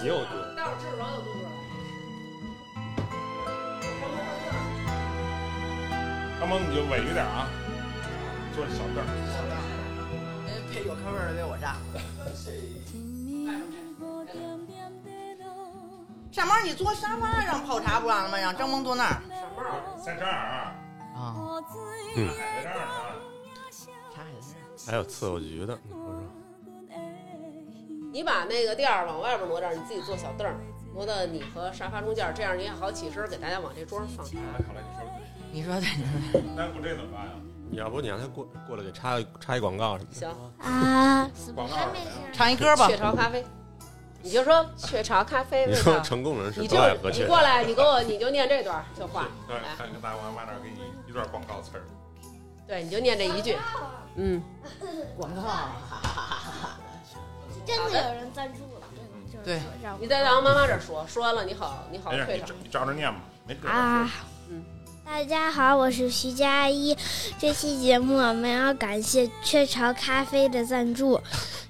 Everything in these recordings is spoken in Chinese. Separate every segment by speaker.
Speaker 1: 你又多。
Speaker 2: 待会儿吃着又多出来了。开门上这儿
Speaker 1: 阿蒙你就委屈点啊，坐小凳儿。
Speaker 3: 哎，别有开味儿的别我炸。上班你坐沙发上泡茶不完了吗？让张萌坐那儿
Speaker 2: 上班儿
Speaker 1: 在这儿啊，
Speaker 3: 啊，
Speaker 4: 嗯，
Speaker 1: 摆在这儿呢。
Speaker 3: 茶也是。
Speaker 4: 还有伺候局的，我说
Speaker 2: 你把那个垫儿往外边挪点儿，你自己坐小凳儿，挪到你和沙发中间儿，这样你也好起身儿给大家往这桌上放茶。
Speaker 1: 那看来你说
Speaker 3: 你说
Speaker 1: 的
Speaker 3: 对，你说
Speaker 1: 对，那我这怎么办呀？啊
Speaker 4: 你要不你让他过过来给插一插一广告什么的。
Speaker 2: 行，
Speaker 5: 啊，
Speaker 1: 广告
Speaker 5: 没事
Speaker 3: 对， 唱一歌吧
Speaker 2: 雀。巢咖啡，你就说雀巢咖啡
Speaker 4: 你
Speaker 2: 味
Speaker 4: 说
Speaker 2: 道。
Speaker 4: 成功人士
Speaker 2: 你
Speaker 4: 都
Speaker 2: 就
Speaker 4: 爱喝
Speaker 2: 你
Speaker 4: 雀
Speaker 2: 过来，你给我你就念这段儿就画，
Speaker 1: 对
Speaker 2: 来，
Speaker 1: 看看大王往那儿给你一段广告词儿。
Speaker 2: 对，你就念这一句，嗯，
Speaker 3: 广告，啊
Speaker 5: 真的有人赞助了，真的就是
Speaker 3: 对
Speaker 5: 我让我
Speaker 2: 你在大王妈妈这儿说，说完了你好你好
Speaker 4: 哎
Speaker 1: 没事，你
Speaker 2: 退
Speaker 1: 哎
Speaker 2: 场
Speaker 1: 照。你照着念吧，没准儿。
Speaker 5: 啊
Speaker 2: 嗯。
Speaker 5: 大家好，我是徐佳一。这期节目我们要感谢雀巢咖啡的赞助，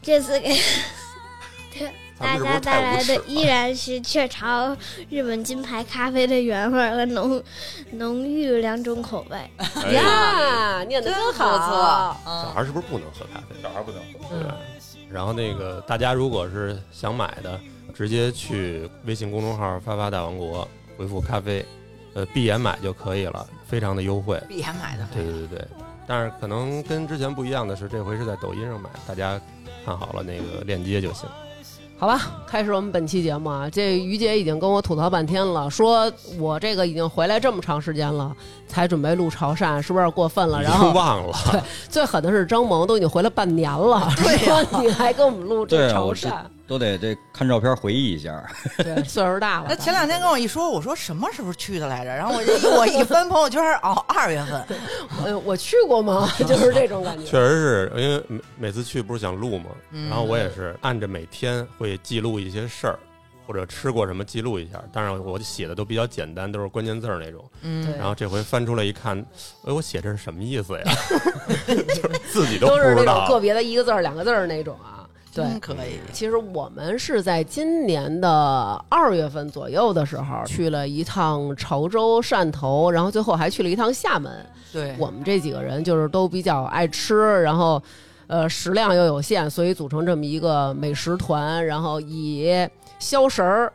Speaker 5: 这次给
Speaker 4: 咱
Speaker 5: 大
Speaker 4: 们是不
Speaker 5: 家
Speaker 4: 是
Speaker 5: 带
Speaker 4: 太无
Speaker 5: 来
Speaker 4: 耻
Speaker 5: 的
Speaker 4: 了？
Speaker 5: 依然是雀巢日本金牌咖啡的原味儿和浓浓郁两种口味。
Speaker 4: 哎
Speaker 2: 呀，念的真
Speaker 3: 不错
Speaker 2: 好。。
Speaker 4: 小
Speaker 3: 嗯，
Speaker 4: 孩是不是不能喝咖啡？
Speaker 1: 小孩不能喝。
Speaker 4: 对。
Speaker 2: 嗯
Speaker 4: 然后那个大家如果是想买的，直接去微信公众号“发发大王国”回复“咖啡”，呃，闭眼买就可以了，非常的优惠。
Speaker 3: 闭眼买的。
Speaker 4: 对对对对，但是可能跟之前不一样的是，这回是在抖音上买，大家看好了那个链接就行。
Speaker 2: 好吧，开始我们本期节目啊。这于姐已经跟我吐槽半天了，说我这个已经回来这么长时间了，才准备录潮汕，是不是有点过分了？
Speaker 4: 已
Speaker 2: 然
Speaker 4: 经
Speaker 2: 后
Speaker 4: 忘 了，
Speaker 2: 最狠的是张萌，都已经回来半年了，
Speaker 3: 对呀
Speaker 2: 说你还给我们录这
Speaker 6: 对啊
Speaker 2: 潮
Speaker 6: 我
Speaker 2: 汕，
Speaker 6: 都得这看照片回忆一下。
Speaker 2: 对岁数大了。
Speaker 3: 那前两天跟我一说，我说什么时候去的来着？然后我一 我一翻朋友圈，哦，二月份。
Speaker 2: 呃，我去 过吗？就是这种感觉。
Speaker 4: 确实是因为每每次去不是想录嘛，
Speaker 3: 嗯
Speaker 4: 然后我也是按着每天会记录一些事儿，或者吃过什么记录一下。当然我写的都比较简单，都是关键字儿那种。
Speaker 3: 嗯，
Speaker 2: 对
Speaker 4: 然后这回翻出来一看，哎，我写这是什么意 思呀？ 就是自己都
Speaker 2: 都
Speaker 4: 不
Speaker 2: 是那
Speaker 4: 知
Speaker 2: 种个
Speaker 4: 道。嗯
Speaker 2: 别的一个字儿、两个字儿那种啊。对，
Speaker 3: 真嗯可以。
Speaker 2: 其实我们是在今年的二月份左右的时候去了一趟潮州、汕头，然后最后还去了一趟厦门。
Speaker 3: 对，
Speaker 2: 我们这几个人就是都比较爱吃，然后呃食量又有限，所以组成这么一个美食团，然后以消食儿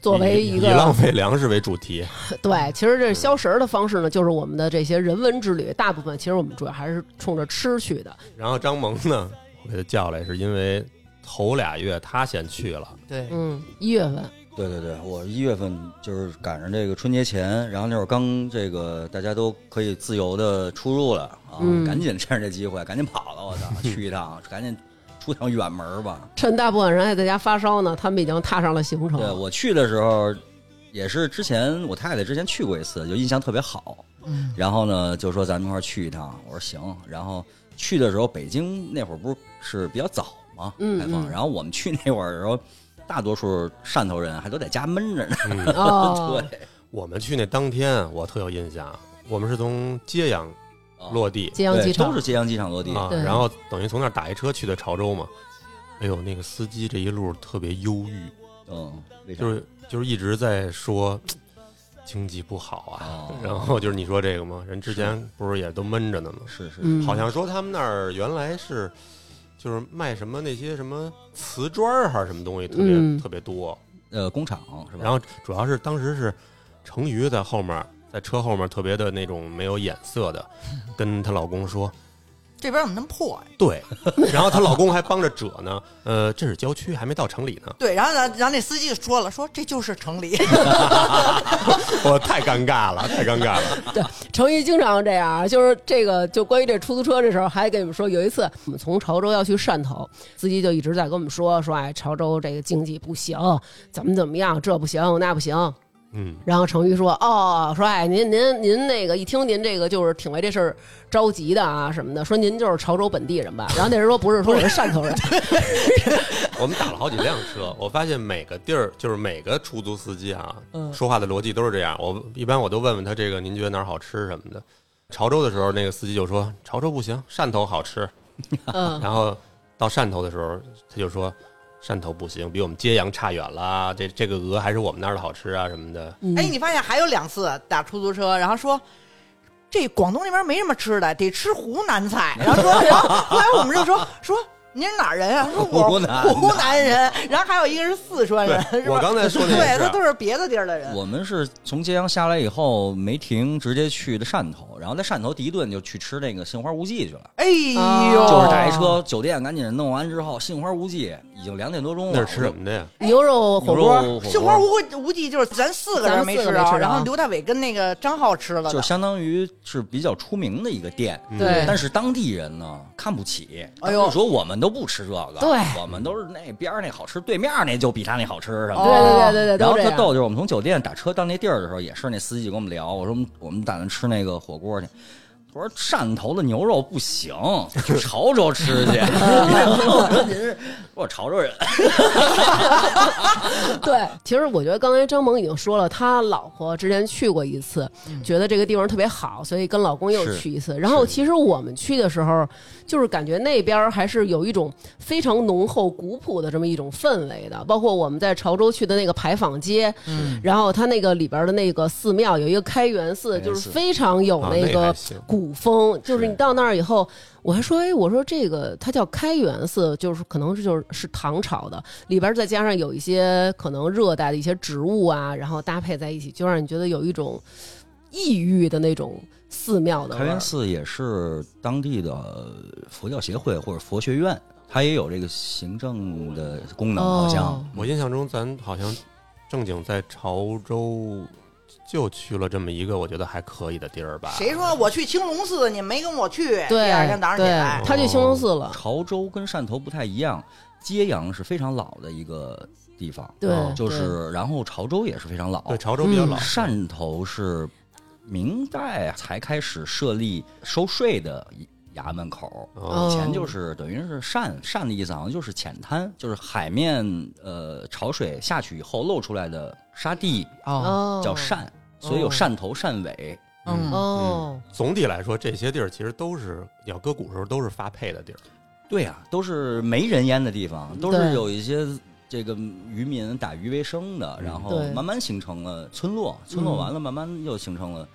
Speaker 2: 作为
Speaker 4: 以
Speaker 2: 一
Speaker 4: 以浪
Speaker 2: 个
Speaker 4: 费粮食为主题，
Speaker 2: 对，其实这消食儿的方式呢，就是我们的这些人文之旅，大部分其实我们主要还是冲着吃去的。
Speaker 4: 然后张萌呢，我给他叫来是因为头俩月他先去了，
Speaker 3: 对，
Speaker 2: 嗯，一月份，
Speaker 6: 对对对，我一月份就是赶上这个春节前，然后那会儿刚这个大家都可以自由的出入了啊，
Speaker 2: 嗯
Speaker 6: 赶紧趁着这机会赶紧跑了，我 操，去一趟，赶紧出趟远门吧。
Speaker 2: 趁大部分人还在家发烧呢，他们已经踏上了行程。
Speaker 6: 对我去的时候，也是之前我太太之前去过一次，就印象特别好。
Speaker 3: 嗯，
Speaker 6: 然后呢，就说咱们一块儿去一趟，我说行。然后去的时候，北京那会儿不是是比较早嘛，
Speaker 2: 嗯
Speaker 6: 开放。
Speaker 2: 嗯
Speaker 6: 然后我们去那会儿的时候，大多数汕头人还都在家闷着呢。
Speaker 2: 哦，
Speaker 6: 对，
Speaker 4: 我们去那当天，我特有印象，我们是从揭阳
Speaker 6: 啊
Speaker 4: 落地
Speaker 2: 揭阳机
Speaker 6: 对
Speaker 2: 场嗯
Speaker 6: 都是揭阳机场落地。
Speaker 4: 啊，
Speaker 2: 对
Speaker 4: 然后等于从那儿打一车去的潮州嘛。哎呦，那个司机这一路特别忧郁，
Speaker 6: 嗯，为啥
Speaker 4: 就是就是一直在说经济不好啊，
Speaker 6: 啊，
Speaker 4: 然后就是你说这个吗？人之前不是也都闷着呢吗？
Speaker 6: 是是，
Speaker 2: 嗯，
Speaker 4: 好像说他们那儿原来是就是卖什么那些什么瓷砖儿还是什么东西特别、
Speaker 2: 嗯
Speaker 4: 特别多，
Speaker 6: 呃，工厂是吧？
Speaker 4: 然后主要是当时是成瑜在后面，在车后面特别的那种没有眼色的，跟她老公说
Speaker 3: 这边怎么那么破呀？
Speaker 4: 对，然后她老公还帮着折呢，呃，这是郊区，还没到城里呢，
Speaker 3: 对，然后然后然后那司机就说了，说这就是城里。
Speaker 4: 我太尴尬了，太尴尬了，
Speaker 2: 对，程昱经常这样，啊就是这个，就关于这出租车这时候，还跟你们说，有一次我们从潮州要去汕头，司机就一直在跟我们说，说哎，潮州这个经济不行，怎么怎么样，这不行那不行。
Speaker 4: 嗯，
Speaker 2: 然后程昱说，哦，说哎，您您您那个一听您这个就是挺为这事儿着急的啊什么的，说您就是潮州本地人吧？然后那人说不是，说我是汕头人。
Speaker 4: 我们打了好几辆车，我发现每个地儿就是每个出租司机啊，
Speaker 2: 嗯
Speaker 4: 说话的逻辑都是这样。我一般我都问问他这个您觉得哪儿好吃什么的。潮州的时候，那个司机就说潮州不行，汕头好吃。
Speaker 2: 嗯，
Speaker 4: 然后到汕头的时候，他就说汕头不行，比我们揭阳差远啦。这这个鹅还是我们那儿的好吃啊什么的。
Speaker 2: 嗯
Speaker 3: 哎，你发现还有两次打出租车，然后说。这广东那边没什么吃的，得吃湖南 菜。然后说，然后后来我们就说说您是哪儿人 啊？说我
Speaker 6: 湖南
Speaker 3: 湖南人。然后还有一个是四川人，
Speaker 4: 对
Speaker 3: 是吧
Speaker 4: 我刚才说那个
Speaker 3: 对，
Speaker 4: 是
Speaker 3: 他都是别的地儿的人。
Speaker 6: 我们是从揭阳下来以后没停，直接去的汕头，然后在汕头第一顿就去吃那个杏花无忌去了。
Speaker 3: 哎呦，
Speaker 2: 哦
Speaker 6: 啊就是打一车，酒店赶紧弄完之后，杏花无忌已经两点多钟了。
Speaker 4: 那是吃什么的呀？
Speaker 2: 牛肉
Speaker 6: 我就？
Speaker 2: 火
Speaker 6: 牛
Speaker 2: 锅，
Speaker 6: 肉火
Speaker 3: 杏花
Speaker 6: 锅，
Speaker 3: 无无忌就是咱四个人没
Speaker 2: 咱
Speaker 3: 吃
Speaker 2: 们四个没吃着啊
Speaker 3: 着，然后刘大伟跟那个张浩吃了的
Speaker 6: 就相当于是比较出名的一个店。
Speaker 4: 嗯
Speaker 2: 对
Speaker 6: 但是当地人呢看不起，
Speaker 3: 哎呦
Speaker 6: 当时说我们都不吃这个，
Speaker 2: 对
Speaker 6: 我们都是那边儿那好吃，对面儿那就比他那好吃什么的。
Speaker 2: 对对对对对，
Speaker 6: 然
Speaker 2: 都
Speaker 6: 后
Speaker 2: 这
Speaker 6: 特
Speaker 2: 样。
Speaker 6: 逗就是我们从酒店打车到那地儿的时候，也是那司机就跟我们聊，我说我们我们打算吃那个火锅去。我说汕头的牛肉不行，去潮州吃 去。 我说您是我潮州人，
Speaker 2: 对，其实我觉得刚才张萌已经说了，他老婆之前去过一次，觉得这个地方特别好，所以跟老公又
Speaker 6: 是
Speaker 2: 去一次。然后其实我们去的时候，就是感觉那边儿还是有一种非常浓厚古朴的这么一种氛围的。包括我们在潮州去的那个牌坊街，然后它那个里边儿的那个寺庙有一个开元寺，
Speaker 6: 开
Speaker 2: 就
Speaker 6: 元
Speaker 2: 是
Speaker 6: 寺
Speaker 2: 非常有
Speaker 4: 啊
Speaker 2: 那
Speaker 4: 那还
Speaker 2: 个
Speaker 4: 行
Speaker 2: 古风，就是
Speaker 6: 是
Speaker 2: 你到那儿以后。我还说，哎，我说这个它叫开元寺，就是可能是就是是唐朝的，里边儿再加上有一些可能热带的一些植物啊，然后搭配在一起，就让你觉得有一种异域的那种寺庙的
Speaker 6: 开
Speaker 2: 味儿
Speaker 6: 元。寺也是当地的佛教协会或者佛学院，它也有这个行政的功能，好像。
Speaker 2: 哦
Speaker 4: 我印象中咱好像正经在潮州就去了这么一个我觉得还可以的地儿吧。
Speaker 3: 谁说我去青龙寺，你没跟我去？
Speaker 2: 对
Speaker 3: 第二天早上起来
Speaker 2: 对，，他
Speaker 6: 哦
Speaker 2: 去青龙寺了，
Speaker 6: 潮州跟汕头不太一样，揭阳是非常老的一个地方，
Speaker 2: 对
Speaker 4: 哦，
Speaker 6: 就
Speaker 2: 对
Speaker 6: 是然后潮州也是非常老，嗯
Speaker 4: 对潮州比较老，
Speaker 6: 汕头是明代才开始设立收税的衙门口，
Speaker 4: 哦
Speaker 6: 以前就是等于是汕汕的意思，好像就是浅滩，就是海面呃潮水下去以后露出来的沙地
Speaker 3: 哦，
Speaker 2: 哦，
Speaker 6: 叫汕，所以
Speaker 2: 嗯
Speaker 6: 有汕头、汕尾。
Speaker 3: 嗯
Speaker 2: 哦，
Speaker 4: 总体来说，这些地儿其实都是你要搁古时候都是发配的地儿。
Speaker 6: 对呀、都是没人烟的地方，都
Speaker 2: 对
Speaker 6: 是有一些。这个渔民打鱼为生的，然后
Speaker 2: 对
Speaker 6: 慢慢形成了村落，村落
Speaker 2: 嗯
Speaker 6: 完了，慢慢又形成了，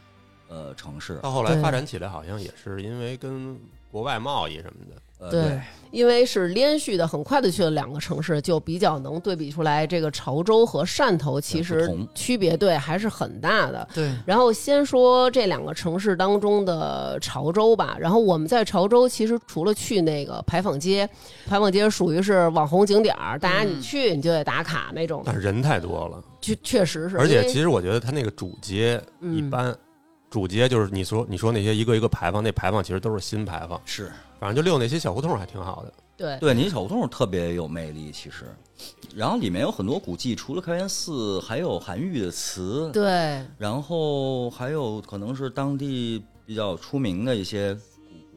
Speaker 6: 呃，城市，
Speaker 4: 到后来
Speaker 2: 对
Speaker 4: 发展起来，好像也是因为跟国外贸易什么的。
Speaker 6: 呃，
Speaker 2: 对
Speaker 6: 对，
Speaker 2: 因为是连续的，很快的去了两个城市，就比较能对比出来，这个潮州和汕
Speaker 4: 呃
Speaker 2: 头其
Speaker 6: 不
Speaker 2: 实
Speaker 6: 同
Speaker 2: 区别对还是很大的。
Speaker 3: 对，
Speaker 2: 然后先说这两个城市当中的潮州吧。然后我们在潮州，其实除了去那个牌坊街，牌坊街属于是网红景点儿，大家你去你就得打卡那种，
Speaker 4: 嗯但是人太多了，
Speaker 2: 确确实是。
Speaker 4: 而且其
Speaker 2: 实
Speaker 4: 实我觉得它那个主街一
Speaker 2: 嗯，
Speaker 4: 般，主街就是你说你说那些一个一个牌坊，那牌坊其实都是新牌坊，
Speaker 6: 是，
Speaker 4: 反正就溜那些小胡同还挺好的。
Speaker 2: 对
Speaker 6: 对，你小胡同特别有魅力，其实，然后里面有很多古迹，除了开元寺，还有韩愈的词，
Speaker 2: 对
Speaker 6: 然后还有可能是当地比较出名的一些古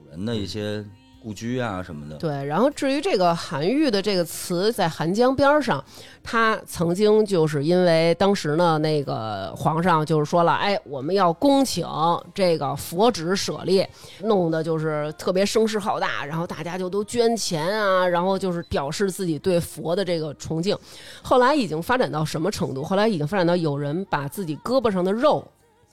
Speaker 6: 古人的一些故居啊什么的。
Speaker 2: 对。然后至于这个“韩愈”的这个词，在韩江边儿上，他曾经就是因为当时呢，那个皇上就是说了，哎，我们要恭请这个佛指舍利，弄得就是特别声势浩大，然后大家就都捐钱啊，然后就是表示自己对佛的这个崇敬。后来已经发展到什么程度？后来已经发展到有人把自己胳膊上的肉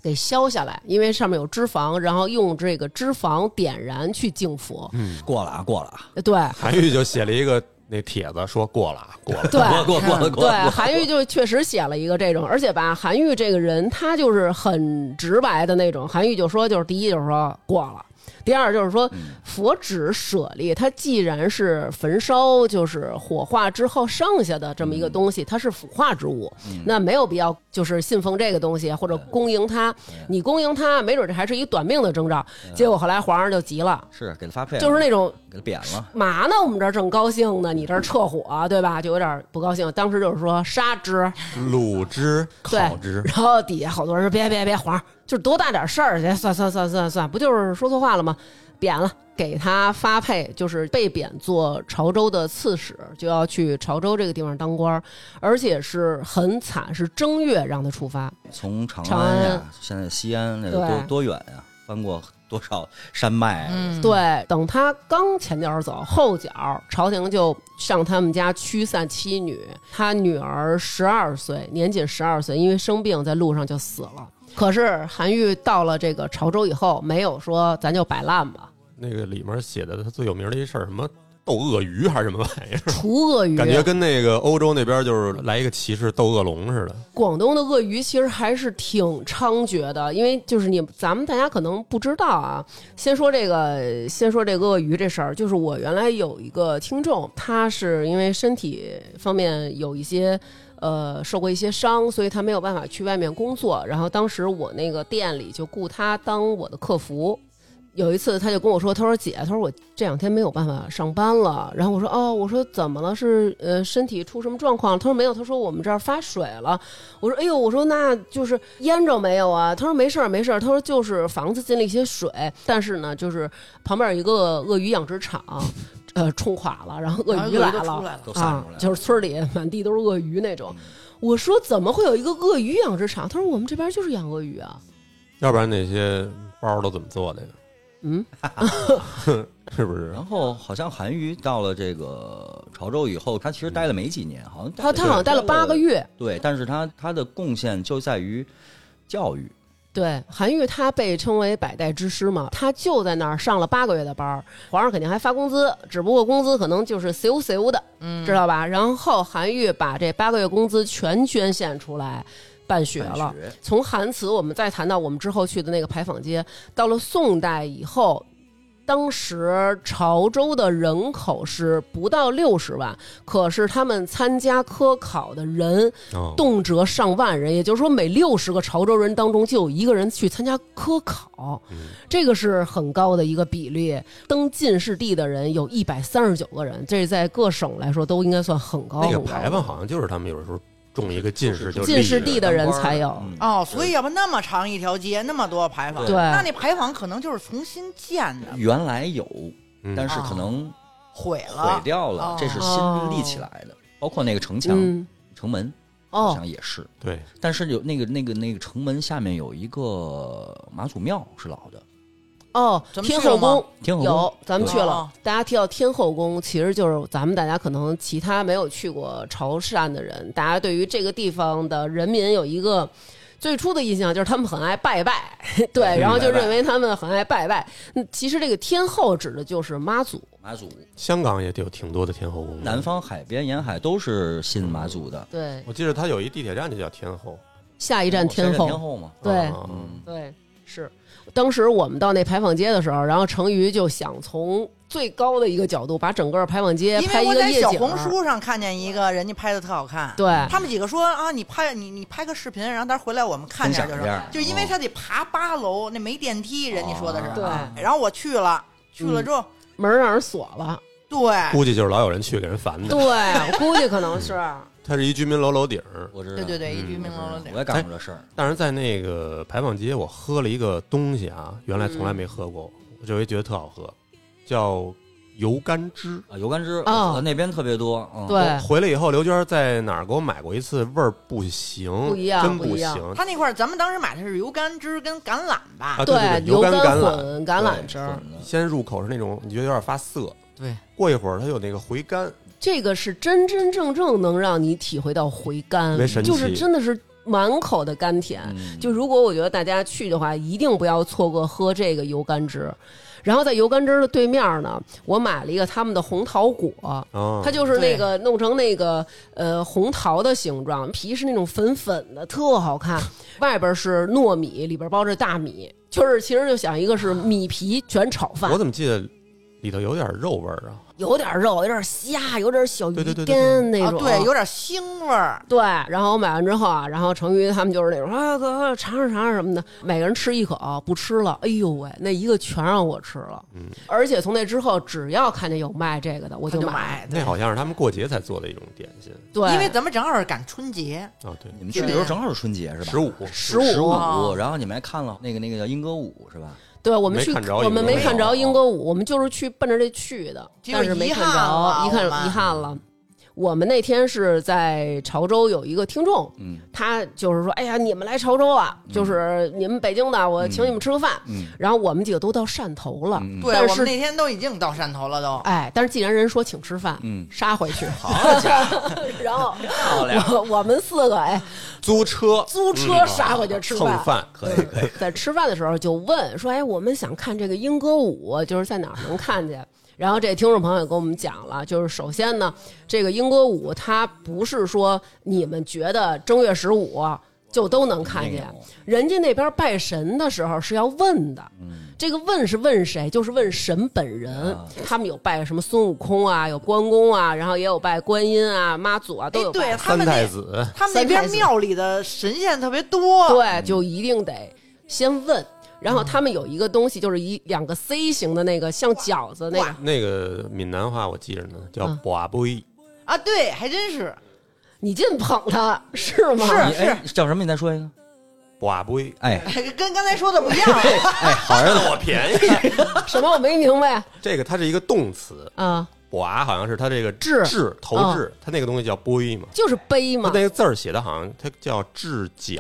Speaker 2: 给削下来，因为上面有脂肪，然后用这个脂肪点燃去敬佛。
Speaker 6: 过了啊，过了啊，
Speaker 2: 呃对。
Speaker 4: 韩愈就写了一个那帖子说过 了啊，过 了。
Speaker 2: 对，嗯
Speaker 6: 过过过了过
Speaker 2: 对
Speaker 6: 了，，
Speaker 2: 韩愈就确实写了一个这种，而且吧，韩愈这个人他就是很直白的那种。韩愈就说，就是第一就是说过了，第二就是说
Speaker 6: 嗯
Speaker 2: 佛指舍利，它既然是焚烧，就是火化之后剩下的这么一个
Speaker 6: 嗯
Speaker 2: 东西，它是腐化之物，那没有必要就是信奉这个东西或者恭迎它。你恭迎它，没准这还是一短命的征兆。结果后来皇上就急了，
Speaker 6: 是给他发配了，
Speaker 2: 就是那种
Speaker 6: 给他贬了。
Speaker 2: 嘛呢？我们这儿正高兴呢，你这儿撤火，对吧？就有点不高兴。当时就是说杀之，
Speaker 4: 卤汁、
Speaker 2: 对
Speaker 4: 烤汁，
Speaker 2: 然后底下好多人说别别别，皇上就是多大点事儿去，算算算算算，不就是说错话了吗？贬了，给他发配，就是被贬做潮州的刺史，就要去潮州这个地方当官儿，而且是很惨，是正月让他出发。
Speaker 6: 从长
Speaker 2: 长
Speaker 6: 安呀、
Speaker 2: 安
Speaker 6: 现在西安那
Speaker 2: 对
Speaker 6: 个多多远呀、翻过多少山脉啊，
Speaker 3: 嗯，
Speaker 2: 对，等他刚前脚走，后脚朝廷就上他们家驱散妻女。他女儿十二岁，年仅十二岁，因为生病在路上就死了。可是韩愈到了这个潮州以后，没有说咱就摆烂吧，
Speaker 4: 那个里面写的他最有名的一事儿，什么斗鳄鱼还是什么玩意儿？
Speaker 2: 除鳄鱼。
Speaker 4: 感觉跟那个欧洲那边就是来一个骑士斗恶龙似的。
Speaker 2: 广东的鳄鱼其实还是挺猖獗的，因为就是你咱们大家可能不知道啊。先说这个，先说这个鳄鱼这事儿，就是我原来有一个听众，他是因为身体方面有一些。呃，受过一些伤，所以他没有办法去外面工作。然后当时我那个店里就雇他当我的客服。有一次他就跟我说，他说姐，他说我这两天没有办法上班了。然后我说哦，我说怎么了？是呃身体出什么状况？他说没有，他说我们这儿发水了。我说：“哎呦，我说那就是淹着没有啊？”他说：“没事儿，没事儿。”他说：“就是房子进了一些水，但是呢，就是旁边有一个鳄鱼养殖场，呃，冲垮了，然后鳄
Speaker 3: 然后
Speaker 2: 鱼
Speaker 3: 鳄
Speaker 2: 来
Speaker 3: 鱼都出
Speaker 2: 了
Speaker 3: 来了
Speaker 6: 都散
Speaker 2: 啊
Speaker 6: 出来，了。嗯
Speaker 2: 就是村里满地都是鳄鱼那种。”我说：“怎么会有一个鳄鱼养殖场？”他说：“我们这边就是养鳄鱼啊。
Speaker 4: 要不然那些包都怎么做的呀？”
Speaker 2: 嗯，
Speaker 4: 是不是？
Speaker 6: 然后好像韩愈到了这个潮州以后，他其实待了没几年，好像
Speaker 2: 他他好像待了八个
Speaker 6: 月。
Speaker 2: 月。
Speaker 6: 对，但是他他的贡献就在于教育，
Speaker 2: 对，韩愈他被称为百代之师嘛，他就在那儿上了八个月的班儿，皇上肯定还发工资，只不过工资可能就是随无随无的，
Speaker 3: 嗯
Speaker 2: 知道吧？然后韩愈把这八个月工资全捐献出来，办学
Speaker 6: 办
Speaker 2: 了。
Speaker 6: 学
Speaker 2: 从韩祠，我们再谈到我们之后去的那个牌坊街，到了宋代以后，当时潮州的人口是不到六十万，可是他们参加科考的人
Speaker 4: 哦
Speaker 2: 嗯动辄上万人，也就是说每六十个潮州人当中就有一个人去参加科考，
Speaker 4: 嗯
Speaker 2: 这个是很高的一个比例。登进士第的人有一百三十九个人，这在各省来说都应该算很高。
Speaker 4: 那个
Speaker 2: 很高
Speaker 4: 牌坊好像就是他们有时候种一个进士就
Speaker 2: 进
Speaker 4: 立
Speaker 2: 士
Speaker 4: 着
Speaker 2: 地的人才有
Speaker 6: 嗯
Speaker 3: 哦，所以要不那么长一条街，那么多牌坊，
Speaker 2: 对
Speaker 3: 那那牌坊可能就是重新建的，
Speaker 6: 原来有，
Speaker 4: 嗯
Speaker 6: 但是可能
Speaker 3: 毁
Speaker 6: 毁
Speaker 3: 了，
Speaker 6: 掉了，
Speaker 3: 哦
Speaker 6: 这是新立起来的。包括那个城墙、
Speaker 2: 哦嗯
Speaker 6: 城门，好
Speaker 2: 哦
Speaker 6: 像也是。
Speaker 4: 对，
Speaker 6: 但是有那个那个那个城门下面有一个马祖庙是老的，
Speaker 2: 哦，
Speaker 3: 咱们
Speaker 2: 天
Speaker 3: 去了
Speaker 2: 后宫
Speaker 3: 吗
Speaker 6: 天后宫
Speaker 2: 有，咱们去了
Speaker 3: 哦。
Speaker 2: 大家提到天后宫，其实就是咱们大家可能其他没有去过潮汕的人，大家对于这个地方的人民有一个。最初的印象就是他们很爱拜拜， 对，
Speaker 6: 嗯
Speaker 2: 然后就
Speaker 6: 拜拜
Speaker 2: 认为他们很爱拜拜。嗯其实这个天后指的就是妈祖，
Speaker 6: 马祖
Speaker 4: 香港也有挺多的天后宫的。
Speaker 6: 南方海边沿海都是信马祖的。
Speaker 2: 对，
Speaker 4: 我记得他有一地铁站就叫天后，
Speaker 2: 下一站天后，
Speaker 6: 天后嘛，
Speaker 2: 对
Speaker 4: 啊
Speaker 6: 嗯，
Speaker 2: 对，是。当时我们到那牌坊街的时候，然后成瑜就想从最高的一个角度把整个牌坊街
Speaker 3: 因
Speaker 2: 拍
Speaker 3: 为
Speaker 2: 一
Speaker 3: 我
Speaker 2: 个
Speaker 3: 在
Speaker 2: 夜景。啊
Speaker 3: 小红书上看见一个人家拍的特好看，
Speaker 2: 对，
Speaker 3: 他们几个说啊，你拍你你拍个视频，然后到时候回来我们看见
Speaker 6: 分享
Speaker 3: 就
Speaker 6: 一
Speaker 3: 是，
Speaker 6: 下，嗯
Speaker 3: 就因为他得爬八楼，那没电梯，人家说的是，
Speaker 2: 哦嗯
Speaker 3: 然后我去了，去了之后，
Speaker 2: 门儿让人锁了。
Speaker 3: 对
Speaker 4: 估计就是老有人去给人烦
Speaker 2: 对，
Speaker 4: 的。
Speaker 2: 我估计可能是。
Speaker 4: 它是一居民楼楼顶儿，
Speaker 6: 我知道，
Speaker 3: 对对对，
Speaker 4: 嗯
Speaker 3: 一居民楼楼
Speaker 6: 我
Speaker 3: 顶，
Speaker 6: 也干过这事儿。
Speaker 4: 但是在那个牌坊街，我喝了一个东西啊，原来从来没喝过，我这回觉得特好喝，叫油甘汁。
Speaker 6: 啊，油甘汁
Speaker 2: 啊
Speaker 6: 呃那边特别多，嗯，
Speaker 2: 对，
Speaker 4: 回来以后，刘娟在哪儿给我买过一次，味儿不行，
Speaker 2: 不一样
Speaker 4: 真
Speaker 2: 不一样
Speaker 4: 行
Speaker 3: 他那块儿咱们当时买的是油甘汁跟橄榄吧，
Speaker 4: 啊！对对，
Speaker 2: 油
Speaker 4: 甘橄榄，
Speaker 2: 混橄榄汁
Speaker 6: 对
Speaker 2: 儿，
Speaker 6: 混的
Speaker 4: 先入口是那种你觉得有点发涩，
Speaker 3: 对，
Speaker 4: 过一会儿它有那个回甘，
Speaker 2: 这个是真真正正能让你体会到回甘
Speaker 4: 特别，神奇
Speaker 2: 就是真的是满口的甘甜。
Speaker 6: 嗯
Speaker 2: 就如果我觉得大家去的话，一定不要错过喝这个油甘汁。然后在油甘汁的对面呢，我买了一个他们的红桃果，
Speaker 4: 啊，
Speaker 2: 它就是那个弄成那个呃红桃的形状，皮是那种粉粉的，特好 看。外边是糯米，里边包着大米，就是其实就想一个是米皮卷炒饭
Speaker 4: 我，怎么记得里头有点肉味儿啊？
Speaker 2: 有点肉，有点虾，有点小鱼
Speaker 4: 对对对对
Speaker 2: 颠那
Speaker 3: 啊
Speaker 2: 种。
Speaker 3: 对，有点腥味儿，
Speaker 2: 对，然后我买完之后啊，然后成瑜他们就是那种啊，哥哥尝尝尝尝什么的，每个人吃一口，不吃了，哎呦喂，那一个全让我吃了，
Speaker 4: 嗯
Speaker 2: 而且从那之后，只要看见有卖这个的，我
Speaker 3: 他就
Speaker 2: 买，
Speaker 3: 买，
Speaker 4: 那好像是他们过节才做的一种点心
Speaker 2: 对，
Speaker 3: 因为咱们正好是赶春节，
Speaker 4: 啊，对，
Speaker 6: 你们去的时候正好是春节是吧？
Speaker 4: 十五
Speaker 2: 十五
Speaker 6: 十
Speaker 3: 哦
Speaker 6: 五，然后你们还看了那个那个叫英歌舞是吧？
Speaker 2: 对我们
Speaker 4: 没
Speaker 2: 去
Speaker 4: 看着
Speaker 2: 我
Speaker 4: 英
Speaker 2: 们
Speaker 4: 歌
Speaker 2: 没
Speaker 4: 舞
Speaker 2: 看
Speaker 6: 啊
Speaker 2: 着英歌舞，我们就是去奔着这去的，
Speaker 3: 结果
Speaker 2: 但是没
Speaker 3: 遗
Speaker 2: 看
Speaker 3: 憾了
Speaker 2: 着，遗憾
Speaker 3: 我们
Speaker 2: 遗憾了。我们那天是在潮州有一个听众，
Speaker 6: 嗯
Speaker 2: 他就是说，哎呀，你们来潮州啊，就是你们北京的，我请你们吃个饭。
Speaker 6: 嗯
Speaker 2: 然后我们几个都到汕头了，
Speaker 6: 嗯
Speaker 3: 对
Speaker 2: 但
Speaker 3: 我
Speaker 2: 是
Speaker 3: 们那天都已经到汕头了都，
Speaker 2: 哎，但是既然人说请吃饭，
Speaker 6: 嗯
Speaker 2: 杀回去。
Speaker 6: 好家伙，
Speaker 2: 然后
Speaker 6: 漂亮
Speaker 2: 我我们四个哎
Speaker 4: 租车嗯
Speaker 2: 租车杀回去吃
Speaker 4: 蹭
Speaker 2: 饭。
Speaker 4: 饭，
Speaker 6: 可以可以，
Speaker 2: 在吃饭的时候就问说：“哎，我们想看这个英歌舞，就是在哪儿能看见？”然后这听众朋友也跟我们讲了，就是首先呢，这个英歌舞它不是说你们觉得正月十五就都能看见
Speaker 6: 应有，
Speaker 2: 人家那边拜神的时候是要问的。
Speaker 6: 嗯
Speaker 2: 这个问是问谁？就是问神本人。
Speaker 6: 啊
Speaker 2: 他们有拜什么孙悟空啊，有关公啊，然后也有拜观音啊、妈祖啊，都
Speaker 3: 哎
Speaker 2: 有，拜。
Speaker 3: 对他
Speaker 4: 三
Speaker 3: 们
Speaker 4: 太
Speaker 3: 那
Speaker 4: 子，
Speaker 3: 他们那
Speaker 2: 三太
Speaker 3: 边
Speaker 2: 子
Speaker 3: 庙里的神仙特别多，
Speaker 2: 对，就一定得先问。然后他们有一个东西，就是一两个 C 型的那个像饺子那个
Speaker 3: 哇，
Speaker 4: 那个闽南话我记着呢，叫“
Speaker 2: 嗯
Speaker 4: 寡不一
Speaker 3: 啊，对，还真是
Speaker 2: 你净捧他是吗？
Speaker 3: 是
Speaker 6: 你哎叫什么？你再说一个，”，“
Speaker 4: 寡不 一
Speaker 6: 哎
Speaker 3: 跟刚才说的不一样。
Speaker 6: 哎，好儿子，我
Speaker 4: 便宜。
Speaker 2: 什么？我没明白
Speaker 4: 这个它是一个动词，
Speaker 2: 啊，
Speaker 4: 寡好像是它这个
Speaker 2: 掷
Speaker 4: 掷投
Speaker 2: 嗯
Speaker 4: 掷，它那个东西叫不一嘛。
Speaker 2: 就是杯
Speaker 4: 它
Speaker 2: 嘛。
Speaker 4: 那个字儿写的好像它叫掷饺，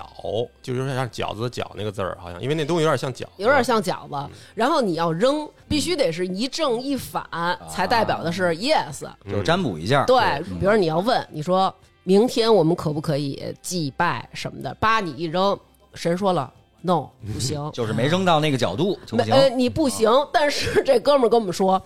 Speaker 4: 就是有点像饺子的饺那个字儿，好像因为那东西有点像饺子，
Speaker 2: 有点像饺子，然后你要扔，必须得是一正一反，才代表的是 yes。
Speaker 4: 嗯
Speaker 6: 就占卜一下，
Speaker 2: 对，比如你要问，你说明天我们可不可以祭拜什么的，叭你一扔，神说了 no 不行，
Speaker 6: 就是没扔到那个角度就不
Speaker 2: 没
Speaker 6: 行，
Speaker 2: 呃，你不行。
Speaker 3: 啊
Speaker 2: 但是这哥们儿跟我们说，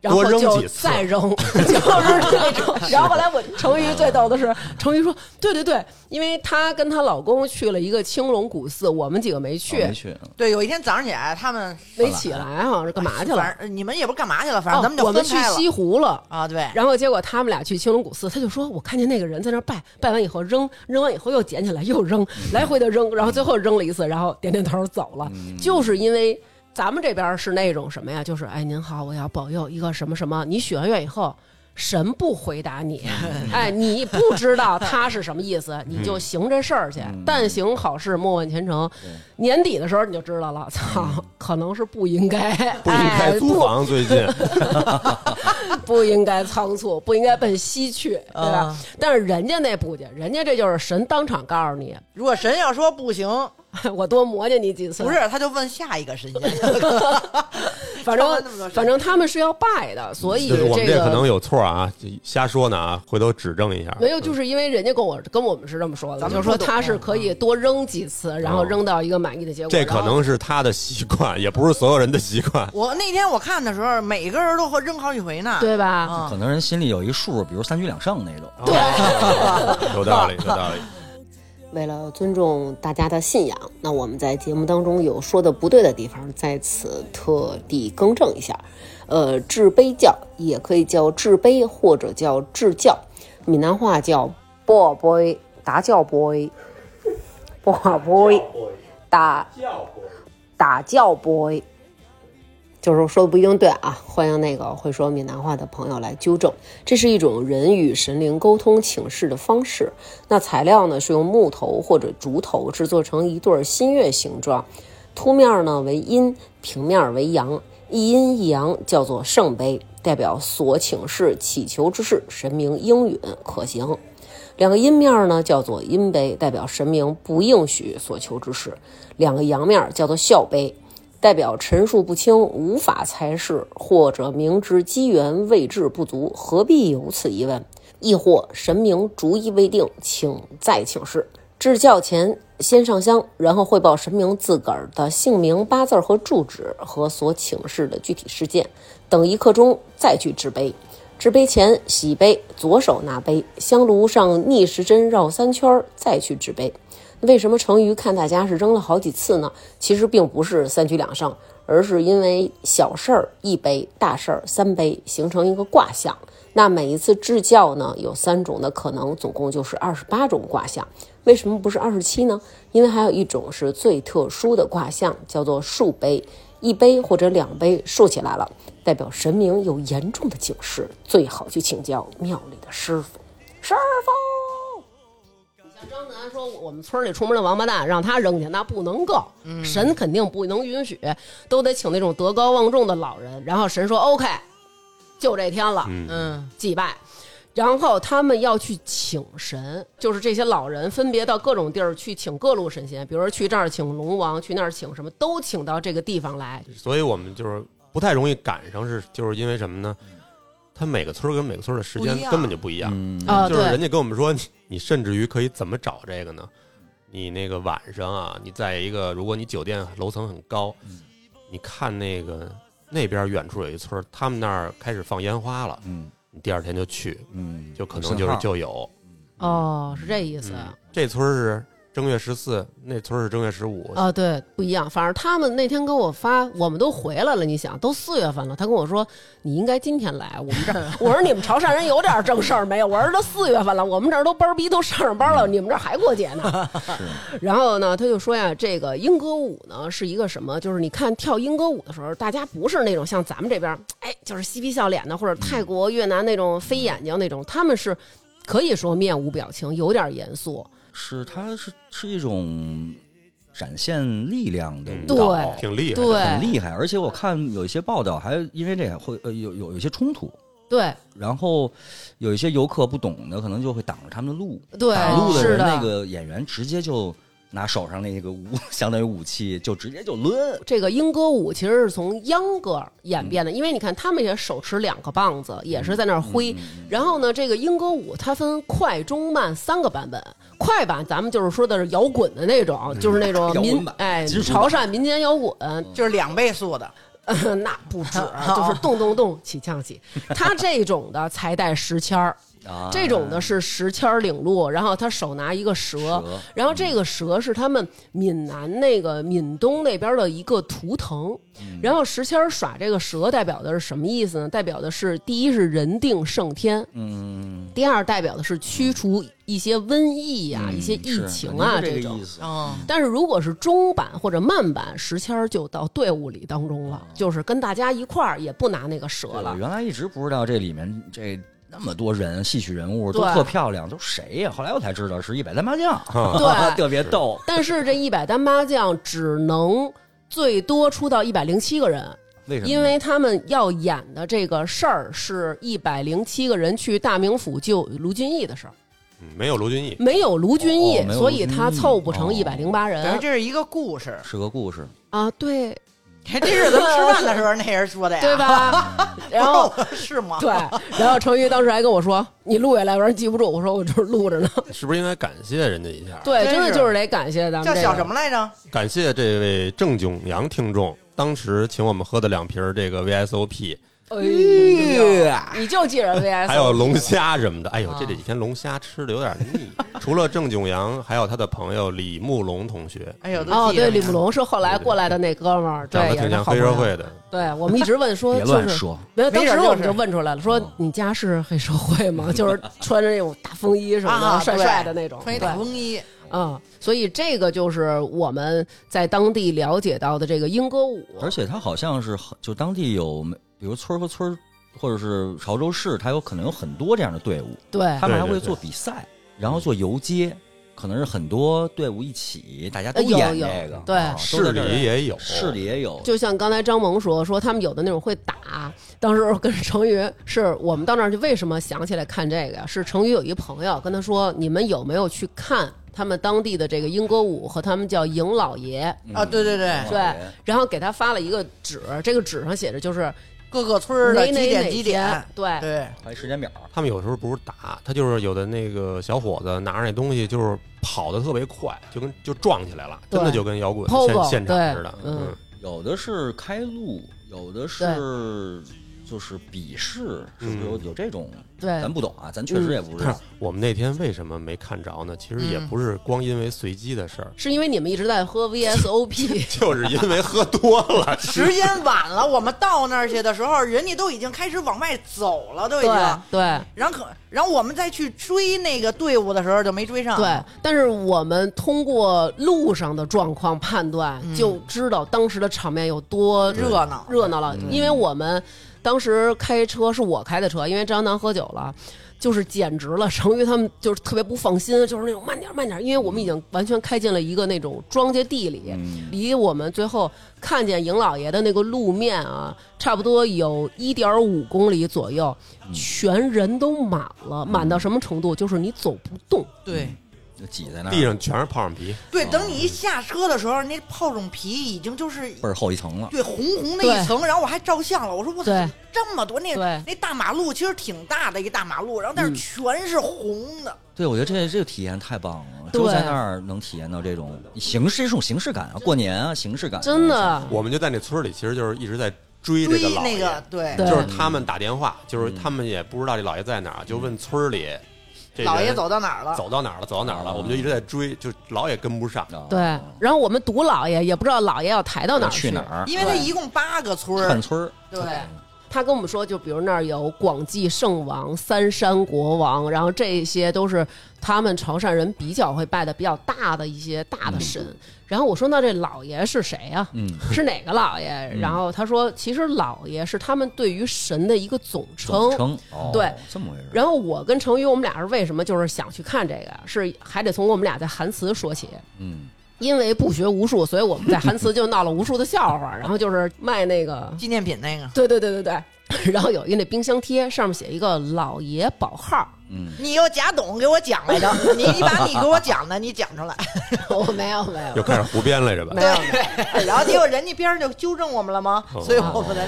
Speaker 2: 然后
Speaker 4: 多扔
Speaker 2: 就
Speaker 4: 几次
Speaker 2: 再扔，就是这种。 然后后来我成瑜最逗的是，成瑜说：“对对对，因为她跟她老公去了一个青龙古寺，我们几个没去，
Speaker 6: 哦
Speaker 4: 哦
Speaker 6: 没去， 嗯
Speaker 3: 对，有一天早上起来，他们
Speaker 2: 没起来，好像是干嘛去了？
Speaker 3: 反正你们也不是干嘛去了，反
Speaker 2: 哦
Speaker 3: 正咱们
Speaker 2: 我
Speaker 3: 就
Speaker 2: 们
Speaker 3: 分
Speaker 2: 去
Speaker 3: 开了
Speaker 2: 西湖了。”
Speaker 3: 啊。对，
Speaker 2: 然后结果他们俩去青龙古寺，他就说：“我看见那个人在那儿拜，拜完以后扔，扔完以后又捡
Speaker 4: 嗯
Speaker 2: 起来又扔，来回的扔，然后最后扔了一次，然后点点头走了。
Speaker 4: 嗯
Speaker 2: 就是因为咱们这边是那种什么呀，就是哎您好，我要保佑一个什么什么，你许完愿以后。”神不回答你，
Speaker 4: 嗯
Speaker 2: 哎，你不知道他是什么意思，你就行这事儿去。
Speaker 4: 嗯
Speaker 2: 但行好事，莫问前程。年底的时候你就知道了，操，可能是不应该，
Speaker 4: 嗯不应该
Speaker 2: 哎
Speaker 4: 租
Speaker 2: 不
Speaker 4: 房最近。
Speaker 2: 不应该仓促，不应该奔西去，对吧？
Speaker 3: 啊
Speaker 2: 但是人家那不去，人家这就是神当场告诉你，
Speaker 3: 如果神要说不行，
Speaker 2: 我多磨叽你几次。
Speaker 3: 不，是他就问下一个神仙。
Speaker 2: 反
Speaker 3: 差
Speaker 2: 正
Speaker 3: 了那么多事儿
Speaker 2: 反正他们是要拜的，所 以
Speaker 4: 就是我们
Speaker 2: 这
Speaker 4: 可能
Speaker 2: 个。
Speaker 4: 有错啊，瞎说呢啊，回头指正一下。
Speaker 2: 没有，就是因为人家跟我跟我们是这么说的，
Speaker 3: 咱们
Speaker 2: 就是说
Speaker 3: 不懂
Speaker 2: 他是可以多扔几次，然后扔到一个满意的结啊果。
Speaker 4: 嗯哦这可能是他的习惯，也不是所有人的习惯。
Speaker 3: 我那天我看的时候，每个人都和扔好几回呢。
Speaker 2: 对吧？嗯
Speaker 3: 啊
Speaker 6: 可，能人心里有一数，比如三局两胜那
Speaker 4: 哦
Speaker 6: 种，
Speaker 4: 对，有道理，有道理。
Speaker 7: 为了尊重大家的信仰，那我们在节目当中有说的不对的地方，在此特地更正一下。呃，制杯教也可以叫制杯，或者叫制教，闽南话叫“波杯”，打教杯，波杯，打打教杯，就是说的不一定对啊，欢迎那个会说闽南话的朋友来纠正。这是一种人与神灵沟通请示的方式。那材料呢是用木头或者竹头制作成一对儿新月形状，凸面呢为阴，平面为阳，一阴一阳叫做圣杯，代表所请示祈求之事，神明应允可行。两个阴面呢叫做阴杯，代表神明不应许所求之事；两个阳面叫做笑杯，代表陈述不清、无法猜是，或者明知机缘位置不足，何必有此一问？亦或神明主意未定，请再请示。至教前先上香，然后汇报神明自个儿的姓名、八字儿和住址和所请示的具体事件，等一刻钟再去制杯。制杯前洗杯，左手拿杯，香炉上逆时针绕三圈儿，再去制杯。为什么成鱼看大家是扔了好几次呢？其实并不是三局两胜，而是因为小事儿一杯，大事儿三杯，形成一个卦象。那每一次制教呢，有三种的可能，总共就是二十八种卦象。为什么不是二十七呢？因为还有一种是最特殊的卦象，叫做竖杯，一杯或者两杯竖起来了，代表神明有严重的警示，最好去请教庙里的师傅。师傅。
Speaker 2: 张楠说我们村里出门的王八蛋，让他扔去，那不能够，神肯定不能允许，都得请那种德高望重的老人。然后神说 OK，就这天了，
Speaker 4: 嗯，
Speaker 3: 嗯，
Speaker 2: 祭拜。
Speaker 7: 然后他们要去请神，就是这些老人分别到各种地儿去请各路神仙，比如说去这儿请龙王，去那儿请什么，都请到这个地方来。
Speaker 4: 所以我们就是不太容易赶上，是就是因为什么呢？它每个村儿跟每个村儿的时间
Speaker 3: 不一样
Speaker 4: 根本就不一样，
Speaker 6: 嗯
Speaker 7: 啊
Speaker 4: 就是
Speaker 7: 对
Speaker 4: 人家跟我们说，你你甚至于可以怎么找这个呢？你那个晚上啊，你在一个如果你酒店楼层很高，
Speaker 6: 嗯
Speaker 4: 你看那个那边远处有一村儿，他们那儿开始放烟花了，
Speaker 6: 嗯
Speaker 4: 你第二天就去，
Speaker 6: 嗯，
Speaker 4: 就可能就是就有。
Speaker 7: 哦，是这意思。
Speaker 4: 嗯这村儿是正月十四，那村儿是正月十五，
Speaker 7: 啊，对，不一样。反正他们那天跟我发，我们都回来了。你想，都四月份了，他跟我说你应该今天来。我们这儿，我说你们潮汕人有点正事儿没有？我说都四月份了，我们这儿都班儿逼都上上班了，你们这儿还过节呢。然后呢，他就说呀，这个英歌舞呢是一个什么？就是你看跳英歌舞的时候，大家不是那种像咱们这边儿，哎，就是嬉皮笑脸的，或者泰国、越南那种飞眼睛那种，他们是可以说面无表情，有点严肃。
Speaker 6: 是它是是一种展现力量的
Speaker 4: 嗯
Speaker 6: 舞蹈，
Speaker 7: 对
Speaker 4: 挺厉害的。
Speaker 7: 对
Speaker 6: 很厉害。而且我看有一些报道，还因为这个会呃有有有一些冲突，
Speaker 7: 对
Speaker 6: 然后有一些游客不懂的，可能就会挡着他们的路，
Speaker 7: 对
Speaker 6: 挡路，的
Speaker 7: 是
Speaker 6: 人
Speaker 7: 的。
Speaker 6: 那个演员直接就拿手上那个武相当于武器，就直接就抡。
Speaker 7: 这个英歌舞其实是从秧歌儿演
Speaker 6: 嗯
Speaker 7: 变的，因为你看他们也手持两个棒子，也是在那儿挥。
Speaker 6: 嗯
Speaker 7: 然后呢，这个英歌舞它分快、中、慢三个版本。快版咱们就是说的是摇滚的那种，就是那种
Speaker 6: 嗯摇滚
Speaker 7: 民
Speaker 6: 版
Speaker 7: 哎
Speaker 6: 金属
Speaker 7: 潮汕民间摇滚，
Speaker 3: 就是两倍速的，
Speaker 7: 那不止，啊 就是动动动起呛起。他这种的才带石签儿，
Speaker 6: 啊，
Speaker 7: 这种的是石签儿领路，然后他手拿一个蛇，
Speaker 6: 蛇
Speaker 7: 然后这个蛇是他们闽南那个闽东那边的一个图腾。
Speaker 6: 嗯
Speaker 7: 然后石签儿耍这个蛇代表的是什么意思呢？代表的是第一是人定胜天，
Speaker 6: 嗯，
Speaker 7: 第二代表的是驱除一些瘟疫呀、
Speaker 6: 嗯
Speaker 7: 一些疫
Speaker 6: 是
Speaker 7: 情
Speaker 6: 肯定
Speaker 7: 啊
Speaker 6: 是这个
Speaker 7: 种
Speaker 6: 意。思。
Speaker 3: 嗯，
Speaker 7: 但是如果是中版或者慢版，石签儿就到队伍里当中了，就是跟大家一块儿也不拿那个蛇
Speaker 6: 对
Speaker 7: 了
Speaker 6: 我。原来一直不知道这里面这那么多人，戏曲人物都
Speaker 7: 对
Speaker 6: 特漂亮，都谁呀、后来我才知道是一百单麻将，
Speaker 7: 对
Speaker 6: 特别逗。
Speaker 7: 但是这一百单麻将只能最多出到一百零七个人，
Speaker 6: 为什么？
Speaker 7: 因为他们要演的这个事儿是一百零七个人去大名府救卢俊义的事儿，
Speaker 4: 嗯没有卢俊义，
Speaker 7: 没有卢俊义，
Speaker 6: 哦没有
Speaker 7: 所以
Speaker 6: 卢俊义
Speaker 7: 他凑不成
Speaker 6: 哦
Speaker 7: 一百零
Speaker 2: 嗯
Speaker 7: 八人、
Speaker 3: 等于这是一个故事。
Speaker 6: 是个故事，
Speaker 7: 啊，对
Speaker 3: 这是咱们吃饭的时候那人说的 呀，哦
Speaker 7: 对？吧？ 然后
Speaker 3: 是吗？
Speaker 7: 对，然后程昱当时还跟我说：“你录下来，我说记不住。”我说：“我这儿录着呢。
Speaker 4: 是不是应该感谢人家一下”？
Speaker 7: 对，
Speaker 3: 真
Speaker 7: 真的
Speaker 3: 是
Speaker 7: 就是得感谢咱们
Speaker 3: 叫
Speaker 7: 这
Speaker 3: 小
Speaker 7: 个
Speaker 3: 什么来着？
Speaker 4: 感谢这位郑炯阳听众，当时请我们喝的两瓶儿这个 VSOP，
Speaker 7: 哎呦，你就记着 VS，
Speaker 4: 还有龙虾什么的。哎呦，这这几天龙虾吃的有点腻。 除了郑炯阳，还有他的朋友李慕龙同学，
Speaker 3: 哎呦，都
Speaker 7: 哦，
Speaker 3: 记着呢
Speaker 7: 对，李慕龙是后来过来的那哥们儿，
Speaker 4: 长
Speaker 7: 对，
Speaker 4: 得
Speaker 7: 也
Speaker 4: 挺
Speaker 7: 是
Speaker 4: 像
Speaker 7: 好
Speaker 4: 黑
Speaker 7: 朋友
Speaker 4: 社会的。
Speaker 7: 对我们一直问说，
Speaker 6: 别
Speaker 7: 呃就
Speaker 6: 乱
Speaker 7: 是
Speaker 6: 说。
Speaker 7: 没有，当
Speaker 3: 没
Speaker 7: 时
Speaker 3: 准
Speaker 7: 我
Speaker 3: 就
Speaker 7: 们
Speaker 3: 是
Speaker 7: 就问出来了，说你家是黑社会吗？ 就是穿着那种大风衣什么
Speaker 3: 啊
Speaker 7: 的，帅
Speaker 3: 对
Speaker 7: 帅的那种，
Speaker 3: 穿一
Speaker 7: 对
Speaker 3: 大风衣，
Speaker 7: 嗯，所以这个就是我们在当地了解到的这个英歌舞，
Speaker 6: 而且它好像是很就当地有，比如村儿和村儿，或者是潮州市，它有可能有很多这样的队伍，
Speaker 7: 对
Speaker 6: 他，们还
Speaker 4: 对对
Speaker 6: 会做比赛，然后做游街，可能是很多队伍一起，大家都
Speaker 7: 呃有
Speaker 6: 演
Speaker 7: 有
Speaker 6: 这个，
Speaker 7: 对
Speaker 6: 啊都
Speaker 4: 市
Speaker 6: 在这儿
Speaker 4: 里也有，
Speaker 6: 市里也有，
Speaker 7: 就像刚才张萌说，说他们有的那种会打。当时跟成宇是我们到那儿去，为什么想起来看这个呀？是成宇有一朋友跟他说，你们有没有去看他们当地的这个英歌舞和他们叫迎老爷？
Speaker 3: 啊，对对对，
Speaker 7: 对，然后给他发了一个纸，这个纸上写着就是
Speaker 3: 各个村儿
Speaker 7: 哪
Speaker 3: 的
Speaker 7: 哪
Speaker 3: 几
Speaker 7: 哪
Speaker 3: 点几
Speaker 7: 天
Speaker 3: 点，，
Speaker 7: 对
Speaker 3: 对，
Speaker 6: 还有时间表，
Speaker 4: 他们有时候不是打，他就是有的那个小伙子拿着那东西就是跑的特别快，就跟就撞起来了，
Speaker 7: 对
Speaker 4: 真的就跟摇滚
Speaker 7: Pogo，
Speaker 4: 现现场
Speaker 7: 对
Speaker 4: 似的。
Speaker 7: 嗯
Speaker 4: 嗯，
Speaker 6: 有的是开路，有的是就是比试，是不是
Speaker 4: 嗯
Speaker 6: 有有这种？
Speaker 7: 对
Speaker 6: 咱不懂啊，咱确实也不知
Speaker 4: 但
Speaker 6: 道
Speaker 4: 是。我们那天为什么没看着呢？其实也不是光因为随机的事儿，
Speaker 7: 是因为你们一直在喝 VSOP，
Speaker 4: 就是因为喝多了。
Speaker 3: 时间晚了，我们到那儿去的时候，人家都已经开始往外走了，都已
Speaker 7: 对
Speaker 3: 经。
Speaker 7: 对
Speaker 3: 然后可，然后我们再去追那个队伍的时候就没追上。
Speaker 7: 对，但是我们通过路上的状况判断，就知道当时的场面有多
Speaker 3: 嗯热闹嗯
Speaker 7: 热闹了，因为我们当时开车是我开的车，因为张楠喝酒了。就是简直了。成鱼他们就是特别不放心，就是那种慢点慢点，因为我们已经完全开进了一个那种庄稼地里，
Speaker 3: 嗯
Speaker 7: 离我们最后看见邢老爷的那个路面啊，差不多有一点五公里左右，
Speaker 3: 嗯
Speaker 7: 全人都满了，满到什么程度？就是你走不动。
Speaker 3: 对
Speaker 7: 嗯
Speaker 6: 就挤在那
Speaker 4: 嗯
Speaker 6: 儿
Speaker 4: 地上全是泡沫皮，
Speaker 3: 对，等你一下车的时候，那炮种皮已经就是
Speaker 6: 倍儿厚一层了。
Speaker 3: 对红红那
Speaker 7: 对
Speaker 3: 一层，然后我还照相了，我说我操
Speaker 7: 对，
Speaker 3: 这么多那
Speaker 7: 对嗯
Speaker 3: 那大马路其实挺大的一个大马路，然后但是全是红的，
Speaker 6: 对，我觉得这这个体验太棒了，只有
Speaker 7: 对
Speaker 6: 在那儿能体验到这种形式，这种形式感啊，过年啊，形式感啊、
Speaker 7: 真的，
Speaker 4: 我们就在那村里，其实就是一直在追这个
Speaker 3: 追
Speaker 4: 老
Speaker 3: 那
Speaker 4: 爷，
Speaker 3: 个对
Speaker 7: 对
Speaker 4: 就是他们打电话，就是他们也不知道这老爷在哪儿，就问村里这
Speaker 3: 老爷
Speaker 4: 人
Speaker 3: 走到哪儿了？
Speaker 4: 走到哪儿了，走到哪儿了，我们就一直在追，就老也跟不上。
Speaker 6: 啊。
Speaker 7: 对，然后我们堵老爷，也不知道老爷要抬到哪儿
Speaker 6: 去哪儿？
Speaker 3: 因为它一共八个村儿
Speaker 6: 串，村儿，
Speaker 3: 对，
Speaker 7: 他跟我们说，就比如那儿有广济圣王、三山国王，然后这些都是他们潮汕人比较会拜的比较大的一些大的神。然后我说：“那这老爷是谁呀、
Speaker 6: 嗯，
Speaker 7: 是哪个老爷？”然后他说：“其实老爷是他们对于神的一个总称。
Speaker 6: 总称哦，
Speaker 7: 对，
Speaker 6: 这么回事儿。
Speaker 7: 然后我跟程宇，我们俩是为什么就是想去看这个呀？是还得从我们俩在韩祠说起。
Speaker 6: 嗯，
Speaker 7: 因为不学无术，所以我们在韩祠就闹了无数的笑话，然后就是卖那个
Speaker 3: 纪念品那个。
Speaker 7: 对对对对 对。然后有一那冰箱贴，上面写一个“老爷宝 号
Speaker 6: 嗯
Speaker 3: 你又假懂给我讲来着，你你把你给我讲的你讲出来，”，
Speaker 7: 我哦没有没
Speaker 4: 又
Speaker 7: 有
Speaker 4: 开始胡编来着吧？
Speaker 7: 没有，哦
Speaker 3: 然后结果人家边上就纠正我们了吗？
Speaker 6: 哦
Speaker 3: 所以我们才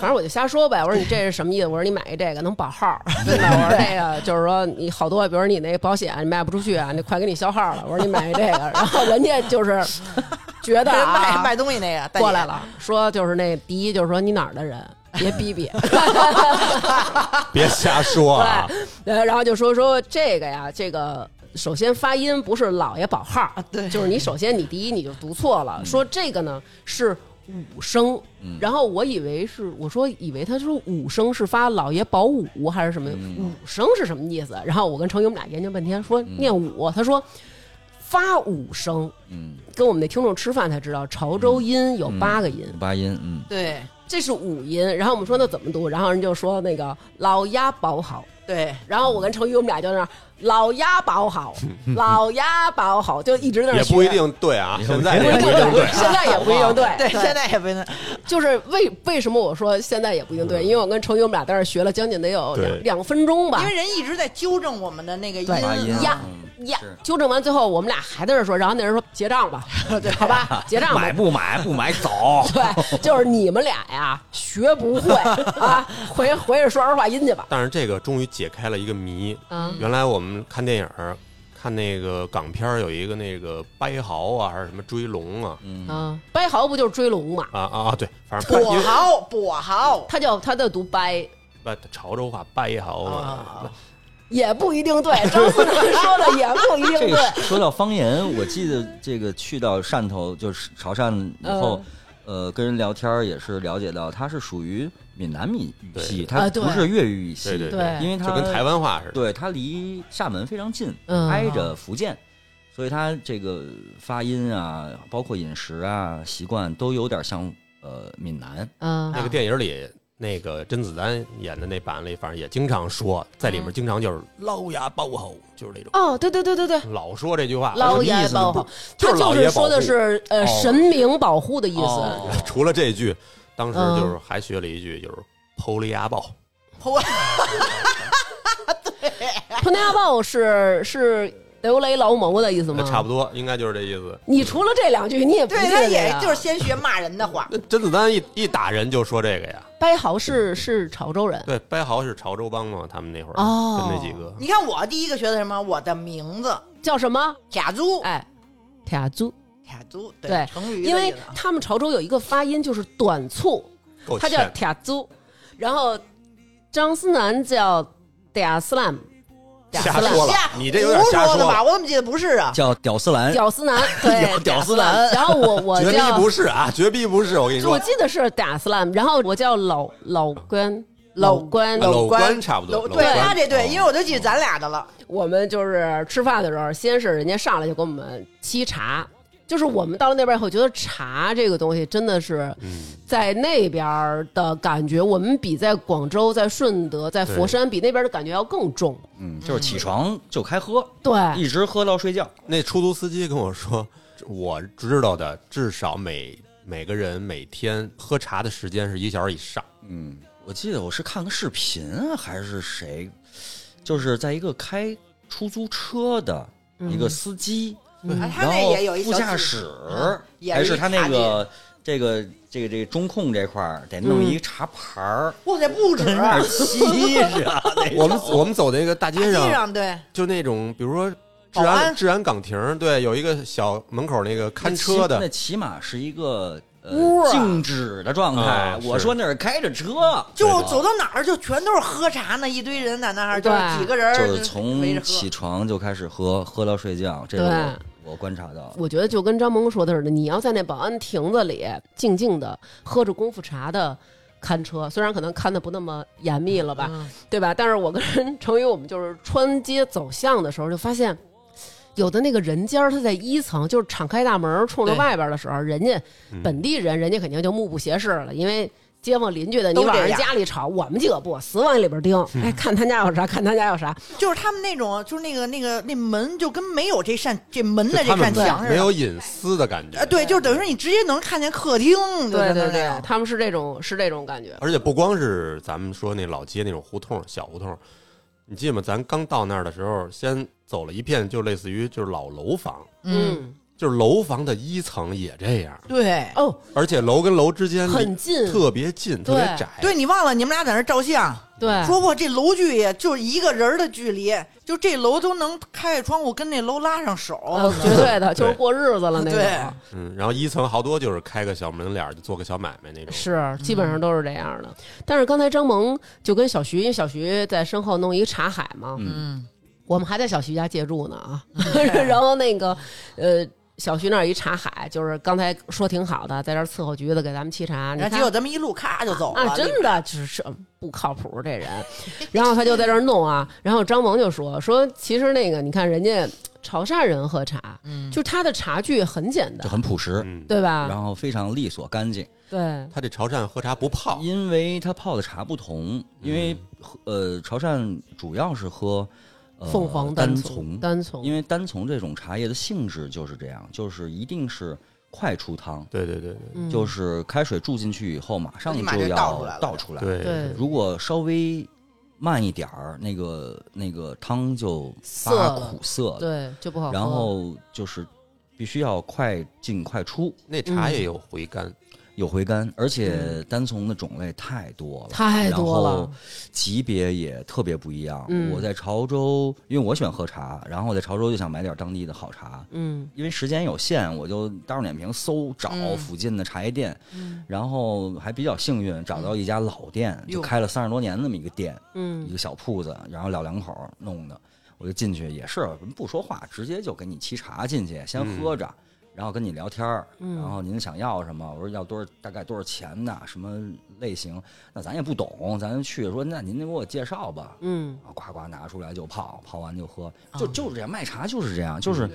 Speaker 7: 反正我就瞎说呗。我说你这是什么意思？我说你买一这个能保 号，对吧？我说这个就是说你好多，比如你那保险你卖不出去啊，你快给你销号了。我说你买一这个，然后人家就是觉得
Speaker 3: 人
Speaker 7: 啊
Speaker 3: 卖卖东西那个大姐
Speaker 7: 过来了，说就是那第一就是说你哪儿的人，别逼 逼。
Speaker 4: 别瞎说啊！
Speaker 7: 对，然后就说说这个呀，这个首先发音不是老爷宝号儿，
Speaker 3: 对
Speaker 7: 就是你首先你第一你就读错了，说这个呢是。五声，然后我以为是我说以为他说五声是发老爷保五还是什么、五声是什么意思？然后我跟程宇我们俩研究半天，说念五，他说发五声，
Speaker 6: 嗯，
Speaker 7: 跟我们那听众吃饭才知道潮州
Speaker 4: 嗯
Speaker 7: 音有八个音，
Speaker 6: 八音，嗯，
Speaker 3: 对
Speaker 7: 这是五音。然后我们说那怎么读？然后人就说那个老鸭保好，
Speaker 3: 对，
Speaker 7: 然后我跟程宇我们俩就在那儿老鸭 保好，老鸭保好，就一直在那儿
Speaker 4: 嗯也
Speaker 7: 学
Speaker 4: 不一。定对啊，现在
Speaker 7: 不
Speaker 4: 也
Speaker 7: 一
Speaker 4: 不
Speaker 7: 定
Speaker 4: 一定对。啊
Speaker 7: 现在也不一 定对，啊
Speaker 3: 对，现在也不能
Speaker 7: 就是为为什么我说现在也不一定对，因为我跟程宇我们俩在那儿学了将近得有
Speaker 4: 对
Speaker 7: 两两分钟吧
Speaker 3: 因，为人一直在纠正我们的那个音
Speaker 7: 对
Speaker 6: 发音
Speaker 3: 啊
Speaker 7: 呀
Speaker 6: 嗯
Speaker 7: 呀
Speaker 6: 是，
Speaker 7: 纠正完最后我们俩还在那儿说，然后那人说结 账吧，对，好吧，结账吧
Speaker 6: 买，不买？不买走。
Speaker 7: 对，就是你们俩呀学不会啊，回回去说儿化音去吧，
Speaker 4: 但是这个终于解开了一个谜。
Speaker 7: 嗯
Speaker 4: 原来我们看电影儿，看那个港片儿有一个那个掰豪啊，还是什么追龙啊，
Speaker 7: 啊，掰豪不就是追龙嘛，
Speaker 4: 啊啊啊！对，反正
Speaker 3: 跛
Speaker 4: 因为
Speaker 3: 豪跛 豪，
Speaker 7: 他叫他就读掰，
Speaker 4: 不潮州话掰
Speaker 7: 啊
Speaker 4: 豪嘛，
Speaker 7: 也不一定对，张思楠说的也不一
Speaker 6: 这
Speaker 7: 定
Speaker 6: 个
Speaker 7: 对。
Speaker 6: 说到方言，我记得这个去到汕头，就是潮汕以后，
Speaker 7: 嗯
Speaker 6: 呃，跟人聊天儿也是了解到，它是属于闽南语语系，
Speaker 4: 对
Speaker 6: 它
Speaker 7: 啊对
Speaker 6: 不是粤语语系，
Speaker 4: 对对
Speaker 7: 对
Speaker 6: 因为它
Speaker 4: 就跟台，湾话似的。
Speaker 6: 对它离厦门非常近，
Speaker 7: 嗯
Speaker 6: 挨着福建。所以它这个发音啊，包括饮食啊、习惯都有点像呃闽南，
Speaker 7: 嗯
Speaker 4: 那个电影里，那个甄子丹演的那版里，反正也经常说，在里面
Speaker 7: 嗯
Speaker 4: 经常就是捞牙爆吼，就是那种
Speaker 7: 哦，对对对对对，
Speaker 4: 老说这句话。
Speaker 7: 老爷
Speaker 4: 什么
Speaker 7: 保
Speaker 4: 意思
Speaker 7: 护
Speaker 4: 呢，
Speaker 7: 他
Speaker 4: 就是老
Speaker 7: 就
Speaker 4: 爷
Speaker 7: 是
Speaker 4: 保护
Speaker 7: 说的是呃
Speaker 6: 哦
Speaker 7: 神明保护的意思。
Speaker 6: 哦
Speaker 4: 不 除了这句，当时
Speaker 7: 嗯
Speaker 4: 就是还学了一句，就是“剖了牙爆
Speaker 3: 跛
Speaker 7: 普纳豹是是刘雷老谋的意思”，吗？
Speaker 4: 那差不
Speaker 7: 多。
Speaker 4: 多应该就是这意思。
Speaker 7: 你除了这两句，你也不
Speaker 3: 对
Speaker 7: 记
Speaker 3: 他
Speaker 7: 得
Speaker 3: 也
Speaker 7: 呀
Speaker 3: 就是先学骂人的话，
Speaker 4: 那甄子丹一一打人就说这个呀，
Speaker 7: 掰豪是是潮州人，
Speaker 4: 对，掰豪是潮州帮嘛，他们那会儿
Speaker 7: 哦
Speaker 4: 跟那几个
Speaker 3: 你看我第一个学的什么？我的名字
Speaker 7: 叫什么？
Speaker 3: 卡珠，
Speaker 7: 哎，铁珠。
Speaker 3: 卡珠，
Speaker 7: 对
Speaker 3: 成语的意思
Speaker 7: 因
Speaker 3: 啊，
Speaker 7: 为他们潮州有一个发音就是短促，
Speaker 4: 够
Speaker 7: 他叫
Speaker 4: 欠。
Speaker 7: 铁珠，然后张思楠叫嗲斯兰，嗲
Speaker 4: 瞎
Speaker 7: 斯兰。
Speaker 4: 说了
Speaker 3: 瞎，
Speaker 4: 你这有点
Speaker 3: 胡
Speaker 4: 瞎
Speaker 3: 说的
Speaker 4: 说
Speaker 3: 吧？我怎么记得不是啊？
Speaker 6: 叫屌丝
Speaker 4: 哎
Speaker 6: 兰，
Speaker 7: 屌丝男， 对，
Speaker 6: 屌丝
Speaker 7: 男。
Speaker 6: 男
Speaker 7: 然后我我
Speaker 4: 绝逼
Speaker 7: 叫，
Speaker 4: 不是啊，绝逼不是！我跟你说，
Speaker 7: 我记得是打斯兰，然后我叫老老关老关。
Speaker 4: 老
Speaker 3: 关
Speaker 4: 关差不多
Speaker 3: 楼
Speaker 4: 楼
Speaker 3: 对
Speaker 4: 关哦
Speaker 3: 他这对，因为我就记得咱俩的了。
Speaker 7: 我们就是吃饭的时候，先是人家上来就给我们沏茶，
Speaker 2: 就是我们到了那边以后，觉得茶这个东西真的是
Speaker 4: 嗯，
Speaker 2: 在那边的感觉，我们比在广州、在顺德、在佛山比那边的感觉要更重。
Speaker 6: 嗯，就是起床就开喝，
Speaker 2: 对，
Speaker 6: 一直喝到睡觉。
Speaker 4: 那出租司机跟我说，我知道的至少每每个人每天喝茶的时间是一小时 以上。
Speaker 6: 嗯，我记得我是看个视频啊还是谁，就是在一个开出租车的一个司机，
Speaker 3: 哎他
Speaker 6: 然
Speaker 3: 那也有
Speaker 6: 后
Speaker 3: 一
Speaker 6: 副
Speaker 3: 小
Speaker 6: 驾
Speaker 3: 纸
Speaker 6: 驶
Speaker 3: 嗯也
Speaker 6: 还
Speaker 3: 是
Speaker 6: 是
Speaker 3: 一
Speaker 6: 他
Speaker 3: 茶
Speaker 6: 那个这个这个这个中控这块儿得弄一茶盘 儿，
Speaker 3: 哇塞，不止啊
Speaker 6: 跟那儿 吸着。
Speaker 4: 我们我们走那个大街
Speaker 3: 大
Speaker 4: 上
Speaker 3: 街，上对，
Speaker 4: 就那种比如说治
Speaker 3: 保
Speaker 4: 安
Speaker 3: 安
Speaker 4: 治安岗亭儿，对，有一个小门口那个看车
Speaker 6: 那
Speaker 4: 的，
Speaker 6: 起码是一个呃
Speaker 3: 屋啊
Speaker 6: 静止的状态
Speaker 4: 啊。
Speaker 6: 我
Speaker 4: 是
Speaker 6: 说那是开着车，
Speaker 3: 就
Speaker 6: 对吧
Speaker 3: 走到哪儿就全都是喝茶呢，一堆人在那儿，就是
Speaker 2: 对
Speaker 3: 几个人
Speaker 6: 就
Speaker 3: 儿
Speaker 6: 是
Speaker 3: 围着
Speaker 6: 从
Speaker 3: 喝
Speaker 6: 起床就开始喝，喝到睡觉，这个我我观察到。
Speaker 2: 我觉得就跟张萌说的似的，你要在那保安亭子里静静的喝着功夫茶的看车，虽然可能看的不那么严密了吧，对吧？但是我跟程宇我们就是穿街走巷的时候，就发现有的那个人家儿他在一层，就是敞开大门儿冲着
Speaker 3: 对
Speaker 2: 外边儿的时候，人家本地人，人家肯定就目不斜视了，因为。街坊邻居的，你
Speaker 3: 都这
Speaker 2: 往
Speaker 3: 样
Speaker 2: 人家里吵，我们几个不死往里边盯，哎，看他家有啥，看他家有啥，
Speaker 3: 就是他们那种，就是那个那个那门就跟没有这扇这门的这
Speaker 4: 他们
Speaker 3: 扇墙似的，
Speaker 4: 没有隐私的感觉
Speaker 3: 啊，，对，就等于说你直接能看见客厅，就是
Speaker 2: 对
Speaker 3: 那
Speaker 2: 对
Speaker 3: 样，
Speaker 2: 他们是这种是这种感觉，
Speaker 4: 而且不光是咱们说那老街那种胡同小胡同，你记得吗？咱刚到那儿的时候，先走了一片，就类似于就是老楼房，
Speaker 3: 嗯，
Speaker 2: 嗯，
Speaker 4: 就是楼房的一层也这样，
Speaker 3: 对。
Speaker 2: 哦，
Speaker 4: 而且楼跟楼之间离
Speaker 2: 很近
Speaker 4: 特别近，特
Speaker 2: 对
Speaker 4: 别窄。
Speaker 3: 对你忘了你们俩在那儿照相，
Speaker 2: 哎对，
Speaker 3: 说过这楼距也就是一个人的距离，就这楼都能开开窗户跟那楼拉上手，
Speaker 2: 呃，绝对的，就是
Speaker 4: 对
Speaker 2: 过日子了那
Speaker 3: 对
Speaker 2: 种。
Speaker 4: 嗯，然后一层好多就是开个小门脸儿就做个小买卖那种。
Speaker 2: 是，基本上都是这样的。但是刚才张萌就跟小徐，因为小徐在身后弄一茶海嘛，
Speaker 3: 嗯，
Speaker 2: 我们还在小徐家借住呢啊。然后那个，呃， 小徐那儿一茶海，就是刚才说挺好的，在这儿伺候橘子给咱们沏茶。你
Speaker 3: 然后
Speaker 2: 看
Speaker 3: 结果咱们一路咔就走了，
Speaker 2: 啊，真的就是不靠谱这 人。然后他就在这儿弄啊，然后张萌就说说，其实那个你看人家潮汕人喝茶，
Speaker 3: 嗯
Speaker 2: 就是他的茶具很简
Speaker 6: 就
Speaker 2: 单，
Speaker 6: 很朴实，
Speaker 4: 嗯，
Speaker 2: 对吧？
Speaker 6: 然后呃非常利索干净，
Speaker 2: 对，
Speaker 4: 他这潮汕喝茶不泡，
Speaker 6: 因为它泡的茶不同，
Speaker 2: 嗯
Speaker 6: 因为呃潮汕主要是喝呃
Speaker 2: 凤凰
Speaker 6: 单
Speaker 2: 丛，
Speaker 6: 丛，
Speaker 2: 单丛
Speaker 6: 因为单丛这种茶叶的性质就是这样，就是一定是快出汤，
Speaker 4: 对对对对
Speaker 2: 嗯
Speaker 6: 就是开水注进去以后马上
Speaker 3: 立马
Speaker 6: 就
Speaker 3: 就
Speaker 6: 要
Speaker 3: 倒出来了
Speaker 6: 倒出来。
Speaker 4: 对
Speaker 2: 对
Speaker 6: 如果稍微慢一点儿，那个那个汤就
Speaker 2: 涩
Speaker 6: 发
Speaker 2: 了
Speaker 6: 苦涩了。
Speaker 2: 对，就不好喝。
Speaker 6: 然后就是必须要快进快出，
Speaker 4: 那茶也有回甘，
Speaker 6: 有回甘，而且单丛的种类太多了，
Speaker 2: 太多了
Speaker 6: 然后级别也特别不一样。
Speaker 2: 嗯
Speaker 6: 我在潮州，因为我喜欢喝茶，然后我在潮州就想买点当地的好茶。
Speaker 2: 嗯，
Speaker 6: 因为时间有限，我就大众点评搜找附近的茶叶店，
Speaker 2: 嗯
Speaker 6: 然后还比较幸运找到一家老店，
Speaker 3: 哟
Speaker 6: 就开了三十多年那么一个店，
Speaker 2: 嗯
Speaker 6: 一个小铺子，然后老两口儿弄的，我就进去也是不说话，直接就给你沏茶进去，先喝着，
Speaker 2: 嗯
Speaker 6: 然后跟你聊天儿，然后您想要什么？我说要多少，大概多少钱呢？什么类型？那咱也不懂，咱去说那您就给我介绍吧，
Speaker 2: 嗯，啊
Speaker 6: 然后呱呱拿出来就泡，泡完就喝，就就是这样，卖茶就是这样，
Speaker 2: 嗯
Speaker 6: 就是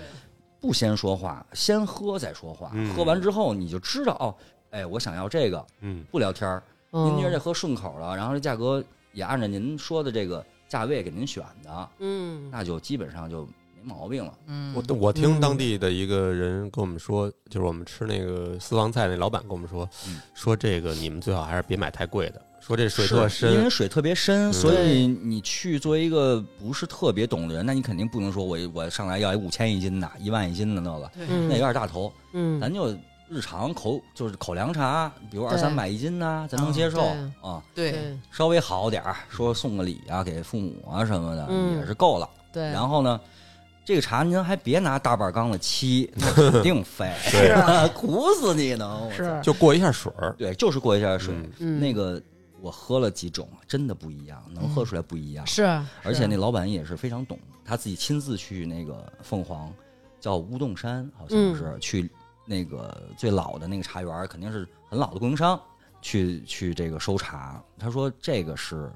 Speaker 6: 不先说话，先喝再说话，
Speaker 4: 嗯
Speaker 6: 喝完之后你就知道哦，哎，我想要这个，
Speaker 4: 嗯，
Speaker 6: 不聊天儿，
Speaker 2: 嗯
Speaker 6: 您觉得这喝顺口了，然后这价格也按照您说的这个价位给您选的，
Speaker 2: 嗯，
Speaker 6: 那就基本上就没毛病了。
Speaker 4: 我我听
Speaker 6: 嗯
Speaker 4: 当地的一个人跟我们说，就是我们吃那个私房菜，那老板跟我们说，说这个你们最好还是别买太贵的，说这水特
Speaker 6: 嗯是因为
Speaker 4: 深，嗯
Speaker 6: 水特别深，所以你去作为一个不是特别懂的人，那你肯定不能说我我上来要一五千一斤的，一万一斤的那个，那有点大头。
Speaker 2: 嗯
Speaker 6: 咱就日常口就是口粮茶，比如二
Speaker 2: 对
Speaker 6: 三百一斤呐、咱能接受
Speaker 2: 嗯
Speaker 6: 啊。
Speaker 3: 对，
Speaker 2: 对
Speaker 6: 稍微好点儿，说送个礼啊，给父母啊什么的、
Speaker 2: 嗯
Speaker 6: 也是够了。
Speaker 2: 对，
Speaker 6: 然后呢，这个茶您还别拿大半缸的沏，那肯定费，
Speaker 4: 对
Speaker 6: 啊 苦死你能。我操
Speaker 2: 是
Speaker 4: 就过一下水儿，
Speaker 6: 对，就是过一下水。
Speaker 2: 嗯
Speaker 6: 那个我喝了几种，真的不一样，能喝出来不一样。
Speaker 2: 是，
Speaker 6: 而且那老板也是非常懂，他自己亲自去那个凤凰，叫乌洞山，好
Speaker 7: 嗯
Speaker 6: 像是、去那个最老的那个茶园儿，肯定是很老的供应商，去去这个收茶。他说这个是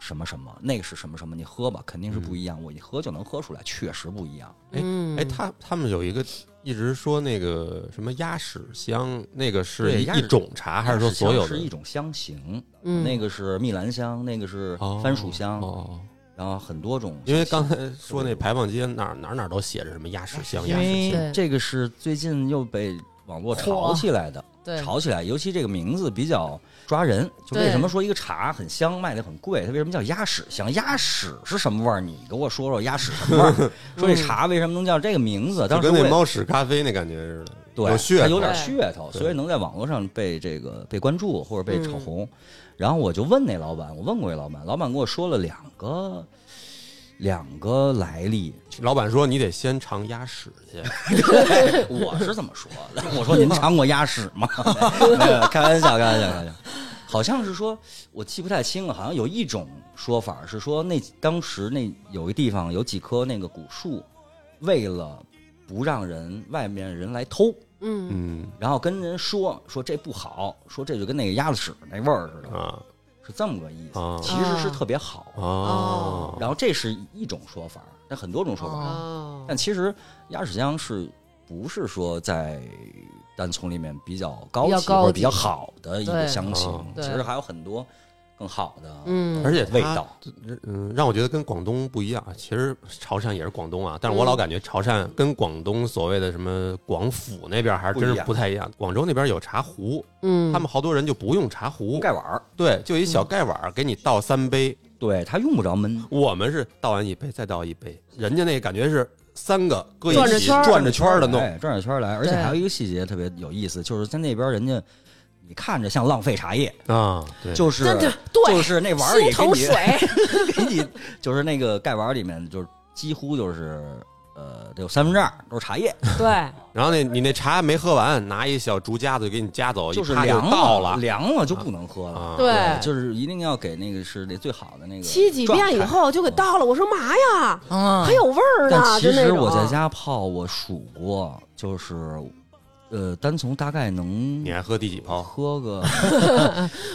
Speaker 6: 什么什么，那个是什么什么，你喝吧，肯定是不一样。我一喝就能喝出来，确实不一样。
Speaker 7: 嗯，
Speaker 4: 哎，他他们有一个一直说那个什么鸭屎香，那个是
Speaker 6: 对
Speaker 4: 一
Speaker 6: 鸭屎
Speaker 4: 一种茶还是说所有
Speaker 6: 是
Speaker 4: 的
Speaker 6: 一？种香型，
Speaker 7: 嗯
Speaker 6: 那个是蜜兰香，那个是
Speaker 4: 哦
Speaker 6: 番薯香，
Speaker 4: 哦哦，
Speaker 6: 然后很多种。
Speaker 4: 因为刚才说那牌坊街哪儿哪儿哪儿都写着什么鸭屎香，
Speaker 6: 因
Speaker 4: 鸭屎香。
Speaker 7: 对
Speaker 6: 为这个是最近又被网络炒起来的，
Speaker 7: 对，
Speaker 6: 炒起来，尤其这个名字比较抓人。就为
Speaker 7: 对
Speaker 6: 什么说一个茶很香，卖的很贵，它为什么叫鸭屎香？鸭屎是什么味儿？你给我说说鸭屎什么味 儿？
Speaker 7: 嗯
Speaker 6: 说这茶为什么能叫这个名字？
Speaker 4: 就
Speaker 6: 当时
Speaker 4: 跟
Speaker 6: 我
Speaker 4: 那
Speaker 6: 也
Speaker 4: 猫屎咖啡那感觉似的，
Speaker 6: 对，
Speaker 4: 有噱
Speaker 6: 它
Speaker 4: 头
Speaker 6: 有点噱头，
Speaker 4: 对
Speaker 6: 所以能在网络上被这个被关注或者
Speaker 7: 嗯
Speaker 6: 被炒红。然后我就问那老板，我问过那老板，老板跟我说了两个两个来历。
Speaker 4: 老板说你得先尝鸭屎去，
Speaker 6: 我是这么说的，我说您尝过鸭屎吗？没有，开玩笑，开玩笑，开玩笑。好像是说，我记不太清了。好像有一种说法是说那，当时那有一个地方有几棵那个古树，为了不让人外面人来偷，
Speaker 7: 嗯
Speaker 4: 嗯
Speaker 6: 然后跟人说说这不好，说这就跟那个鸭子屎那味儿似的，
Speaker 4: 啊
Speaker 6: 是这么个意思。
Speaker 4: 啊
Speaker 6: 其实是特别好。
Speaker 4: 哦，
Speaker 6: 然后这是一种说法，但很多种说法。
Speaker 7: 哦，
Speaker 6: 但其实鸭屎香是不是说在单丛里面比较高级
Speaker 7: 比较高级
Speaker 6: 或者比较好的一个香型
Speaker 4: 哦？
Speaker 6: 其
Speaker 7: 对
Speaker 6: 实还有很多更好的
Speaker 7: 嗯，
Speaker 4: 而且
Speaker 6: 味
Speaker 4: 它
Speaker 6: 道。
Speaker 4: 嗯，让我觉得跟广东不一样。啊其实潮汕也是广东啊，但是我老感觉潮汕跟广东所谓的什么广府那边还真是不太一样。广州那边有茶壶，
Speaker 7: 嗯，
Speaker 4: 他们好多人就不用茶壶，
Speaker 6: 盖碗儿，
Speaker 4: 对，就一小盖碗儿给你倒三杯。
Speaker 6: 对它用不着焖，
Speaker 4: 我们是倒完一杯再倒一杯，人家那感觉是三个搁
Speaker 7: 转着
Speaker 4: 一起
Speaker 7: 圈儿
Speaker 4: 转着圈儿的弄，
Speaker 6: 哎转着圈儿来。而且
Speaker 7: 对
Speaker 6: 还有一个细节特别有意思，就是在那边人家你看着像浪费茶叶，
Speaker 4: 啊，对，
Speaker 6: 就是
Speaker 7: 真的对
Speaker 6: 就是那碗儿
Speaker 7: 心
Speaker 6: 里给
Speaker 7: 疼
Speaker 6: 你
Speaker 7: 水，
Speaker 6: 给你就是那个盖碗里面，就是几乎就是呃，得有三分之二都是茶叶，
Speaker 7: 对，
Speaker 4: 然后那你那茶没喝完，拿一小竹夹子给你夹走，
Speaker 6: 就是
Speaker 4: 一趴就
Speaker 6: 凉
Speaker 4: 倒
Speaker 6: 了，
Speaker 4: 了。
Speaker 6: 凉了就不能喝了。
Speaker 4: 啊，
Speaker 7: 对
Speaker 6: 就是一定要给那个是那最好的那个
Speaker 7: 沏几
Speaker 6: 状态
Speaker 7: 遍以。后就给倒了。我说嘛呀，
Speaker 3: 嗯
Speaker 7: 还，有味儿呢
Speaker 6: 但，其
Speaker 7: 就那
Speaker 6: 实
Speaker 7: 种啊
Speaker 6: 我在家泡，我数过，就是呃，单从大概能
Speaker 4: 你还喝第几泡？
Speaker 6: 喝个，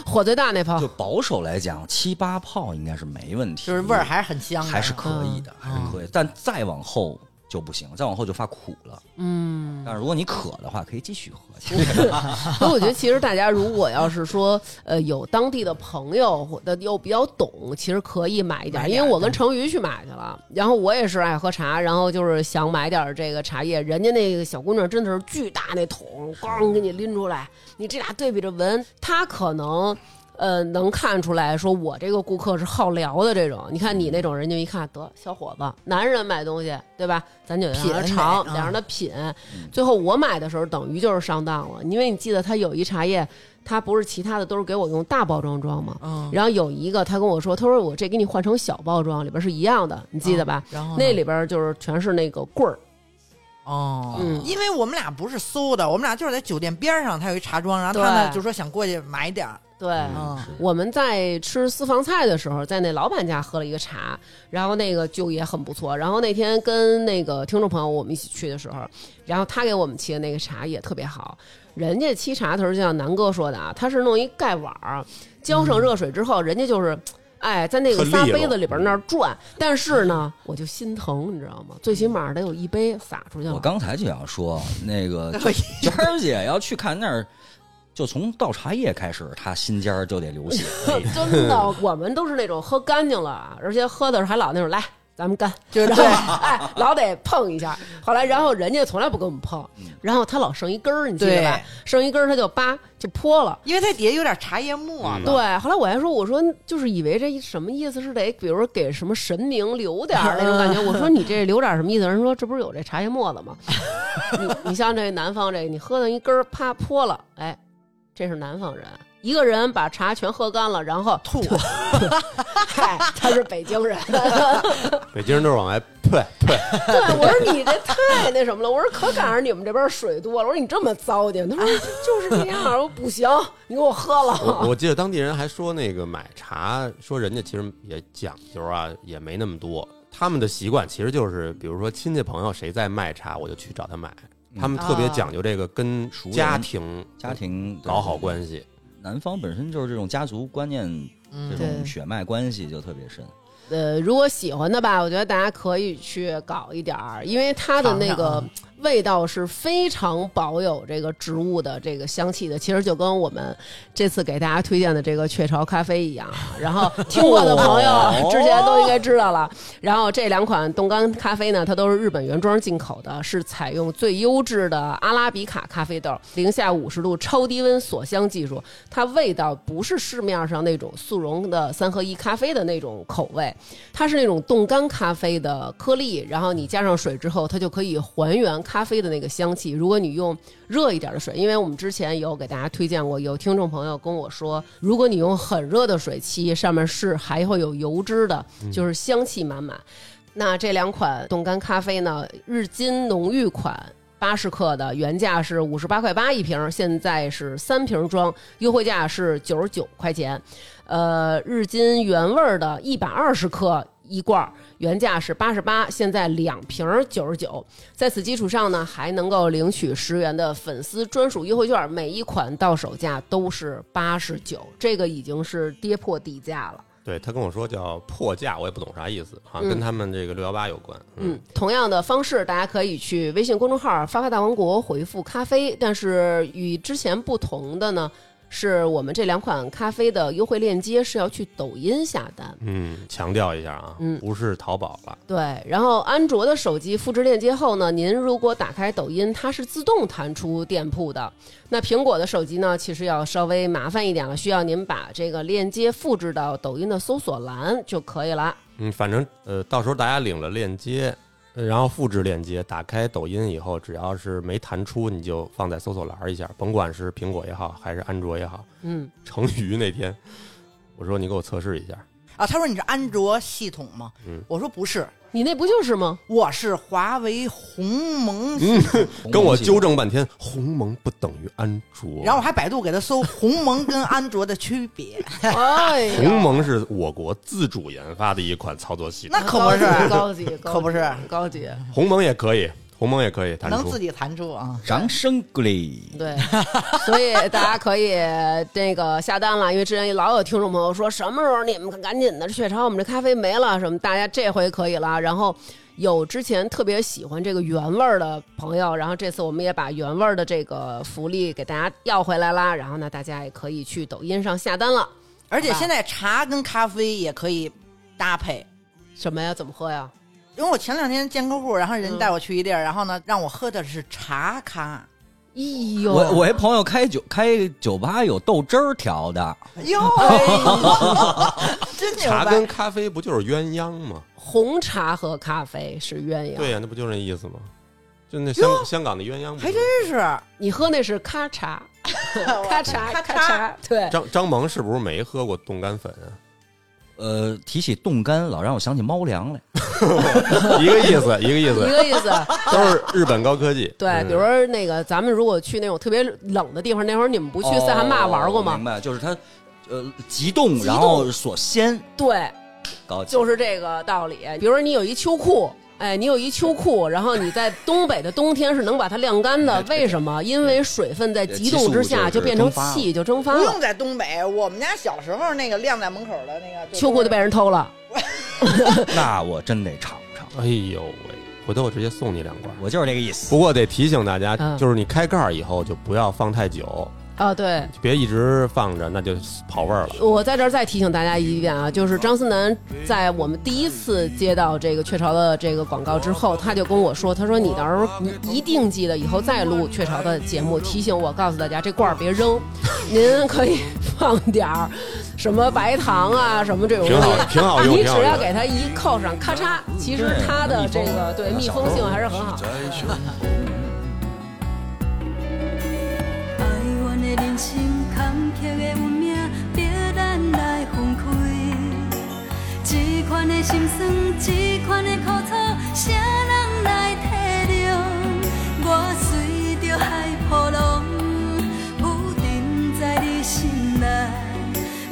Speaker 7: 火最大那泡
Speaker 6: 就，保守来讲七八泡应该是没问题，
Speaker 3: 就是味儿还是很香的，
Speaker 6: 还是可
Speaker 7: 嗯
Speaker 6: 以的，还是可以的。但再往后就不行，再往后就发苦了。
Speaker 7: 嗯，
Speaker 6: 但如果你渴的话，可以继续喝。
Speaker 7: 所以我觉得其实大家如果要是说呃有当地的朋友或者又比较懂，其实可以买一点儿，
Speaker 3: 买
Speaker 7: 因
Speaker 3: 点儿
Speaker 7: 为我跟成瑜去买去了，然后我也是爱喝茶，然后就是想买点儿这个茶叶，人家那个小姑娘真的是巨大那桶，咣给你拎出来，你这俩对比着闻，她可能。呃，能看出来说我这个顾客是好聊的这种。你看你那种人就一看得小伙子，男人买东西对吧？咱就得让他
Speaker 3: 品
Speaker 7: 尝，
Speaker 3: 得
Speaker 7: 得
Speaker 3: 嗯
Speaker 7: 让他品。最后我买的时候，等于就是上当了，因为你记得他有一茶叶，他不是其他的都是给我用大包装装吗？
Speaker 3: 嗯，
Speaker 7: 然后有一个他跟我说，他说我这给你换成小包装，里边是一样的，你记得吧？
Speaker 3: 嗯然后呢
Speaker 7: 那里边就是全是那个棍儿，
Speaker 3: 哦，
Speaker 7: 嗯
Speaker 3: 因为我们俩不是搜的，我们俩就是在酒店边上，他有一茶庄，然后
Speaker 7: 对
Speaker 3: 他呢就说想过去买点儿，
Speaker 7: 对。
Speaker 3: 嗯
Speaker 6: 是
Speaker 7: 我们在吃私房菜的时候，在那老板家喝了一个茶，然后那个就也很不错。然后那天跟那个听众朋友我们一起去的时候，然后他给我们沏的那个茶也特别好。人家沏茶的时候，就像南哥说的啊，他是弄一盖碗儿，浇上热水之后，人家就是。哎，在那个
Speaker 4: 特利
Speaker 7: 仨
Speaker 4: 落
Speaker 7: 杯子里边那儿转，但是呢，我就心疼，你知道吗？最起码得有一杯洒出去了。
Speaker 6: 我刚才就想说，那 个娟儿姐要去看那儿，就从倒茶叶开始，她心尖儿就得流 血。哎
Speaker 7: 真 的，我们都是那种喝干净了啊，而且喝的时候还老那种来。咱们干，
Speaker 3: 就是
Speaker 7: 然后哎，老得碰一下。后来，然后人家从来不跟我们碰，然后他老剩一根儿，你记得吧
Speaker 3: 嗯对？
Speaker 7: 剩一根儿他就扒就泼了。
Speaker 3: 因为它底下有点茶叶沫
Speaker 6: 嗯
Speaker 3: 子，
Speaker 7: 对，后来我还说，我说就是以为这什么意思是得，比如说给什么神明留点儿那种感觉。我说你这留点儿什么意思？人说这不是有这茶叶沫子吗？你你像这南方这，你喝到一根儿啪泼了，哎，这是南方人。一个人把茶全喝干了，然后
Speaker 3: 吐，
Speaker 7: 嗨，他是北京人。
Speaker 4: 北京人都是往外 喷喷，
Speaker 7: 对，我说你这太那什么了，我说可赶上你们这边水多了，我说你这么糟践，他说就是这样，我说不行，你给我喝
Speaker 4: 我
Speaker 7: 了。
Speaker 4: 我记得当地人还说那个买茶，说人家其实也讲究啊，也没那么多。他们的习惯其实就是，比如说亲戚朋友谁在卖茶，我就去找他买。他们特别讲究这个跟
Speaker 6: 熟人
Speaker 4: 啊家庭
Speaker 6: 家庭
Speaker 4: 搞好关系，
Speaker 6: 南方本身就是这种家族观念这
Speaker 3: 嗯
Speaker 6: 种
Speaker 7: 对
Speaker 6: 血脉关系就特别深。
Speaker 7: 呃，如果喜欢的吧，我觉得大家可以去搞一点儿，因为它的那个味道是非常保有这个植物的这个香气的。其实就跟我们这次给大家推荐的这个雀巢咖啡一样啊。然后听过的朋友 之前都应该知道了。然后这两款冻干咖啡呢，它都是日本原装进口的，是采用最优质的阿拉比卡咖啡豆，零下五十度超低温锁香技术，它味道不是市面上那种速溶的三合一咖啡的那种口味，它是那种冻干咖啡的颗粒，然后你加上水之后，它就可以还原咖啡的那个香气。如果你用热一点的水，因为我们之前有给大家推荐过，有听众朋友跟我说，如果你用很热的水沏，上面是还会有油脂的，就是香气满满。那这两款冻干咖啡呢，日金浓郁款。八十克的原价是五十八块八一瓶，现在是三瓶装，优惠价是九十九块钱。呃，日金原味儿的一百二十克一罐儿，原价是八十八，现在两瓶九十九。在此基础上呢，还能够领取十元的粉丝专属优惠券，每一款到手价都是八十九，这个已经是跌破底价了。
Speaker 4: 对他跟我说叫破价，我也不懂啥意思，好像
Speaker 7: 嗯
Speaker 4: 跟他们这个六幺八有关。
Speaker 7: 嗯，，同样的方式，大家可以去微信公众号“发发大王国”回复“咖啡”，但是与之前不同的呢，是我们这两款咖啡的优惠链接是要去抖音下单。
Speaker 4: 嗯，强调一下啊，
Speaker 7: 嗯
Speaker 4: 不是淘宝了。
Speaker 7: 对，然后安卓的手机复制链接后呢，您如果打开抖音，它是自动弹出店铺的。那苹果的手机呢，其实要稍微麻烦一点了，需要您把这个链接复制到抖音的搜索栏就可以了。
Speaker 4: 嗯，反正呃，到时候大家领了链接，呃然后复制链接，打开抖音以后，只要是没弹出，你就放在搜索栏一下，甭管是苹果也好，还是安卓也好。
Speaker 7: 嗯，
Speaker 4: 成宇那天，我说你给我测试一下，
Speaker 3: 啊，他说你是安卓系统吗？
Speaker 6: 嗯
Speaker 3: 我说不是，
Speaker 7: 你那不就是吗？
Speaker 3: 我是华为鸿
Speaker 2: 嗯
Speaker 3: 蒙系
Speaker 4: 跟我纠正半天，鸿蒙不等于安卓。
Speaker 3: 然后我还百度给他搜鸿蒙跟安卓的区 别，
Speaker 7: 哎呀
Speaker 4: 鸿蒙是我国自主研发的一款操作系统，
Speaker 3: 那 可不是，
Speaker 7: 高级，高级
Speaker 3: 可不是
Speaker 7: 高级，
Speaker 4: 鸿蒙也可以，鸿蒙也可以弹
Speaker 3: 能
Speaker 4: 出
Speaker 3: 自。己弹出啊。
Speaker 6: 掌声鼓励。
Speaker 7: 对，所以大家可以那个下单了，因为之前老有听众朋友说什么时候你们赶紧的，雀巢我们这咖啡没了什么，大家这回可以了。然后有之前特别喜欢这个原味儿的朋友，然后这次我们也把原味儿的这个福利给大家要回来啦。然后呢，大家也可以去抖音上下单了。
Speaker 3: 而且
Speaker 7: 好吧
Speaker 3: 现在茶跟咖啡也可以搭配。
Speaker 7: 什么呀？怎么喝呀？
Speaker 3: 因为我前两天见客户，然后人
Speaker 7: 嗯
Speaker 3: 带我去一地儿，然后呢让我喝的是茶咖，
Speaker 7: 哎呦，
Speaker 6: 我我一朋友开酒开酒吧有豆汁儿调的，
Speaker 3: 哟，哎 真牛
Speaker 4: 茶跟
Speaker 3: 掰！
Speaker 4: 咖啡不就是鸳鸯吗？
Speaker 7: 红茶和咖啡是鸳鸯，
Speaker 4: 对呀、那不就那意思吗？就那香香港的鸳鸯不就
Speaker 3: 还
Speaker 4: 是，
Speaker 3: 真是，
Speaker 7: 你喝那是咔嚓， 咔嚓，
Speaker 3: 咔
Speaker 7: 咔
Speaker 3: 嚓
Speaker 7: 嚓，对。
Speaker 4: 张张萌是不是没喝过冻干粉啊？
Speaker 6: 呃，提起冻干老让我想起猫粮来。
Speaker 4: 一个意思，一个意
Speaker 7: 一
Speaker 4: 思，
Speaker 7: 个意思，
Speaker 4: 都是日本高科技。
Speaker 7: 对，
Speaker 4: 嗯
Speaker 7: 比如说那个，咱们如果去那种特别冷的地方，那会儿你们不去塞罕坝玩过
Speaker 6: 哦
Speaker 7: 吗
Speaker 6: 明？白，就是它，呃，急冻，
Speaker 7: 急冻
Speaker 6: 然后所鲜
Speaker 7: 对，
Speaker 6: 高级，
Speaker 7: 就是这个道理。比如说你有一秋裤。哎，你有一秋裤，然后你在东北的冬天是能把它晾干的，为什么？因为水分在急冻之下
Speaker 6: 激素就是
Speaker 7: 变成
Speaker 6: 蒸发了
Speaker 7: 气，就蒸发
Speaker 3: 不
Speaker 7: 了
Speaker 3: 用，在东北，我们家小时候那个晾在门口的那个
Speaker 7: 秋裤就被人偷了。
Speaker 6: 那我真得尝尝，
Speaker 4: 哎呦喂，回头我直接送你两罐。
Speaker 6: 我就是这个意思。
Speaker 4: 不过得提醒大家，
Speaker 7: 嗯
Speaker 4: 就是你开盖儿以后就不要放太久，
Speaker 7: 啊，对，
Speaker 4: 就别一直放着，那就跑味儿了。
Speaker 7: 我在这儿再提醒大家一遍啊，就是张思南在我们第一次接到这个雀巢的这个广告之后，他就跟我说，他说你到时候你一定记得以后再录雀巢的节目，提醒我告诉大家这罐儿 别扔，您可以放点儿什么白糖啊，什么这种东
Speaker 4: 挺
Speaker 7: 西
Speaker 4: 好，。挺好嗯用，
Speaker 7: 你
Speaker 4: 挺好
Speaker 7: 只要
Speaker 4: 用。
Speaker 7: 给它一扣上，咔嚓，其实它的这个
Speaker 4: 嗯
Speaker 7: 对密封性还是很好的。
Speaker 8: 爱阮的人生，坎坷的运命，逼咱来分开。这款的心酸，这款的苦楚，谁人来体谅？我随着海波浪，浮沉在你心内，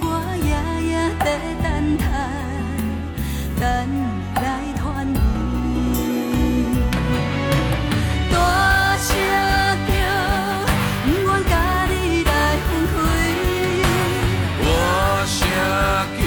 Speaker 8: 我夜夜在等待，等来传你。大声叫，不愿甲你来分开。
Speaker 9: 我声叫，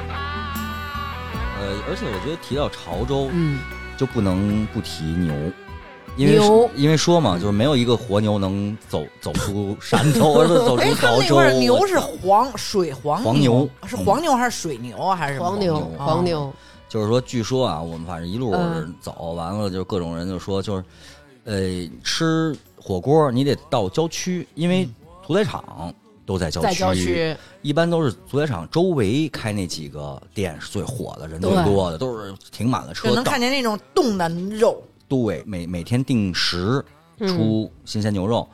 Speaker 6: 呃，而且我觉得提到潮州
Speaker 2: 嗯，
Speaker 6: 就不能不提牛。因为
Speaker 2: 牛
Speaker 6: 因为说嘛，就是没有一个活牛能走走 出山头，而不是走
Speaker 3: 哎
Speaker 6: 出，
Speaker 3: 他们
Speaker 6: 潮
Speaker 3: 那
Speaker 6: 州。
Speaker 3: 块儿牛是黄水黄
Speaker 6: 黄牛
Speaker 3: 是黄牛还是水牛啊还是什么
Speaker 2: 黄牛，
Speaker 6: 黄牛
Speaker 2: 黄牛，
Speaker 6: 就是说，据说啊，我们反正一路
Speaker 2: 嗯
Speaker 6: 走，完了就各种人就说，就是，呃，吃火锅你得到郊区，因为
Speaker 3: 嗯
Speaker 6: 屠宰场都在郊
Speaker 2: 在
Speaker 6: 区，
Speaker 2: 郊区，
Speaker 6: 一般都是屠宰场周围开那几个店是最火的，人最多的，都是停满了
Speaker 3: 就
Speaker 6: 车
Speaker 3: 能
Speaker 6: 道
Speaker 3: 看。见那种冻的肉，
Speaker 6: 对，每每天定时
Speaker 3: 嗯
Speaker 6: 出新鲜牛肉，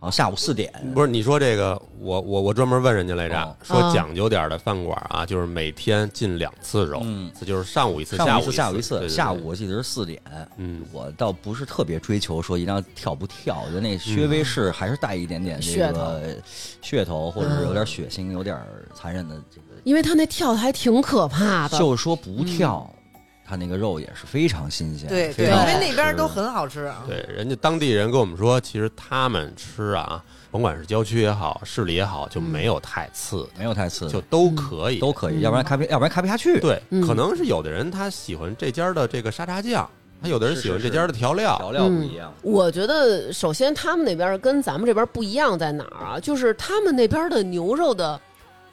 Speaker 6: 然后下午四点
Speaker 4: 不是你说这个，我我我专门问人家来着
Speaker 6: 哦，
Speaker 4: 说
Speaker 7: 嗯
Speaker 2: 啊
Speaker 4: 讲究点儿的饭馆啊，就是每天进两次肉，
Speaker 6: 嗯
Speaker 4: 这就是上午一次，
Speaker 6: 上午
Speaker 4: 午
Speaker 6: 下午一
Speaker 4: 一
Speaker 6: 次，
Speaker 4: 对对
Speaker 6: 下
Speaker 4: 对
Speaker 6: 午我记得是四点。
Speaker 4: 嗯，
Speaker 6: 我倒不是特别追求说一定要跳不跳，我觉得那薛微是还是带一点点这个噱头，或者是
Speaker 3: 嗯
Speaker 6: 有点血腥、有点残忍的这个。
Speaker 2: 因为他那跳的还挺可怕的，
Speaker 6: 就是说不跳，他那个肉也是非常新鲜，
Speaker 3: 嗯对
Speaker 6: 非
Speaker 3: 对，因
Speaker 6: 常好吃
Speaker 3: 为那边都很好吃 啊。
Speaker 4: 对，人家当地人跟我们说，其实他们吃啊，甭管是郊区也好，市里也好，就没有太次，
Speaker 6: 没有太刺
Speaker 4: 就
Speaker 6: 激，
Speaker 4: 都可以，
Speaker 6: 嗯都可以，
Speaker 3: 嗯
Speaker 6: 要不然开不，要不然开不下去。
Speaker 4: 对，
Speaker 2: 嗯
Speaker 4: 可能是有的人他喜欢这家的这个沙茶酱，他有的人
Speaker 6: 是
Speaker 4: 喜欢
Speaker 6: 是
Speaker 4: 这
Speaker 6: 是
Speaker 4: 家的调料，
Speaker 6: 调料不一样，
Speaker 2: 我觉得，首先他们那边跟咱们这边不一样在哪儿啊？就是他们那边的牛肉的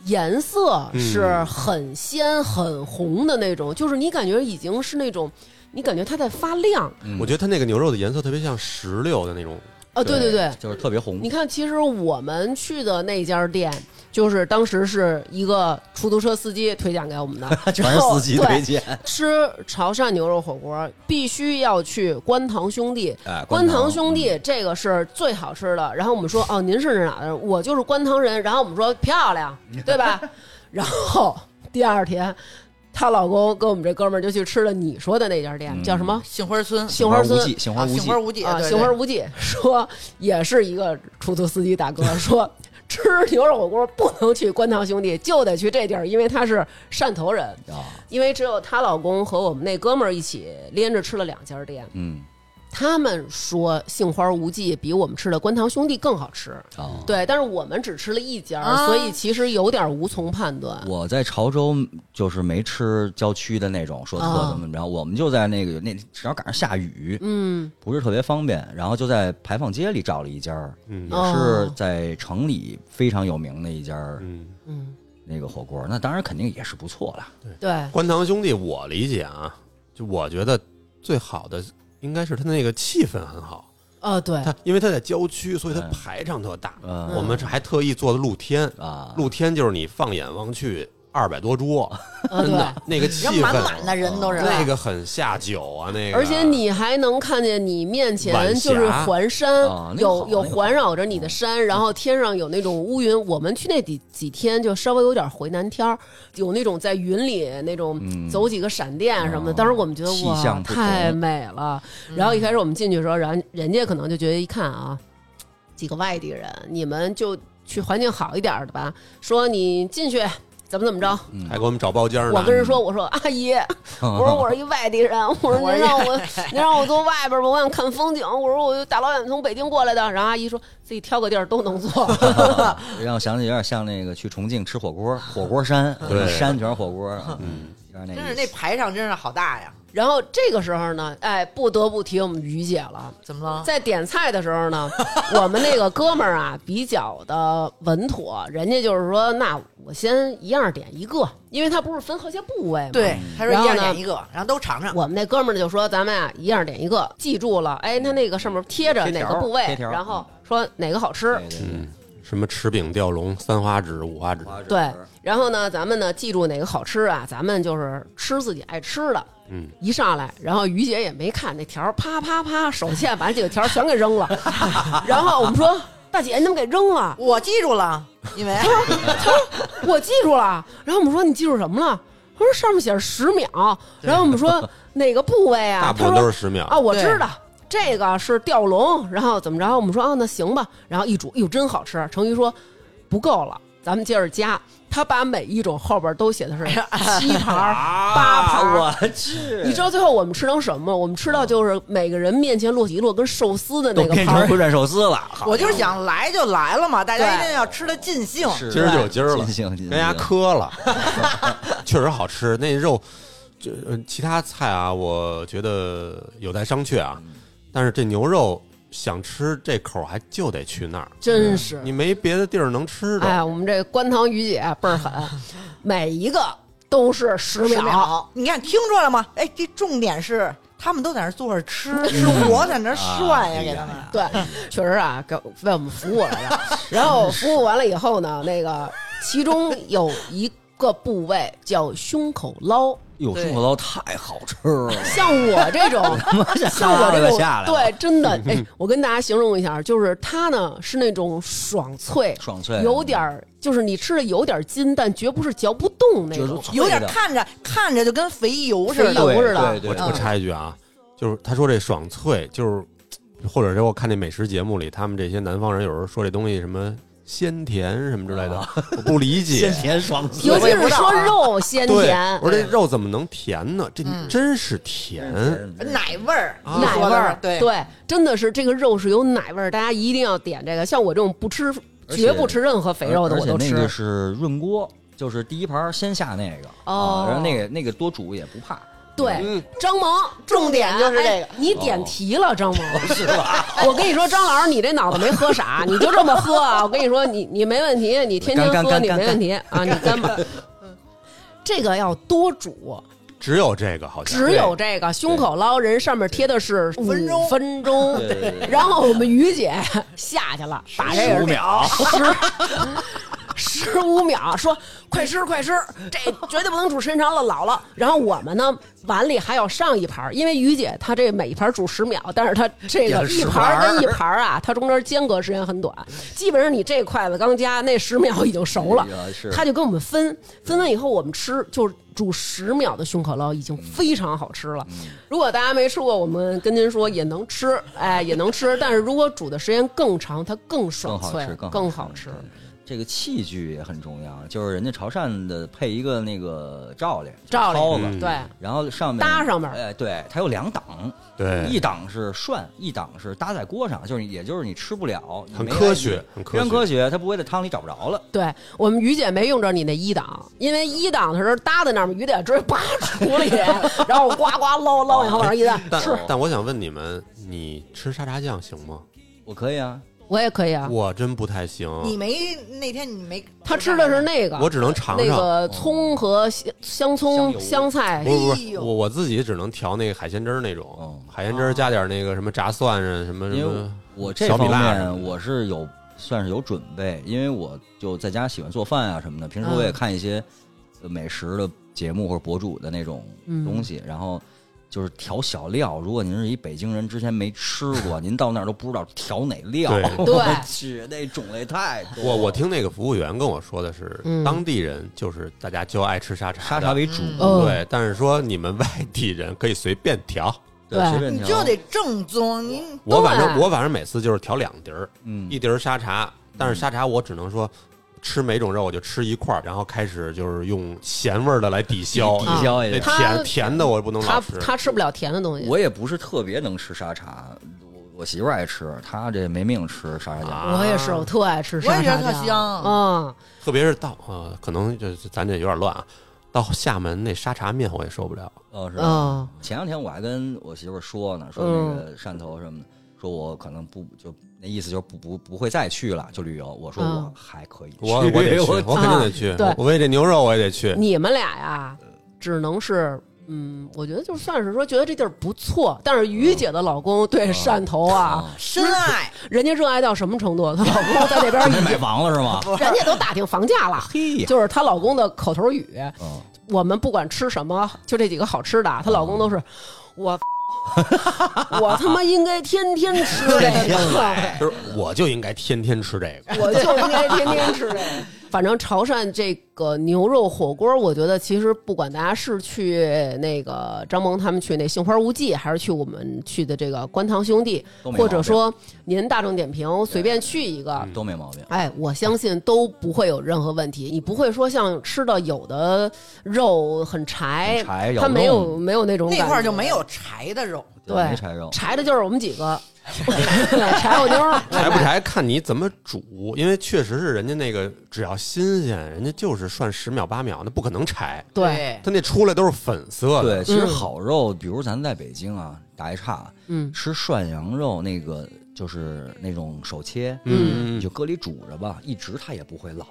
Speaker 2: 颜色是很鲜、很红的那种，就是你感觉已经是那种，你感觉它在发亮。
Speaker 6: 嗯
Speaker 4: 我觉得它那个牛肉的颜色特别像石榴的那种，
Speaker 2: 啊，对对对，
Speaker 6: 就是特别红
Speaker 2: 你。看，其实我们去的那家店，就是当时是一个出租车司机推荐给我们的，
Speaker 6: 全是司机
Speaker 2: 然后
Speaker 6: 推
Speaker 2: 对
Speaker 6: 荐，
Speaker 2: 吃潮汕牛肉火锅必须要去观塘兄弟。
Speaker 6: 哎，
Speaker 2: 观塘
Speaker 6: 塘
Speaker 2: 兄弟这个是最好吃的。然后我们说，哦，您是哪儿的？我就是观塘人。然后我们说漂亮，对吧？然后第二天，她老公跟我们这哥们儿就去吃了你说的那家店，
Speaker 6: 嗯
Speaker 2: 叫什么？
Speaker 3: 杏花村，
Speaker 2: 杏花
Speaker 6: 无
Speaker 2: 村
Speaker 6: 忌，杏花
Speaker 3: 啊，
Speaker 6: 无
Speaker 3: 杏
Speaker 6: 忌
Speaker 3: 花，无忌
Speaker 2: 啊，
Speaker 3: 对
Speaker 2: 杏花
Speaker 3: 对
Speaker 2: 无忌说也是一个出租司机大哥说。吃牛肉火锅不能去观塘兄弟，就得去这地儿，因为他是汕头人。
Speaker 6: 啊，
Speaker 2: 因为只有她老公和我们那哥们儿一起连着吃了两家店，
Speaker 6: 嗯
Speaker 2: 他们说杏花无忌比我们吃的观塘兄弟更好吃，
Speaker 6: 啊。
Speaker 2: 对，但是我们只吃了一家，
Speaker 3: 啊
Speaker 2: 所以其实有点无从判断。
Speaker 6: 我在潮州就是没吃郊区的那种，说
Speaker 2: 啊
Speaker 6: 特怎么怎么着，我们就在那个那只要赶上下雨，
Speaker 2: 嗯，
Speaker 6: 不是特别方便，然后就在牌坊街里找了一家儿，
Speaker 4: 嗯
Speaker 6: 也
Speaker 2: 哦
Speaker 6: 是在城里非常有名的一家儿
Speaker 4: 嗯。
Speaker 6: 那个火锅，那当然肯定也是不错了。
Speaker 2: 对，
Speaker 4: 观塘兄弟，我理解啊，就我觉得最好的应该是它那个气氛很好，
Speaker 2: 呃，对，
Speaker 4: 它因为它在郊区，所以它
Speaker 6: 嗯
Speaker 4: 排场特大。
Speaker 6: 嗯
Speaker 4: 我们这还特意做的露天，
Speaker 6: 啊，
Speaker 4: 露天就是你放眼望去二百多桌，
Speaker 2: 呃，
Speaker 4: 真
Speaker 2: 对。
Speaker 4: 的那个气啊
Speaker 3: 人满满
Speaker 4: 氛，
Speaker 3: 的人都是
Speaker 4: 那个很下酒啊，那个
Speaker 2: 而且你还能看见你面前
Speaker 4: 晚霞
Speaker 2: 就是环山，
Speaker 6: 啊那个
Speaker 2: 有
Speaker 6: 好
Speaker 2: 有
Speaker 6: 嗯那个
Speaker 2: 环绕着你的山，然后天上有那种乌云。我们去那几几天就稍微有点回南天儿，有那种在云里那种走几个闪电什么的。
Speaker 6: 哦
Speaker 2: 当时我们觉得
Speaker 6: 嗯气
Speaker 2: 哇
Speaker 6: 象，不同
Speaker 2: 太美了。然后一开始我们进去的时候，然后人家可能就觉得一看啊，几个外地人，你们就去环境好一点儿的吧。说你进去怎么怎么着，
Speaker 4: 嗯还给我们找包间呢。
Speaker 2: 我跟人说，我说阿姨，我说我是一外地人，我说
Speaker 3: 我是
Speaker 2: 您让我 您让我坐外边吧，我想看风景。我说我就大老远从北京过来的，然后阿姨说自己挑个地儿都能坐。
Speaker 6: 让我想起有点像那个去重庆吃火锅，火锅山，
Speaker 4: 对
Speaker 6: 山全是火锅，嗯，有点
Speaker 3: 真
Speaker 6: 那个
Speaker 3: 是
Speaker 6: 意
Speaker 3: 那
Speaker 6: 思。
Speaker 3: 排场真是好大呀！
Speaker 2: 然后这个时候呢，哎，不得不提我们于姐了。
Speaker 3: 怎么了？
Speaker 2: 在点菜的时候呢， 我们那个哥们儿啊比较的稳妥，人家就是说，那我先一样点一个，因为他不是分好些部位嘛。
Speaker 3: 对，他说
Speaker 2: 嗯然
Speaker 3: 一
Speaker 2: 后
Speaker 3: 样
Speaker 2: 呢
Speaker 3: 点一个，然后都尝尝。
Speaker 2: 我们那哥们儿就说咱们啊一样点一个，记住了，哎，他那个上面贴着
Speaker 6: 贴
Speaker 2: 哪
Speaker 6: 条
Speaker 2: 个部位
Speaker 6: 贴，条
Speaker 2: 然后说哪个好吃，
Speaker 6: 对对对，
Speaker 4: 嗯什么吃饼吊龙、三花指、五花指，
Speaker 6: 花枝
Speaker 2: 嗯对，然后呢，咱们呢记住哪个好吃啊，咱们就是吃自己爱吃的。
Speaker 4: 嗯，
Speaker 2: 一上来，然后于姐也没看那条儿，啪啪啪，手欠把几个条儿全给扔了。 然后我们说：“大姐，你怎么给扔了
Speaker 3: 我记住了，因为？”
Speaker 2: 我记住了。然后我们说：“你记住什么了？”他说：“上面写着十秒。”然后我们说：“哪个部位啊？”
Speaker 4: 大部分都是十秒
Speaker 2: 啊，我
Speaker 3: 对
Speaker 2: 知道这个是吊龙，然后怎么着？我们说啊，那行吧。然后一煮，哟，真好吃。成瑜说不够了，咱们接着加。他把每一种后边都写 的是
Speaker 6: 哎
Speaker 2: 七盘儿、八盘
Speaker 6: 啊，
Speaker 2: 儿。
Speaker 6: 我去，
Speaker 2: 你知道最后我们吃成什么吗？我们吃到就是每个人面前落几摞跟寿司的
Speaker 6: 都
Speaker 2: 那个
Speaker 6: 变
Speaker 2: 盘
Speaker 6: 成
Speaker 2: 儿
Speaker 6: 回，转寿司了，好
Speaker 3: 我就是想来就来了嘛，大家
Speaker 2: 对
Speaker 3: 一定要吃的尽兴。
Speaker 6: 是
Speaker 4: 哎今儿就有今儿了
Speaker 6: 尽兴，尽兴
Speaker 4: 跟人家磕了，确实好吃。那肉这呃其他菜啊，我觉得有待商榷
Speaker 6: 嗯
Speaker 4: 啊。但是这牛肉想吃这口儿还就得去那儿，
Speaker 2: 真是
Speaker 4: 你。没别的地儿能吃
Speaker 2: 哎，
Speaker 4: 的。
Speaker 2: 我们这关塘于姐倍儿狠，每一个都是
Speaker 3: 十
Speaker 2: 十秒，
Speaker 3: 秒，你看听出来了吗？哎，这重点是他们都在那儿坐着吃，是我在那儿涮呀，
Speaker 6: 啊
Speaker 3: 给他们。
Speaker 2: 对，确实啊，给为我们服务来着。然后服务完了以后呢，那个其中有一个部位叫胸口捞，
Speaker 6: 哟，
Speaker 3: 对
Speaker 6: 猪口捞太好吃了，
Speaker 2: 像我这种
Speaker 6: 他妈这
Speaker 2: 像我
Speaker 6: 哈喇
Speaker 2: 这
Speaker 6: 子
Speaker 2: 种
Speaker 6: 下来，，
Speaker 2: 对，真的，哎，我跟大家形容一下，就是它呢是那种爽脆，
Speaker 6: 爽脆
Speaker 2: 有点儿就是你吃的有点儿筋，但绝不是嚼不动那
Speaker 6: 就是
Speaker 2: 种。
Speaker 6: 脆
Speaker 3: 有点
Speaker 6: 的
Speaker 3: 看着看着就跟肥油似的
Speaker 2: 肥油，
Speaker 6: 对
Speaker 2: 似的
Speaker 6: 对对
Speaker 4: 我
Speaker 6: 对
Speaker 4: 我插一句啊，就是他说这爽脆，就是或者是我看这美食节目里，他们这些南方人有时候说这东西什么鲜甜什么之类的， 我不理解
Speaker 6: 鲜。甜 爽脆，
Speaker 2: 尤 其是说
Speaker 3: 我也不知
Speaker 2: 肉鲜
Speaker 4: 对
Speaker 2: 甜，，嗯
Speaker 4: 我说这肉怎么能甜呢？这真是甜。
Speaker 3: 奶味儿，
Speaker 4: 啊
Speaker 3: 你
Speaker 2: 奶
Speaker 3: 说的
Speaker 2: 味儿
Speaker 3: 是，对，
Speaker 2: 真的是这个肉是有奶味儿，大家一定要点这个。像我这种不吃，
Speaker 6: 而且
Speaker 2: 绝不吃任何肥肉的，
Speaker 6: 而
Speaker 2: 我
Speaker 6: 且
Speaker 2: 都
Speaker 6: 那个
Speaker 2: 吃。
Speaker 6: 是润锅，就是第一盘先下那个，
Speaker 2: 哦
Speaker 6: 啊然后那个那个多煮也不怕，
Speaker 2: 对，张萌，
Speaker 3: 嗯重点就是这个
Speaker 2: 哎你点题了，张萌。
Speaker 6: 哦是吧？
Speaker 2: 我跟你说，张老师，你这脑子没喝 傻，你就这么喝啊！我跟你说，你你没问题，你天天
Speaker 6: 干干
Speaker 2: 喝
Speaker 6: 干
Speaker 2: 你
Speaker 6: 干
Speaker 2: 没问题啊，你干吧。 这个要多煮，
Speaker 4: 只有这个好像
Speaker 2: 只有这个胸口捞人上面贴的是五
Speaker 3: 分钟
Speaker 2: 分钟，然后我们于姐下去了，把这个
Speaker 6: 五秒，
Speaker 2: 十五秒，说快吃快吃，这绝对不能煮时间长了老了。然后我们呢，碗里还要上一盘儿，因为于姐她这每一盘儿煮十秒，但是她这个
Speaker 6: 也是
Speaker 2: 一
Speaker 6: 十
Speaker 2: 盘儿
Speaker 6: 盘儿
Speaker 2: 跟一盘儿啊，它中间间隔时间很短，基本上你这筷子刚夹，那十秒已经熟了
Speaker 6: 哎呀是，
Speaker 2: 她就跟我们分，分完以后我们吃就是。煮十秒的胸口捞已经非常好吃了，
Speaker 6: 嗯
Speaker 2: 如果大家没吃过，我们跟您说也能吃，哎也能吃，但是如果煮的时间更长，它更爽
Speaker 6: 更好
Speaker 2: 脆
Speaker 6: 吃，更好
Speaker 2: 更
Speaker 6: 吃
Speaker 2: 好吃。
Speaker 6: 这个器具也很重要，就是人家潮汕的配一个那个罩里，
Speaker 2: 罩里
Speaker 6: 罩子，
Speaker 2: 对，
Speaker 6: 然后上面
Speaker 2: 搭上面
Speaker 6: 哎，对，它有两档，
Speaker 4: 对
Speaker 6: 一档是涮，一档是搭在锅上，就是也就是你吃不了，你
Speaker 4: 很
Speaker 6: 没
Speaker 4: 科学很科
Speaker 6: 非常
Speaker 4: 学
Speaker 6: 科学，它不会在汤里找不着了。
Speaker 2: 对我们于姐没用着你那一档，因为一档的时候搭在那儿嘛，于姐直接扒出里，然后呱呱捞捞，然后往上一站，
Speaker 4: 但哦
Speaker 2: 吃
Speaker 4: 但我想问你们，你吃沙茶酱行吗？
Speaker 6: 我可以啊，
Speaker 2: 我也可以啊。
Speaker 4: 我真不太行，
Speaker 3: 你没那天你没
Speaker 2: 他吃的是那个，
Speaker 4: 我只能尝尝。
Speaker 2: 那个葱和香香
Speaker 6: 香
Speaker 2: 葱、
Speaker 6: 油
Speaker 2: 香菜
Speaker 4: 不，是不
Speaker 3: 哎
Speaker 4: 是，
Speaker 3: 呦
Speaker 4: 我我自己只能调那个海鲜汁儿那
Speaker 6: 哦
Speaker 4: 种，海鲜汁儿加点那个什么炸蒜啊，什么什
Speaker 6: 因为
Speaker 4: 么
Speaker 6: 我这
Speaker 4: 小米
Speaker 6: 方
Speaker 4: 辣什么
Speaker 6: 面
Speaker 4: 的。
Speaker 6: 我是有算是有准备，因为我就在家喜欢做饭啊什么的，平时
Speaker 2: 嗯
Speaker 6: 我也看一些呃美食的节目或者博主的那种
Speaker 2: 嗯
Speaker 6: 东西，然后。就是调小料，如果您是一北京人，之前没吃 过，您到那儿都不知道调哪料。
Speaker 4: 对
Speaker 2: 对
Speaker 6: 我去，那种类太多。
Speaker 4: 我我听那个服务员跟我说的是，当地人就是大家就爱吃沙茶的，
Speaker 6: 沙茶为主，
Speaker 2: 嗯
Speaker 4: 对，但是说你们外地人可以随便调。
Speaker 6: 对，
Speaker 2: 对
Speaker 6: 随便
Speaker 3: 你
Speaker 6: 调
Speaker 3: 就得正宗，你
Speaker 4: 我反正
Speaker 2: 对
Speaker 4: 我反正每次就是调两碟儿，
Speaker 6: 嗯
Speaker 4: 一碟儿沙茶，但是沙茶我只能说吃每种肉我就吃一块儿，然后开始就是用咸味儿的来抵消，
Speaker 6: 抵抵消一
Speaker 4: 那
Speaker 6: 下
Speaker 2: 他
Speaker 4: 甜甜的我不能
Speaker 2: 他
Speaker 4: 老吃。
Speaker 2: 他吃不了甜的东西。
Speaker 6: 我也不是特别能吃沙茶，我我媳妇儿爱吃，她这没命吃沙茶酱。
Speaker 4: 啊
Speaker 2: 我也是，我特爱吃
Speaker 3: 我
Speaker 2: 沙
Speaker 3: 也觉
Speaker 2: 茶
Speaker 3: 得
Speaker 2: 酱，
Speaker 3: 特香
Speaker 2: 嗯，
Speaker 4: 特别是到呃，可能就就咱这有点乱啊。到厦门那沙茶面我也受不了，
Speaker 6: 哦，是吧
Speaker 2: 嗯
Speaker 6: 前两天我还跟我媳妇儿说呢，说那个汕头什么的，说我可能不就那意思就是不不不会再去了，就旅游。我说
Speaker 2: 嗯
Speaker 6: 我还可以去，
Speaker 4: 我我 得去，我肯定得去。
Speaker 2: 啊对
Speaker 4: 我为这牛肉我也得去。
Speaker 2: 你们俩呀，只能是。嗯，我觉得就算是说觉得这地儿不错，但是于姐的老
Speaker 6: 嗯
Speaker 2: 公对汕头啊，
Speaker 3: 深爱，
Speaker 2: 人家热爱到什么程度？她老公 在那边
Speaker 6: 你买房了是吗？
Speaker 2: 人家都打听房价了。
Speaker 6: 嘿呀，
Speaker 2: 就是她老公的口头语，
Speaker 6: 嗯
Speaker 2: 我们不管吃什么，就这几个好吃的啊，她老公都
Speaker 6: 嗯
Speaker 2: 是我，我他妈应该天天吃 这个，
Speaker 4: 就是我就应该天天吃这个，
Speaker 2: 我就应该天天吃这个。 反正潮汕这个牛肉火锅，我觉得其实不管大家是去那个张萌他们去那杏花无忌，还是去我们去的这个观塘兄弟，
Speaker 6: 都没毛病嗯
Speaker 2: 或者说您大众点评随便去一个，
Speaker 6: 啊都没毛病。
Speaker 2: 哎，我相信都不会有任何问题。你不会说像吃的有的肉很柴，
Speaker 6: 很柴有
Speaker 2: 它没有
Speaker 6: 弄
Speaker 2: 没有那种
Speaker 3: 那块
Speaker 2: 儿
Speaker 3: 儿就没有柴的肉，
Speaker 2: 对
Speaker 6: 没柴肉，
Speaker 2: 柴的就是我们几个 柴火妞儿，
Speaker 4: 柴不柴看你怎么煮，因为确实是人家那个只要新鲜，人家就是涮十秒八秒，那不可能柴，
Speaker 2: 对，
Speaker 4: 它那出来都是粉色的。
Speaker 6: 对，其实
Speaker 2: 嗯
Speaker 6: 好肉，比如咱在北京啊，打一岔，
Speaker 2: 嗯
Speaker 6: 吃涮羊肉那个就是那种手切，
Speaker 4: 嗯
Speaker 6: 你就搁里煮着吧，一直它也不会老，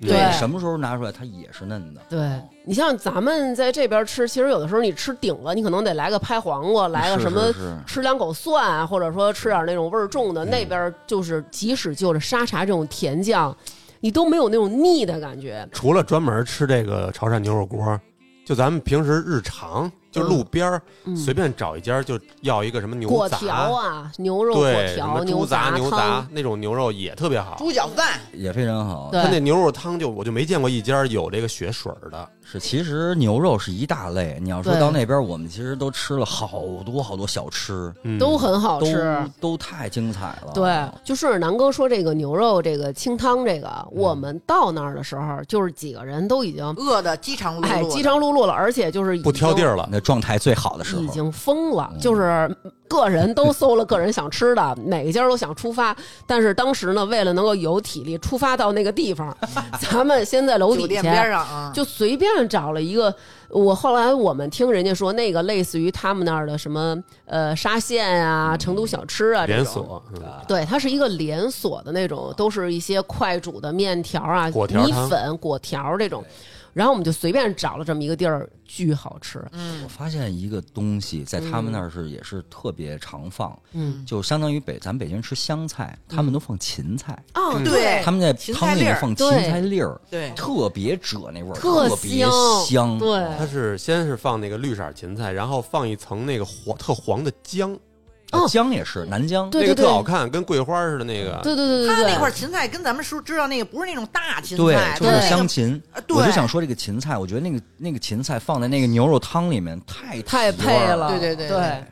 Speaker 2: 对
Speaker 6: 什么时候拿出来它也是嫩的。
Speaker 2: 对你像咱们在这边吃，其实有的时候你吃顶了，你可能得来个拍黄瓜，来个
Speaker 6: 是
Speaker 2: 什么
Speaker 6: 是是
Speaker 2: 吃两口蒜啊，或者说吃点那种味儿重
Speaker 4: 嗯
Speaker 2: 的。那边就是即使就是沙茶这种甜酱，你都没有那种腻的感觉。
Speaker 4: 除了专门吃这个潮汕牛肉锅，就咱们平时日常就路边儿、
Speaker 2: 嗯
Speaker 4: 随便找一家就要一个什么牛
Speaker 2: 果
Speaker 4: 杂，
Speaker 2: 条啊，牛肉果
Speaker 4: 对，什
Speaker 2: 条、
Speaker 4: 么猪
Speaker 2: 牛
Speaker 4: 杂、牛杂
Speaker 2: 汤，
Speaker 4: 那种牛肉也特别好。
Speaker 3: 猪脚饭，
Speaker 6: 也非常好。
Speaker 2: 对
Speaker 4: 它那牛肉汤就我就没见过一家有这个血水儿的，
Speaker 6: 是，其实牛肉是一大类。你要说
Speaker 2: 对
Speaker 6: 到那边，我们其实都吃了好多好多小吃，
Speaker 4: 嗯
Speaker 2: 都很好
Speaker 6: 都
Speaker 2: 吃。
Speaker 6: 都太精彩了。
Speaker 2: 对，就顺着南哥说这个牛肉这个清汤这
Speaker 4: 嗯
Speaker 2: 个，我们到那儿的时候，就是几个人都已经
Speaker 3: 饿的饥肠辘
Speaker 2: 哎
Speaker 3: 辘，
Speaker 2: 饥肠辘辘了，而且就是已
Speaker 4: 不挑
Speaker 2: 经
Speaker 4: 地儿了。
Speaker 6: 那状态最好的时候
Speaker 2: 已，经疯了，就是个人都搜了个人想吃的，哪一家都想出发。但是当时呢，为了能够有体力出发到那个地方，咱们先在楼
Speaker 3: 酒
Speaker 2: 底
Speaker 3: 店
Speaker 2: 下
Speaker 3: 边上啊，
Speaker 2: 就随便找了一个。我后来我们听人家说，那个类似于他们那儿的什么呃沙县啊、成都小吃啊这
Speaker 4: 连
Speaker 2: 种。
Speaker 4: 锁，嗯
Speaker 2: 对，它是一个连锁的那种，都是一些快煮的面条啊、
Speaker 4: 果条
Speaker 2: 米
Speaker 4: 汤
Speaker 2: 粉、果条这种。然后我们就随便找了这么一个地儿，巨好吃。
Speaker 6: 我发现一个东西在他们那儿是也是特别常放，
Speaker 2: 嗯，
Speaker 6: 就相当于北咱北京吃湘菜，他们都放芹菜，
Speaker 2: 哦，
Speaker 3: 对，
Speaker 6: 他们在
Speaker 3: 芹
Speaker 6: 汤
Speaker 3: 菜
Speaker 6: 里
Speaker 3: 粒
Speaker 6: 面
Speaker 3: 儿，
Speaker 6: 放芹菜粒儿，
Speaker 3: 对
Speaker 6: 特别褶那味儿，
Speaker 2: 特
Speaker 6: 特别香。
Speaker 2: 对，
Speaker 4: 它是先是放那个绿色芹菜，然后放一层那个黄特黄的姜，
Speaker 2: 哦
Speaker 6: 姜也是南姜，
Speaker 2: 对
Speaker 4: 那个
Speaker 2: 对对
Speaker 4: 特好看，跟桂花似的那个。
Speaker 2: 对对对对
Speaker 3: 他
Speaker 2: 对，
Speaker 3: 那块芹菜跟咱们说知道那个不是那种大芹
Speaker 6: 对
Speaker 3: 菜，，
Speaker 6: 就
Speaker 3: 它
Speaker 6: 是
Speaker 3: 那
Speaker 6: 香
Speaker 3: 个
Speaker 6: 芹
Speaker 3: 呃。对
Speaker 6: 我就想说这个芹菜，我觉得那个那个芹菜放在那个牛肉汤里面太
Speaker 2: 太
Speaker 6: 提味
Speaker 2: 配
Speaker 6: 儿
Speaker 2: 了，
Speaker 3: 对对对
Speaker 2: 对。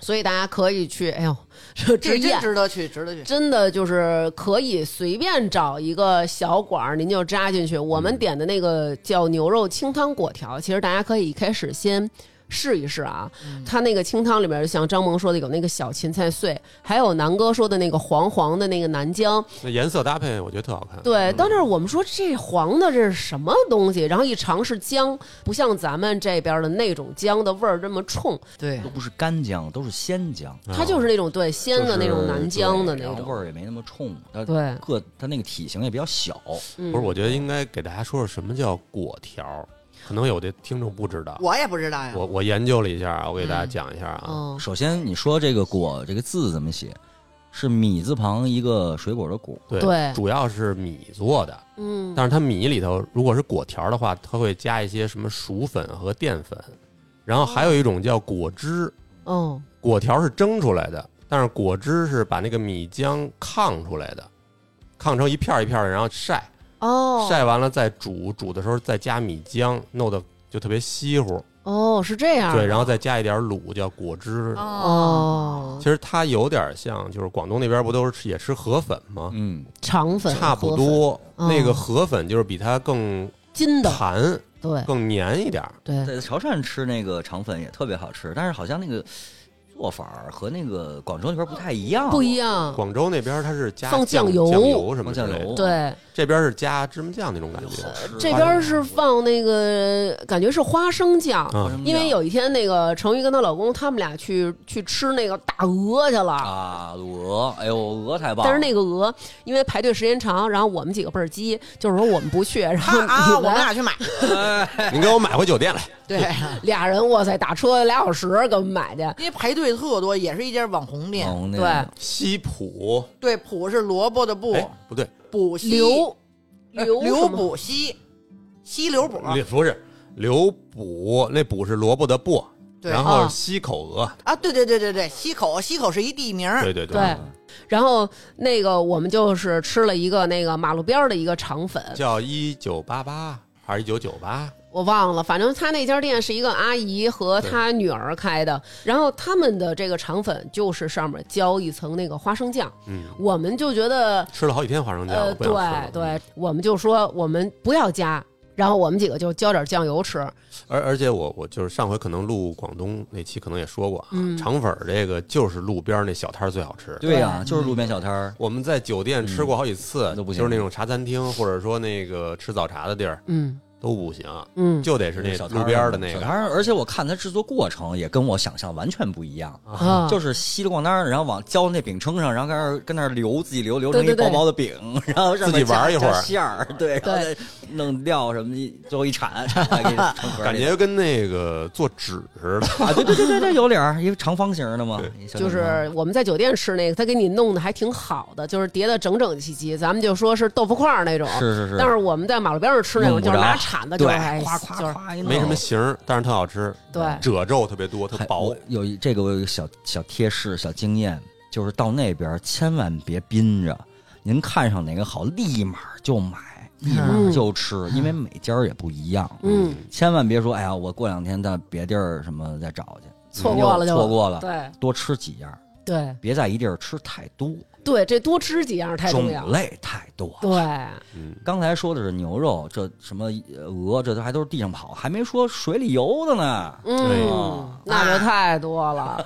Speaker 2: 所以大家可以去，哎呦，
Speaker 3: 这
Speaker 2: 这这
Speaker 3: 真
Speaker 2: 宴
Speaker 3: 值得去，值得去。
Speaker 2: 真的就是可以随便找一个小馆儿，您就扎进去。我们点的那个叫牛肉清汤果条，其实大家可以一开始先。试一试啊，它那个清汤里边，像张萌说的，有那个小芹菜碎，还有南哥说的那个黄黄的那个南姜，
Speaker 4: 那颜色搭配我觉得特好看。
Speaker 2: 对，
Speaker 4: 嗯
Speaker 2: 到那儿我们说这黄的这是什么东西？然后一尝是姜，不像咱们这边的那种姜的味儿这么冲，嗯
Speaker 3: 对
Speaker 6: 都不是干姜，都是鲜姜，
Speaker 2: 它就是那种对鲜的那种南姜的那
Speaker 6: 就是对然后味
Speaker 2: 种。
Speaker 6: 儿也没那么冲，它
Speaker 2: 对
Speaker 6: 个它那个体型也比较小，
Speaker 2: 嗯
Speaker 4: 不是，我觉得应该给大家说说什么叫果条，可能有的听众不知道。
Speaker 3: 我也不知道呀，
Speaker 4: 我我研究了一下啊，我给大家讲一下啊，
Speaker 2: 嗯
Speaker 6: 首先，你说这个“果”这个字怎么写？是米字旁一个水果的“果
Speaker 4: 对，
Speaker 2: 对
Speaker 4: 主要是米做的，
Speaker 2: 嗯，
Speaker 4: 但是它米里头如果是果条的话，它会加一些什么薯粉和淀粉，然后还有一种叫果汁，
Speaker 2: 哦，
Speaker 4: 果条是蒸出来的，但是果汁是把那个米浆炕出来的，炕成一片儿一片儿的，然后晒，
Speaker 2: 哦，
Speaker 4: 晒完了再煮，煮的时候再加米浆，弄得就特别稀糊，
Speaker 2: 哦，是这样。
Speaker 4: 对，然后再加一点卤，叫果汁。
Speaker 2: 哦
Speaker 4: 其，实它有点像，就是广东那边不都是吃也吃河粉”。吗？
Speaker 6: 嗯，
Speaker 2: 肠粉
Speaker 4: 差不，多，
Speaker 2: 河粉
Speaker 4: 那个
Speaker 2: 嗯
Speaker 4: 河粉就是比它更
Speaker 2: 金的，
Speaker 4: 弹、
Speaker 2: 对
Speaker 4: 更黏一点儿。
Speaker 2: 对，
Speaker 6: 在潮汕吃那个肠粉也特别好吃，但是好像那个做法儿和那个广州那边不太一样，
Speaker 2: 不一
Speaker 6: 样。
Speaker 2: 样，
Speaker 4: 广州那边它是加
Speaker 2: 嗯放
Speaker 4: 酱
Speaker 2: 酱油
Speaker 4: 酱油什么
Speaker 6: 放
Speaker 4: 之
Speaker 6: 酱
Speaker 4: 类
Speaker 6: 油，
Speaker 4: 的，
Speaker 2: 对。呃
Speaker 4: 这边是加芝麻酱那种感觉。啊
Speaker 2: 这边是放那个，感觉是花生酱，
Speaker 4: 嗯
Speaker 2: 因为有一天那个程昱跟她老公他们俩去去吃那个大鹅去了，
Speaker 6: 啊鹅，哎呦鹅太棒了！
Speaker 2: 但是那个鹅因为排队时间长，然后我们几个倍儿鸡，就是说我们不去，然后
Speaker 3: 他啊，我
Speaker 2: 你
Speaker 3: 们
Speaker 2: 们
Speaker 3: 俩去买，
Speaker 6: 哎
Speaker 4: 您给我买回酒 店来。
Speaker 3: 对，
Speaker 2: 俩人，哇塞，打车俩小时给我们买去，
Speaker 3: 因为排队特多，也是一家网红店。
Speaker 6: 哦那
Speaker 2: 对，
Speaker 4: 西普，
Speaker 3: 对，补是萝卜的卜，
Speaker 4: 哎，不对，
Speaker 3: 补习
Speaker 2: 刘
Speaker 3: 呃
Speaker 2: 刘
Speaker 3: 刘
Speaker 2: 什么
Speaker 3: 补习，西刘
Speaker 6: 啊
Speaker 3: 补
Speaker 4: 刘不是刘补，那补是萝卜的卜，
Speaker 3: 对
Speaker 4: 然后
Speaker 2: 啊
Speaker 4: 是西口鹅，
Speaker 3: 啊，对对对对对，西口西口是一地名儿，
Speaker 4: 对对
Speaker 2: 对，然后那个我们就是吃了一个那个马路边儿的一个肠粉，
Speaker 4: 叫一九八八还是一九九八？
Speaker 2: 我忘了，反正他那家店是一个阿姨和她女儿开的，然后他们的这个肠粉就是上面浇一层那个花生酱，
Speaker 4: 嗯，
Speaker 2: 我们就觉得
Speaker 4: 吃了好几天花生酱，嗯
Speaker 2: 呃，
Speaker 4: 我不想吃
Speaker 2: 对
Speaker 4: 了。
Speaker 2: 对，我们就说我们不要加。然后我们几个就浇点酱油吃，
Speaker 4: 而而且我我就是上回可能录广东那期可能也说过啊，肠粉儿这个就是路边儿那小摊儿最好吃。
Speaker 6: 嗯对呀、就是路边小摊儿，
Speaker 4: 我们在酒店吃过好几次，
Speaker 6: 嗯都不行
Speaker 4: 就是那种茶餐厅或者说那个吃早茶的地儿
Speaker 2: 嗯
Speaker 4: 都不行，
Speaker 2: 嗯
Speaker 4: 就得是那
Speaker 6: 小摊
Speaker 4: 路边儿
Speaker 6: 儿
Speaker 4: 的那
Speaker 6: 小
Speaker 4: 个
Speaker 6: 摊儿，而且我看它制作过程也跟我想象完全不一样，
Speaker 4: 嗯
Speaker 2: 啊，
Speaker 6: 就是稀里咣当儿的，然后往浇那饼铛上，然后跟那儿跟那儿流自己流流成
Speaker 2: 对对
Speaker 6: 一薄
Speaker 2: 对
Speaker 6: 薄的饼，然后上面
Speaker 4: 自己玩
Speaker 6: 加
Speaker 4: 一会儿
Speaker 6: 加馅儿，对，然后
Speaker 2: 对
Speaker 6: 再弄料什么的，最后一铲， 铲出来给你成盒儿
Speaker 4: 感
Speaker 6: 那
Speaker 4: 觉跟那个做纸似的。
Speaker 6: 种啊，对对对对对，有脸儿，一个长方形的嘛，一小
Speaker 2: 就
Speaker 6: 长方
Speaker 2: 是我们在酒店吃那个，他给你弄的还挺好的，就是叠的整整齐齐，咱们就说是豆腐块儿那种。
Speaker 6: 是是是
Speaker 2: 但是我们在马路边上吃那种，
Speaker 6: 弄不
Speaker 2: 就
Speaker 6: 着
Speaker 2: 是拿铲子，就是哎
Speaker 6: 对，夸夸
Speaker 2: 就是
Speaker 6: 夸一弄，
Speaker 4: 没什么形儿，但是特好吃。
Speaker 2: 对
Speaker 4: 褶皱特别多，特
Speaker 6: 还
Speaker 4: 薄
Speaker 6: 我。有一这个我有一个小小贴士、小经验，就是到那边儿千万别宾着，您看上哪个好，立马就买，立马就吃，因为每家儿也不一样。
Speaker 2: 嗯，
Speaker 6: 千万别说，哎呀，我过两天到别地儿什么再找去，嗯
Speaker 2: 错过了就
Speaker 6: 错过了，
Speaker 2: 对
Speaker 6: 多吃几样儿，
Speaker 2: 对
Speaker 6: 别在一地儿吃太多，
Speaker 2: 对，这多吃几样太重要
Speaker 6: 种
Speaker 2: 了。
Speaker 6: 类太多。
Speaker 2: 对，
Speaker 4: 嗯，
Speaker 6: 刚才说的是牛肉，这什么呃鹅，这都还都是地上跑，还没说水里游的呢。啊
Speaker 2: 嗯，那就太多 了。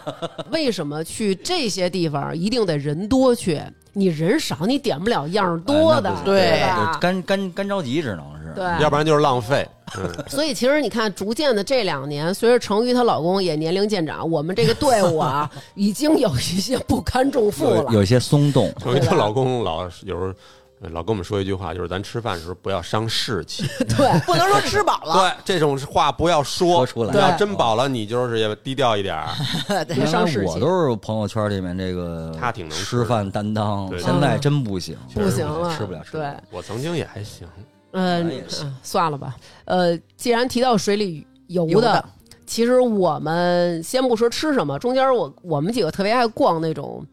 Speaker 2: 为什么去这些地方一定得人多去？你人少，你点不了样儿多的
Speaker 6: 哎那，不
Speaker 3: 对
Speaker 2: 吧
Speaker 6: 就？干干干着急，只能是。
Speaker 2: 对，
Speaker 4: 要不然就是浪费。 嗯，
Speaker 2: 所以其实你看，逐渐的这两年，随着成瑜她老公也年龄渐长，我们这个队伍啊，已经有一些不堪重负了
Speaker 6: 有。有些松动，
Speaker 4: 我跟她老公老有时候呃老跟我们说一句话，就是咱吃饭的时候不要伤士气。
Speaker 2: 对，
Speaker 3: 不能说吃饱 了，
Speaker 4: 对，这种话不要说
Speaker 6: 说出来
Speaker 4: 你要真饱了，你就是也低调一点 儿。
Speaker 2: 别
Speaker 6: 原来
Speaker 2: 伤士
Speaker 6: 我
Speaker 2: 气，
Speaker 6: 都是朋友圈里面这个
Speaker 4: 他挺能吃
Speaker 6: 吃饭担当，
Speaker 4: 对
Speaker 6: 现在真不行，
Speaker 2: 嗯不行了，
Speaker 6: 吃不了，吃不
Speaker 2: 对
Speaker 6: 了。，
Speaker 4: 我曾经也还行，
Speaker 2: 嗯、
Speaker 6: 也是
Speaker 2: 嗯算了吧。呃，既然提到水里游的，
Speaker 3: 游的
Speaker 2: 其实我们先不说吃什么，中间我我们几个特别爱逛那种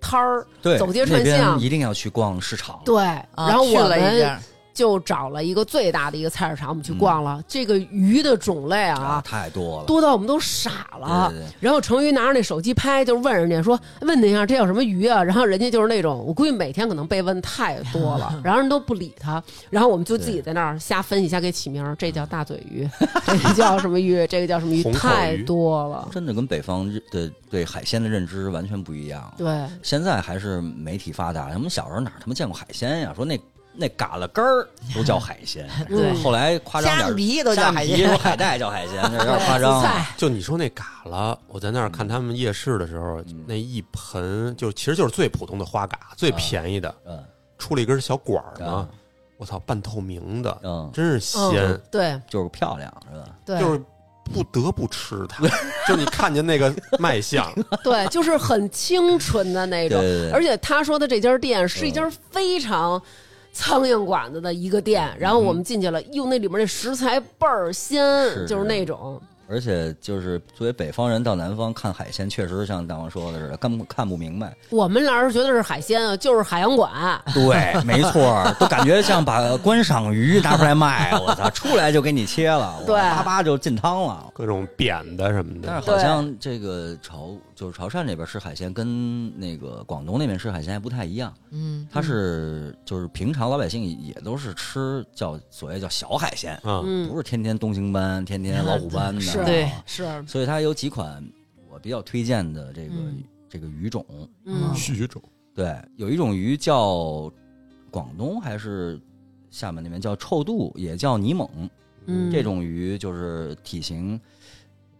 Speaker 2: 摊儿，
Speaker 6: 对，
Speaker 2: 走街串
Speaker 6: 那边
Speaker 2: 巷。
Speaker 6: 一定要去逛市场。
Speaker 2: 对，
Speaker 3: 啊
Speaker 2: 然后
Speaker 3: 去
Speaker 2: 我
Speaker 3: 了一
Speaker 2: 们
Speaker 3: 下，
Speaker 2: 就找了一个最大的一个菜市场，我们去逛了。这个鱼的种类
Speaker 6: 啊，
Speaker 2: 啊，
Speaker 6: 太多了。
Speaker 2: 多到我们都傻了。
Speaker 6: 对对对
Speaker 2: 然后成瑜拿着那手机拍，就问人家说：“问您啊，这有什么鱼啊？”然后人家就是那种，我估计每天可能被问太多 了，然后人都不理他。然后我们就自己在那儿瞎分析，瞎给起名儿，这叫大嘴 鱼，这个叫什么鱼，这个叫什么鱼，
Speaker 4: 红口鱼
Speaker 2: 太多了。
Speaker 6: 真的跟北方日的对海鲜的认知完全不一样。
Speaker 2: 对，
Speaker 6: 现在还是媒体发达，他们小时候哪儿他妈见过海鲜呀？说那那嘎啦根儿都叫海鲜，
Speaker 2: 对
Speaker 6: 后来夸张点
Speaker 3: 虾
Speaker 6: 儿，
Speaker 3: 皮都叫海
Speaker 6: 虾皮
Speaker 3: 鲜
Speaker 6: 说，海带叫 海鲜，这有点夸张啊
Speaker 2: 紫
Speaker 6: 了。
Speaker 2: 菜
Speaker 4: 就你说那嘎啦，我在那儿看他们夜市的时候，
Speaker 6: 嗯
Speaker 4: 那一盆就其实就是最普通的花蛤，最便宜的，
Speaker 6: 嗯，
Speaker 4: 出了一根小管儿呢
Speaker 6: 啊，
Speaker 4: 我操，半透明的
Speaker 6: 嗯，
Speaker 4: 真是鲜
Speaker 2: 嗯。，对
Speaker 6: 就是漂亮，是吧？
Speaker 2: 对，
Speaker 4: 就是不得不吃 它，就你看见那个卖相，
Speaker 6: 嗯
Speaker 2: 对，就是很清纯的那种。
Speaker 6: 对对对嗯
Speaker 2: 而且他说的这家店是一家非常苍蝇馆子的一个店，然后我们进去了，哟，那里面那食材倍儿鲜，
Speaker 6: 嗯是
Speaker 2: 就是那种
Speaker 6: 而且就是作为北方人到南方看海鲜，确实像大王说的似的，看不看不明白。
Speaker 2: 我们老是觉得是海鲜啊，就是海洋馆。
Speaker 6: 对，没错，都感觉像把观赏鱼拿出来卖，我操，出来就给你切 了，我
Speaker 2: 对
Speaker 6: 叭叭就进汤了。
Speaker 4: 各种扁的什么
Speaker 6: 但
Speaker 4: 的。
Speaker 6: 是好像这个潮就是潮汕这边吃海鲜跟那个广东那边吃海鲜还不太一样，
Speaker 3: 嗯，
Speaker 6: 它是就是平常老百姓也都是吃叫所谓叫小海鲜，
Speaker 4: 啊，
Speaker 6: 不是天天东星斑、天天 老虎斑的，啊
Speaker 2: 是嗯
Speaker 3: 对
Speaker 2: 是，
Speaker 6: 所以它有几款我比较推荐的这个、
Speaker 3: 嗯
Speaker 6: 这个鱼种，
Speaker 2: 嗯
Speaker 4: 续种
Speaker 6: 对，有一种鱼叫广东还是厦门那边叫臭肚，也叫泥猛。
Speaker 2: 嗯，
Speaker 6: 这种鱼就是体型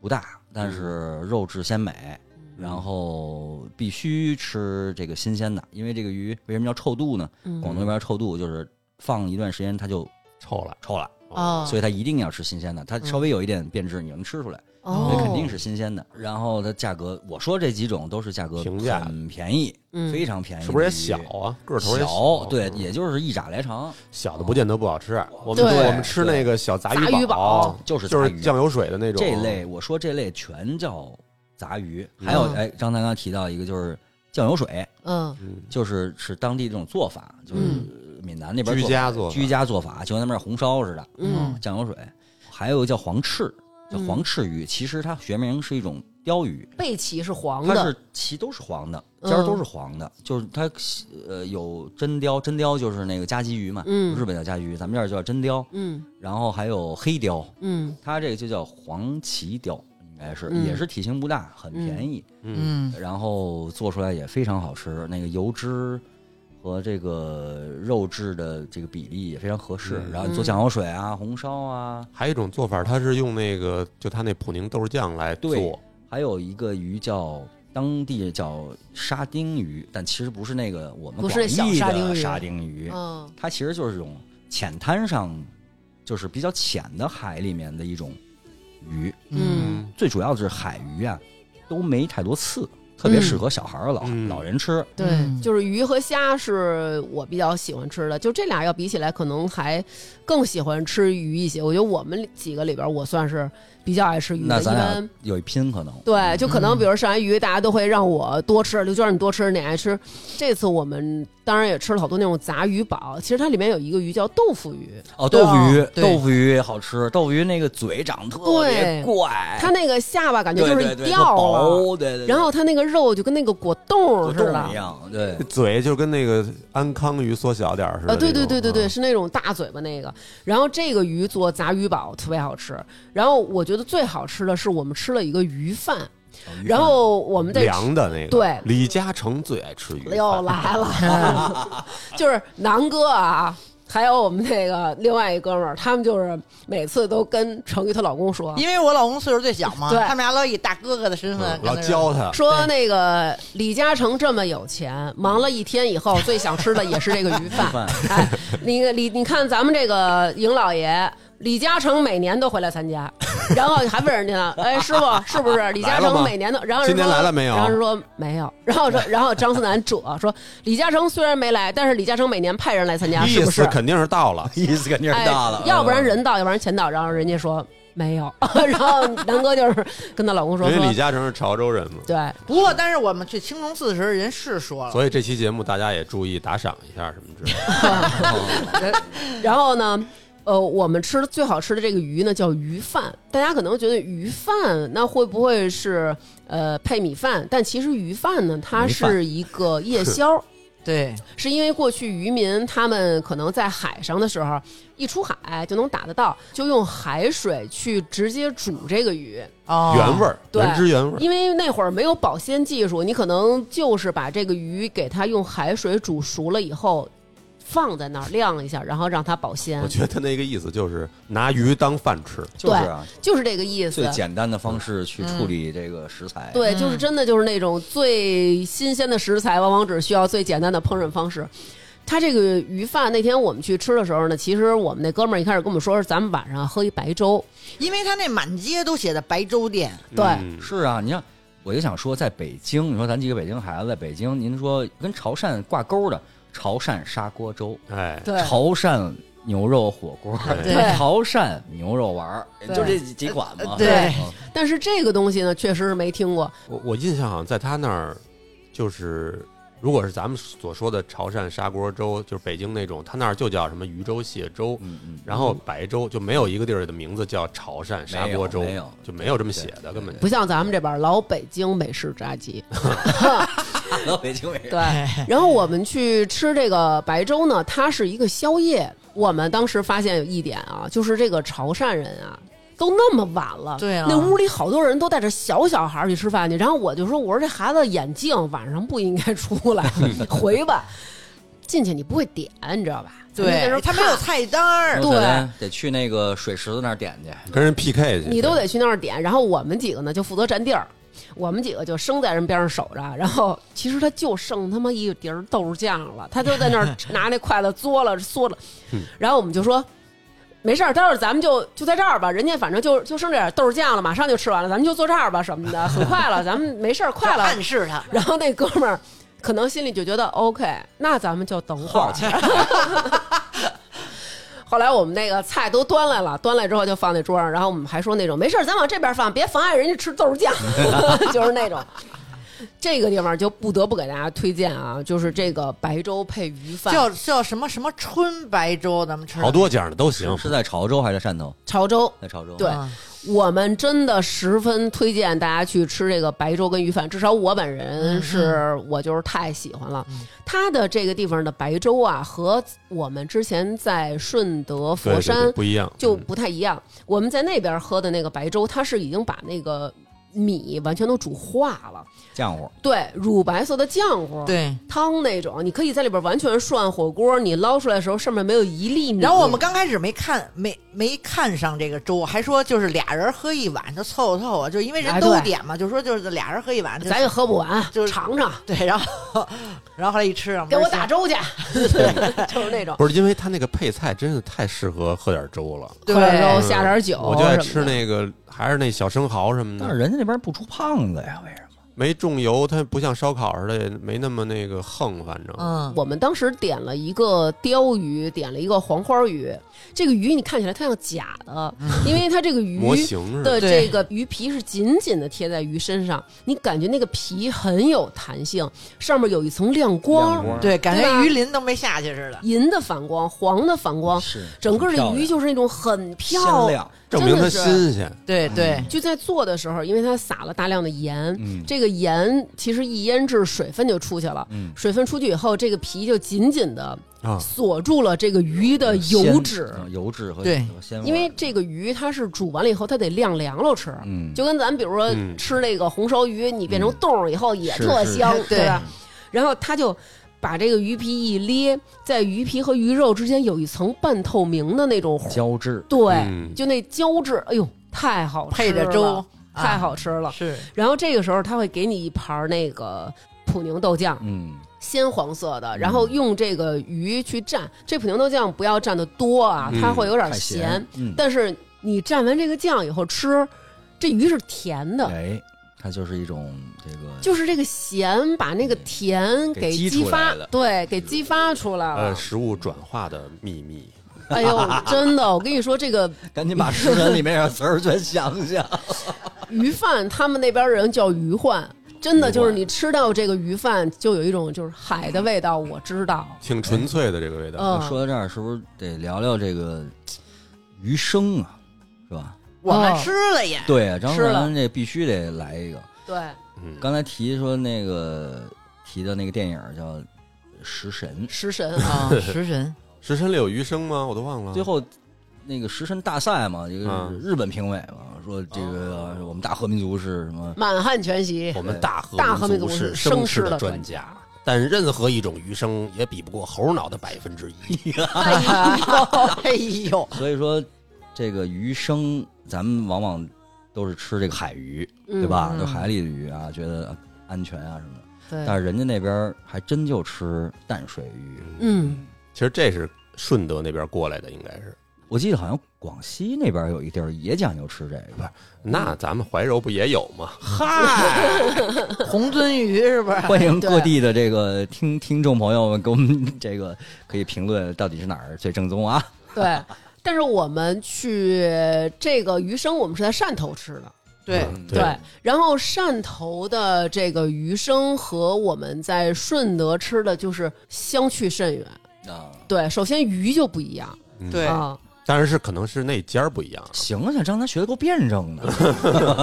Speaker 6: 不大，但
Speaker 2: 嗯
Speaker 6: 是肉质鲜美，然后必须吃这个新鲜的，因为这个鱼为什么叫臭肚呢？
Speaker 2: 嗯
Speaker 6: 广东那边臭肚就是放一段时间它就
Speaker 4: 臭了，
Speaker 6: 臭了，
Speaker 2: 啊，
Speaker 6: 所以它一定要吃新鲜的。它
Speaker 2: 嗯
Speaker 6: 稍微有一点变质，你能吃出来。
Speaker 2: 哦
Speaker 6: 那肯定是新鲜的。然后它价格，我说这几种都是价格
Speaker 4: 平价
Speaker 6: 很便宜，
Speaker 2: 嗯
Speaker 6: 非常便宜。
Speaker 4: 是不是也小？啊？个头也
Speaker 6: 小，对，
Speaker 4: 嗯
Speaker 6: 也就是一拃来长，
Speaker 4: 小的不见得不好吃。我们
Speaker 2: 对
Speaker 4: 我们吃那个小杂
Speaker 2: 杂
Speaker 4: 鱼
Speaker 2: 鱼堡
Speaker 6: 就是
Speaker 4: 就
Speaker 6: 杂
Speaker 4: 是
Speaker 6: 鱼
Speaker 4: 酱油水的那种嗯
Speaker 6: 这类我说这类全叫杂鱼。还有，哎，张丹刚提到一个就是酱油水，
Speaker 2: 嗯
Speaker 6: 就是是当地这种做法，就是闽南那边
Speaker 4: 居
Speaker 6: 做法
Speaker 4: 家做法
Speaker 6: 居家做法，就跟他们那儿红烧似的，
Speaker 2: 嗯
Speaker 6: 酱油水。还有一个叫黄翅，叫黄翅鱼，其实它学名是一种鲷鱼，
Speaker 2: 背鳍是黄
Speaker 6: 它
Speaker 2: 的
Speaker 6: 是鳍都是黄的，
Speaker 2: 嗯
Speaker 6: 尖儿都是黄的，就是它呃有真鲷，真鲷就是那个加鲫鱼嘛，
Speaker 2: 嗯
Speaker 6: 日本叫加鱼，咱们这儿叫真鲷，
Speaker 2: 嗯
Speaker 6: 然后还有黑鲷，
Speaker 2: 嗯
Speaker 6: 它这个就叫黄鳍鲷，应该是、
Speaker 2: 嗯
Speaker 6: 也是体型不大，很
Speaker 2: 嗯
Speaker 6: 便宜，
Speaker 4: 嗯，
Speaker 3: 嗯，
Speaker 6: 然后做出来也非常好吃，那个油脂和这个肉质的这个比例也非常合适。
Speaker 4: 嗯
Speaker 6: 然后做酱油水啊、红烧啊，
Speaker 4: 还有一种做法，它是用那个就它那普宁豆豉酱来
Speaker 6: 对
Speaker 4: 做，
Speaker 6: 还有一个鱼叫当地叫沙丁鱼，但其实不是那个我们
Speaker 2: 不
Speaker 6: 广
Speaker 2: 是小
Speaker 6: 义
Speaker 2: 沙丁鱼
Speaker 6: 的沙丁鱼，
Speaker 2: 嗯
Speaker 6: 它其实就是一种浅滩上，就是比较浅的海里面的一种鱼。
Speaker 2: 嗯
Speaker 4: 嗯，
Speaker 6: 最主要的是海鱼啊，都没太多刺，特别
Speaker 2: 嗯
Speaker 6: 适合小孩儿、老、
Speaker 4: 嗯
Speaker 6: 老人吃。
Speaker 2: 对，
Speaker 3: 嗯
Speaker 2: 就是鱼和虾是我比较喜欢吃的，就这俩要比起来，可能还更喜欢吃鱼一些。我觉得我们几个里边，我算是比较爱吃鱼
Speaker 6: 那
Speaker 2: 的，一
Speaker 6: 咱
Speaker 2: 般
Speaker 6: 俩。有一拼可能。
Speaker 2: 对，就可能
Speaker 3: 嗯
Speaker 2: 比如上来鱼，大家都会让我多吃，刘娟儿你多吃，你爱吃。这次我们当然也吃了好多那种杂鱼堡，其实它里面有一个鱼叫豆腐鱼，
Speaker 6: 哦，
Speaker 3: 对
Speaker 6: 豆腐鱼
Speaker 3: 啊，对
Speaker 6: 豆腐鱼也好吃。豆腐鱼那个嘴长得特
Speaker 2: 对
Speaker 6: 别怪，
Speaker 2: 它那个下巴感觉就
Speaker 6: 对
Speaker 2: 是
Speaker 6: 对对
Speaker 2: 掉
Speaker 6: 它
Speaker 2: 了，
Speaker 6: 薄，对对对，
Speaker 2: 然后它那个肉就跟那个果冻
Speaker 6: 果
Speaker 2: 似
Speaker 6: 冻一
Speaker 2: 的。
Speaker 6: 样，对
Speaker 4: 那，嘴就跟那个安康鱼缩小点儿似的
Speaker 2: 啊，
Speaker 4: 那种。
Speaker 2: 对对对对对，
Speaker 4: 嗯，
Speaker 2: 是那种大嘴巴那个。然后这个鱼做杂鱼堡特别好吃。然后我觉得最好吃的是我们吃了一个鱼饭，然后我们在
Speaker 4: 凉的那个。
Speaker 2: 对哎
Speaker 4: 李嘉诚最爱吃鱼。
Speaker 2: 又来了，就是南哥啊，还有我们那个另外一哥们儿，他们就是每次都跟成宇她老公说
Speaker 3: 因为我老公岁数最小嘛，
Speaker 2: 啊对
Speaker 3: 他们俩老以大哥哥的身份
Speaker 4: 嗯
Speaker 3: 跟
Speaker 4: 老
Speaker 3: 他说
Speaker 4: 教他，
Speaker 2: 说那个李嘉诚这么有钱，忙了一天以后，最想吃的也是这个鱼 饭。
Speaker 6: 饭
Speaker 2: 哎，你李你看咱们这个尹老爷，李嘉诚每年都回来 参加，然后还问人家呢，哎，师傅是不是李嘉
Speaker 4: 来了
Speaker 2: 诚
Speaker 4: 吗
Speaker 2: 每年都？然后
Speaker 4: 今
Speaker 2: 人
Speaker 4: 年
Speaker 2: 说
Speaker 4: 来了没有
Speaker 2: 然后人说没有，然后说然后张思楠扯说，李嘉诚虽然没来，但是李嘉诚每年派人来参加，
Speaker 4: 意
Speaker 2: 是不
Speaker 4: 思
Speaker 2: 是？
Speaker 4: 肯定是到 了。 嗯
Speaker 6: 意思肯定是大了，嗯
Speaker 2: 哎，要不然人到，要不然钱到，然后人家说没有， 然后南哥就是跟她老公说
Speaker 4: 因为
Speaker 2: 说
Speaker 4: 李，嘉诚是潮州人嘛，
Speaker 2: 对，
Speaker 3: 不过，但是我们去青龙寺的时候，人是说了，
Speaker 4: 所以这期节目大家也注意打赏一下什么之类的。
Speaker 2: 然后呢，呃，我们吃的最好吃的这个鱼呢叫鱼饭，大家可能觉得鱼饭那会不会是呃配米饭？但其实鱼饭呢，它
Speaker 6: 米饭
Speaker 2: 是一个夜宵，
Speaker 3: 对，
Speaker 2: 是因为过去渔民他们可能在海上的时候，一出海就能打得到，就用海水去直接煮这个鱼。
Speaker 3: 哦，
Speaker 4: 原味儿，
Speaker 2: 对
Speaker 4: 原汁原味儿。
Speaker 2: 因为那会儿没有保鲜技术，你可能就是把这个鱼给它用海水煮熟了以后，放在那儿晾一下，然后让它保鲜
Speaker 4: 我。觉得他那个意思就是拿鱼当饭吃，
Speaker 6: 就是啊，
Speaker 2: 就是这个意思，
Speaker 6: 最简单的方式去处理这个食材，
Speaker 2: 嗯
Speaker 4: 嗯
Speaker 2: 对，就是真的就是那种最新鲜的食材，往往只需要最简单的烹饪方式。他这个鱼饭那天我们去吃的时候呢，其实我们那哥们儿一开始跟我们说是咱们晚上喝一白粥，
Speaker 3: 因为他那满街都写的白粥店，
Speaker 2: 对
Speaker 4: 嗯
Speaker 6: 是啊，你看。我就想说，在北京，你说咱几个北京孩子在北京，您说跟潮汕挂钩的潮汕砂锅粥、
Speaker 4: 哎，
Speaker 2: 对
Speaker 6: 潮汕牛肉火锅、
Speaker 2: 对
Speaker 6: 潮汕牛肉丸儿，
Speaker 2: 对
Speaker 6: 就这几款嘛。
Speaker 2: 对
Speaker 6: 嗯
Speaker 2: 但是这个东西呢，确实是没听过。
Speaker 4: 我我印象好像在他那儿，就是如果是咱们所说的潮汕砂锅粥，就是北京那种，他那儿就叫什么鱼粥、蟹粥，
Speaker 6: 嗯嗯，
Speaker 4: 然后白粥，就没有一个地儿的名字叫潮汕砂锅粥，
Speaker 6: 没有没有
Speaker 4: 就没有这么写的，根本就
Speaker 2: 不像咱们这边儿老北京美式炸鸡，
Speaker 6: 到北京人
Speaker 2: 对。 然后我们去吃这个白粥呢，它是一个宵夜。我们当时发现有一点啊，就是这个潮汕人啊，都那么晚了，
Speaker 3: 对啊
Speaker 2: 那屋里好多人都带着小小孩儿去吃饭去。然后我就说，我说这孩子眼镜晚上不应该出来，回吧。 进去你不会点，你知道吧？咱
Speaker 3: 对
Speaker 2: 们在那儿
Speaker 3: 他没有
Speaker 2: 看
Speaker 3: 菜单儿，
Speaker 2: 对
Speaker 6: 对，得去那个水池子那儿点去。
Speaker 4: 跟人 PK 去。
Speaker 2: 你都得去那儿点。然后我们几个呢就负责占地儿，我们几个就生在人边上守着。然后其实他就剩他妈一碟儿豆豉酱了，他就在那儿拿那筷子嘬了嗦了。然后我们就说。没事儿，待会儿咱们就就在这儿吧，人家反正就就剩这点儿豆豉酱了，马上就吃完了，咱们就坐这儿吧什么的，很快了，咱们没事 儿，快了。
Speaker 3: 暗示他，
Speaker 2: 然后那哥们儿可能心里就觉得 OK，那咱们就等会儿。 后来我们那个菜都端来了，端来之后就放在桌上，然后我们还说那种没事儿，咱往这边放，别妨碍人家吃豆儿酱， 就是那种。这个地方就不得不给大家推荐啊，就是这个白粥配鱼饭，
Speaker 3: 叫叫什么什么春白粥，咱们吃的
Speaker 4: 好多家的都行，
Speaker 6: 是在潮州还是在汕头？
Speaker 2: 潮州。
Speaker 6: 在潮州。
Speaker 2: 对
Speaker 3: 啊，
Speaker 2: 我们真的十分推荐大家去吃这个白粥跟鱼饭，至少我本
Speaker 4: 嗯
Speaker 2: 人是、我就是太喜欢了。它的这个地方的白粥啊，和我们之前在顺德
Speaker 4: 对
Speaker 2: 佛
Speaker 4: 对
Speaker 2: 山
Speaker 4: 对不一样，
Speaker 2: 就
Speaker 4: 嗯
Speaker 2: 不太一样。我们在那边喝的那个白粥，它是已经把那个米完全都煮化了，
Speaker 6: 浆糊，
Speaker 2: 对，乳白色的浆糊，，
Speaker 3: 对。
Speaker 2: 汤那种，你可以在里边完全涮火锅，你捞出来的时候上面没有一粒米。
Speaker 3: 然后我们刚开始没看没没看上这个粥，还说就是俩人喝一碗就凑合凑合，就因为人
Speaker 2: 哎
Speaker 3: 都
Speaker 2: 对
Speaker 3: 点嘛，就说就是俩人喝一碗，就
Speaker 2: 咱也喝不完，
Speaker 3: 就是
Speaker 2: 尝尝，
Speaker 3: 对，然后然后后来一吃啊，
Speaker 2: 给我
Speaker 3: 门儿
Speaker 2: 打
Speaker 3: 香
Speaker 2: 粥去， 就是那种。
Speaker 4: 不是因为它那个配菜真是太适合喝点粥了。
Speaker 3: 对
Speaker 2: 喝点粥
Speaker 4: 嗯
Speaker 2: 下点酒，
Speaker 4: 我就爱吃。那个，还是那小生蚝什么
Speaker 6: 但是
Speaker 4: 的，
Speaker 6: 人家那边不出胖子呀，为什么？
Speaker 4: 没重油，它不像烧烤似的，没那么那个横，反正。
Speaker 3: 嗯，
Speaker 2: 我们当时点了一个鲷鱼，点了一个黄花鱼。这个鱼你看起来它像假的，因为它这个鱼
Speaker 4: 嗯模型似的，
Speaker 2: 的
Speaker 3: 对
Speaker 2: 这个鱼皮是紧紧的贴在鱼身上，你感觉那个皮很有弹性，上面有一层亮光，
Speaker 1: 光
Speaker 3: 对，感
Speaker 2: 对吧
Speaker 3: 觉鱼鳞都没下去似的。
Speaker 2: 银的反光，黄的反光，
Speaker 6: 是
Speaker 2: 整个的
Speaker 6: 很漂
Speaker 2: 鱼
Speaker 6: 亮
Speaker 2: 就是那种很漂
Speaker 6: 鲜
Speaker 2: 亮。
Speaker 6: 亮，
Speaker 4: 证明它
Speaker 2: 真的是
Speaker 4: 新鲜。
Speaker 3: 对对，
Speaker 2: 就在做的时候，因为它撒了大量的盐，
Speaker 6: 嗯
Speaker 2: 这个盐其实一腌制，水分就出去了。
Speaker 6: 嗯
Speaker 2: 水分出去以后，这个皮就紧紧的
Speaker 4: 啊
Speaker 2: 锁住了这个鱼的油脂，
Speaker 6: 鲜嗯油脂和
Speaker 3: 对
Speaker 6: 和鲜味儿，
Speaker 2: 因为这个鱼它是煮完了以后，它得晾凉了吃。
Speaker 6: 嗯
Speaker 2: 就跟咱比如说
Speaker 4: 嗯
Speaker 2: 吃那个红烧鱼，你变成冻儿以后也
Speaker 6: 是
Speaker 2: 特
Speaker 6: 是
Speaker 2: 香，
Speaker 3: 对
Speaker 2: 吧？然后他就把这个鱼皮一捏，在鱼皮和鱼肉之间有一层半透明的那种糊，
Speaker 6: 嗯胶质，
Speaker 2: 对，
Speaker 4: 嗯
Speaker 2: 就那胶质，哎呦，太好吃了，
Speaker 3: 配着粥，
Speaker 6: 啊
Speaker 2: 太好吃了。
Speaker 3: 是
Speaker 2: 然后这个时候他会给你一盘儿那个普宁豆酱，
Speaker 6: 嗯，
Speaker 2: 鲜黄色的，然后用这个鱼去蘸。这普宁豆酱不要蘸的多啊，
Speaker 4: 嗯
Speaker 2: 它会有点
Speaker 6: 太
Speaker 2: 咸，
Speaker 6: 咸，嗯，
Speaker 2: 但是你蘸完这个酱以后吃，这鱼是甜的。
Speaker 6: 哎，它就是一种这个，
Speaker 2: 就是这个咸把那个甜
Speaker 6: 给
Speaker 2: 给
Speaker 6: 激
Speaker 2: 激
Speaker 6: 出
Speaker 2: 发
Speaker 6: 来了，嗯
Speaker 2: 对，给激发出来
Speaker 4: 呃，
Speaker 2: 了。
Speaker 4: 食物转化的秘密，
Speaker 2: 哎 呦，真的，我跟你说，这个
Speaker 6: 赶紧把诗人里面的词儿全想想，
Speaker 2: 鱼饭，他们那边人叫鱼饭，真的就是
Speaker 6: 鱼饭
Speaker 2: 你吃到这个鱼饭，就有一种就是海的味道，我知道。
Speaker 4: 挺纯粹的这个味道。
Speaker 2: 嗯，
Speaker 6: 说到这儿，是不是得聊聊这个鱼生啊？是吧？
Speaker 3: 我们
Speaker 2: 哦
Speaker 3: 吃了也，
Speaker 6: 对啊，张
Speaker 2: 是了
Speaker 6: 然这必须得来一个。
Speaker 2: 对，
Speaker 4: 嗯，
Speaker 6: 刚才提说那个提的那个电影叫《食神》，
Speaker 2: 食神
Speaker 3: 啊，食神，
Speaker 4: 石神里有鱼生吗？我都忘了。
Speaker 6: 最后那个食神大赛嘛，一个
Speaker 4: 嗯
Speaker 6: 日本评委嘛，说这个我们大和民族是什么？
Speaker 2: 满汉全席
Speaker 4: 我们大和
Speaker 2: 大和民
Speaker 4: 族
Speaker 2: 族
Speaker 4: 是
Speaker 2: 是
Speaker 4: 生
Speaker 2: 生
Speaker 4: 吃
Speaker 2: 吃
Speaker 4: 的
Speaker 2: 的
Speaker 4: 专
Speaker 2: 专
Speaker 4: 家，但任何一种鱼生也比不过猴脑的百分之一。
Speaker 3: 哎呦，
Speaker 6: 所以说这个鱼生，咱们往往都是吃这个海鱼，对吧？
Speaker 3: 嗯
Speaker 6: 就海里的鱼啊，觉得安全啊什么的。
Speaker 2: 对，
Speaker 6: 但是人家那边还真就吃淡水鱼，
Speaker 2: 嗯，
Speaker 4: 其实这是顺德那边过来的，应该是。
Speaker 6: 我记得好像广西那边有一地儿也讲究吃这个，
Speaker 4: 那咱们怀柔不也有吗？
Speaker 3: 嗨，红鳟鱼是不是？
Speaker 6: 欢迎各
Speaker 2: 对
Speaker 6: 地的这个听听众朋友们给我们 这个可以评论到底是哪儿最正宗啊？
Speaker 2: 对。但是我们去这个鱼生，我们是在汕头吃的，
Speaker 3: 对，
Speaker 2: 对。然后汕头的这个鱼生和我们在顺德吃的就是相去甚远。
Speaker 6: 啊，
Speaker 2: 对，首先鱼就不一样
Speaker 4: 嗯
Speaker 3: 对
Speaker 2: 啊，
Speaker 4: 当然是可能是那家儿不一样。
Speaker 6: 行啊，像张咱学的够辩证的，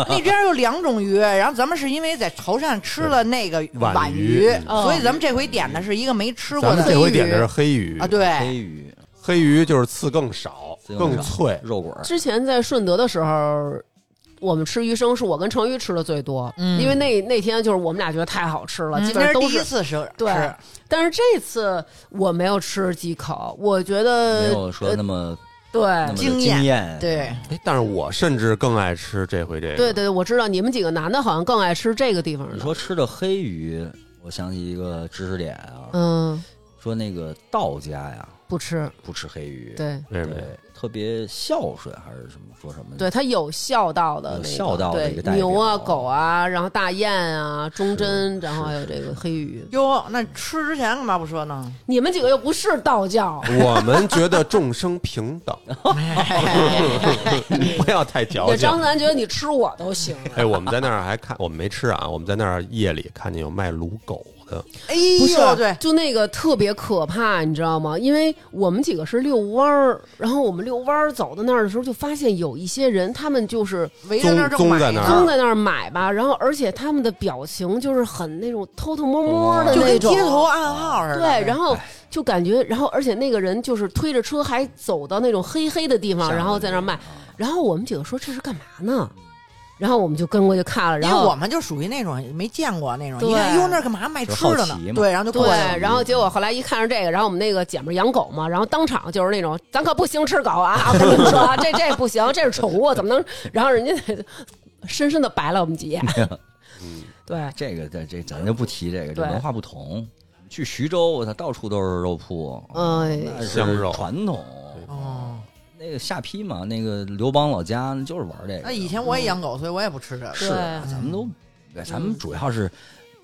Speaker 3: 那边有两种鱼，然后咱们是因为在潮汕吃了那个
Speaker 4: 皖
Speaker 3: 皖
Speaker 4: 鱼
Speaker 3: 鱼，
Speaker 2: 嗯
Speaker 3: 所以咱们这回点的是一个没吃过
Speaker 4: 咱们
Speaker 3: 的
Speaker 4: 这回点的是黑鱼
Speaker 3: 啊，，对，
Speaker 6: 黑 鱼、
Speaker 4: 黑鱼就是刺更少、
Speaker 6: 刺更
Speaker 4: 更
Speaker 6: 少
Speaker 4: 脆。
Speaker 6: 肉滚儿，
Speaker 2: 之前在顺德的时候，我们吃鱼生是我跟成鱼吃的最多，
Speaker 3: 嗯
Speaker 2: 因为那那天就是我们俩觉得太好吃了，
Speaker 3: 嗯
Speaker 2: 基
Speaker 3: 那
Speaker 2: 本上
Speaker 3: 是
Speaker 2: 都
Speaker 3: 第一
Speaker 2: 是。
Speaker 3: 次吃，
Speaker 2: 对
Speaker 3: 吃
Speaker 2: 但是这次我没有吃几口，我觉
Speaker 6: 没
Speaker 2: 得
Speaker 6: 有说那么那么
Speaker 2: 对
Speaker 6: 的
Speaker 3: 惊艳
Speaker 6: 惊艳，
Speaker 3: 对，
Speaker 4: 哎，但是我甚至更爱吃这回这个。
Speaker 2: 对对，对，我知道你们几个男的好像更爱吃这个地方
Speaker 6: 你
Speaker 2: 的。
Speaker 6: 说吃的黑鱼，我想起一个知识点啊，
Speaker 2: 嗯，
Speaker 6: 说那个道家呀
Speaker 2: 不吃，
Speaker 6: 不吃黑鱼，
Speaker 2: 对
Speaker 4: 为什么呀？
Speaker 6: 对，特别孝顺还是什么说什么？
Speaker 2: 对，，它有孝道的
Speaker 6: 有
Speaker 2: 那个，
Speaker 6: 孝道的一个代
Speaker 2: 对牛啊、
Speaker 6: 表
Speaker 2: 狗啊，然后大雁啊、忠贞，然后
Speaker 6: 是
Speaker 2: 还有这
Speaker 6: 是
Speaker 2: 个黑鱼。
Speaker 3: 哟，那吃之前干嘛不说呢？
Speaker 2: 你们几个又不是道教，
Speaker 4: 我们觉得众生平 等，不要太矫
Speaker 2: 那张
Speaker 4: 情。
Speaker 2: 楠觉得你吃我都行了。
Speaker 4: 哎，我们在那儿还看，我们没吃啊，我们在那儿夜里看见有卖卤狗的，
Speaker 3: 哎
Speaker 2: 不是
Speaker 3: 呦，对，
Speaker 2: 就那个特别可怕，你知道吗？因为我们几个是遛弯儿，然后我们遛弯儿走到那儿的时候，就发现有一些人，他们就是
Speaker 3: 围在那儿正
Speaker 4: 棕
Speaker 3: 买
Speaker 4: 在
Speaker 3: 呢
Speaker 4: 那儿
Speaker 2: 蹲在那儿买吧，然后而且他们的表情就是很那种偷偷摸摸的
Speaker 3: 啊就
Speaker 2: 那
Speaker 3: 跟
Speaker 2: 种，
Speaker 3: 街头暗号似的。
Speaker 2: 对，然后就感觉，然后而且那个人就是推着车还走到那种黑黑的地方，然后在那儿卖。然后我们几个说这是干嘛呢？然后我们就跟过去看了，
Speaker 3: 因
Speaker 2: 然
Speaker 3: 为
Speaker 2: 后
Speaker 3: 我们就属于那种没见过那种，
Speaker 2: 对
Speaker 3: 一看哟那儿干嘛卖吃的
Speaker 6: 就是好
Speaker 3: 呢
Speaker 6: 奇？嘛
Speaker 3: 对，然后就过
Speaker 2: 对
Speaker 3: 去了。，
Speaker 2: 然后结果后来一看是这个，然后我们那个姐们儿养狗嘛，然后当场就是那种，咱可不行吃狗啊！我跟你们说啊，这这不行，这是宠物，怎么能？然后人家深深的白了我们 几眼。对，
Speaker 6: 这个这这咱就不提这个，这
Speaker 2: 对
Speaker 6: 文化不同。去徐州，我操，到处都是肉铺，
Speaker 2: 哎
Speaker 6: 那是
Speaker 4: 香肉
Speaker 6: 传统。
Speaker 3: 哦，
Speaker 6: 那个下批嘛，那个刘邦老家就是玩这个
Speaker 2: 哎
Speaker 6: 啊
Speaker 3: 那。以前我也养狗，所以我也不吃这个。
Speaker 2: 是
Speaker 6: 咱们都，
Speaker 2: 嗯
Speaker 6: 对咱们主要是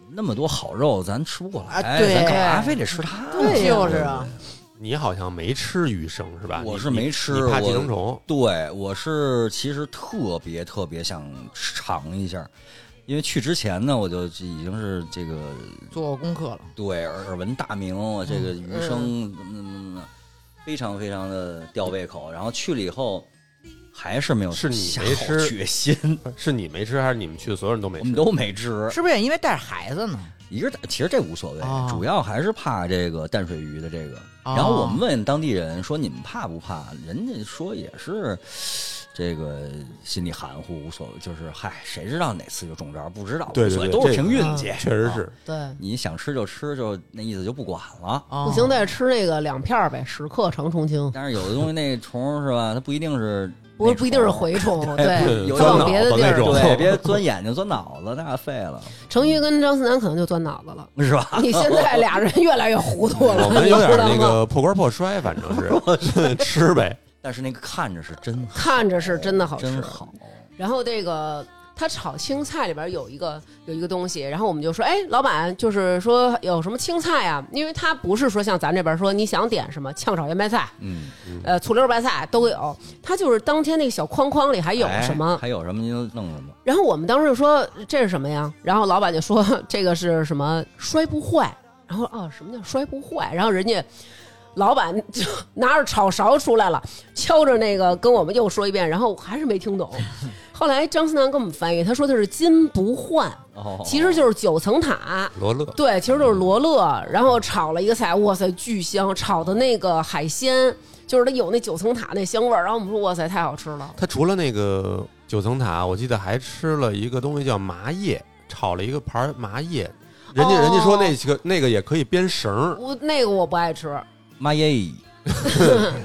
Speaker 6: 那么多好肉，咱吃不过来，
Speaker 3: 啊对
Speaker 6: 咱干嘛非得吃它？
Speaker 2: 对呀
Speaker 3: 就是啊，
Speaker 4: 你好像没吃鱼生是吧？
Speaker 6: 我
Speaker 4: 你
Speaker 6: 是
Speaker 4: 你
Speaker 6: 没吃
Speaker 4: 你怕
Speaker 6: 我
Speaker 4: 寄生虫。
Speaker 6: 对，我是其实特别特别想尝一下，因为去之前呢，我就已经是这个
Speaker 3: 做过功课了。
Speaker 6: 对耳耳闻大名，我这个余生嗯非常非常的吊胃口。然后去了以后，还是没有
Speaker 4: 是你
Speaker 6: 下
Speaker 4: 没
Speaker 6: 好
Speaker 4: 吃
Speaker 6: 决心，
Speaker 4: 是你没吃，还是你们去的所有人都没
Speaker 6: 我
Speaker 4: 吃
Speaker 6: 们？都没吃。
Speaker 3: 是不是也因为带着孩子呢？
Speaker 6: 一个是其实这无所谓，
Speaker 2: 啊
Speaker 3: 哦
Speaker 6: 主要还是怕这个淡水鱼的这个。
Speaker 3: 哦
Speaker 6: 然后我们问当地人说你们怕不怕？人家说也是，这个心里含糊，无所谓，就是嗨，谁知道哪次就中招？不知道，
Speaker 4: 对
Speaker 6: 无所
Speaker 4: 对
Speaker 6: 谓，
Speaker 4: 对，
Speaker 6: 都是
Speaker 4: 这
Speaker 6: 凭
Speaker 4: 个
Speaker 6: 运
Speaker 2: 啊
Speaker 6: 气。
Speaker 4: 确实是。
Speaker 2: 对，
Speaker 6: 你想吃就吃，就那意思就不管了。
Speaker 3: 哦
Speaker 2: 不 行，再吃那个两片儿呗，屎壳长虫清，
Speaker 6: 但是有的东西那虫是吧，它不一定是那
Speaker 2: 不
Speaker 6: 虫，
Speaker 2: 不一定是蛔虫，对，
Speaker 6: 有
Speaker 4: 钻
Speaker 6: 往
Speaker 4: 脑
Speaker 2: 别的
Speaker 4: 子
Speaker 2: 地
Speaker 4: 那
Speaker 2: 儿
Speaker 4: 种，
Speaker 6: 对，别钻眼睛钻脑子，那废了，
Speaker 2: 成昱跟张思楠可能就钻脑子了。
Speaker 6: 是吧？
Speaker 2: 你现在俩人越来越糊涂 了，
Speaker 4: 我们有
Speaker 2: 你知
Speaker 4: 点
Speaker 2: 道
Speaker 4: 那
Speaker 2: 吗
Speaker 4: 个破罐破摔，反正 是吃呗。
Speaker 6: 但是那个看着是真好，
Speaker 2: 看着是真的好吃，
Speaker 6: 真好。
Speaker 2: 然后这个他炒青菜里边有一个有一个东西，然后我们就说，哎，老板，就是说有什么青菜啊？因为他不是说像咱这边说你想点什么炝炒圆白菜，
Speaker 6: 嗯，
Speaker 2: 呃，醋溜白菜都有，他就是当天那个小框框里还有
Speaker 6: 哎
Speaker 2: 什么。
Speaker 6: 还有什么您就弄什么。
Speaker 2: 然后我们当时就说这是什么呀？然后老板就说这个是什么摔不坏。然后啊，什么叫摔不坏？然后人家老板就拿着炒勺出来了，敲着那个跟我们又说一遍，然后我还是没听懂。后来张思南给我们翻译，他说的是金不换，
Speaker 6: 哦，
Speaker 2: 其实就是九层塔。
Speaker 4: 罗勒，
Speaker 2: 对，其实就是罗勒，然后炒了一个菜，哇塞，巨香！炒的那个海鲜，就是它有那九层塔那香味儿。然后我们说，哇塞，太好吃了。
Speaker 4: 它除了那个九层塔，我记得还吃了一个东西叫麻叶，炒了一个盘儿麻叶。人家、
Speaker 2: 哦
Speaker 4: 人家说那个那个也可以编绳儿，
Speaker 2: 我那个我不爱吃，
Speaker 6: 妈耶！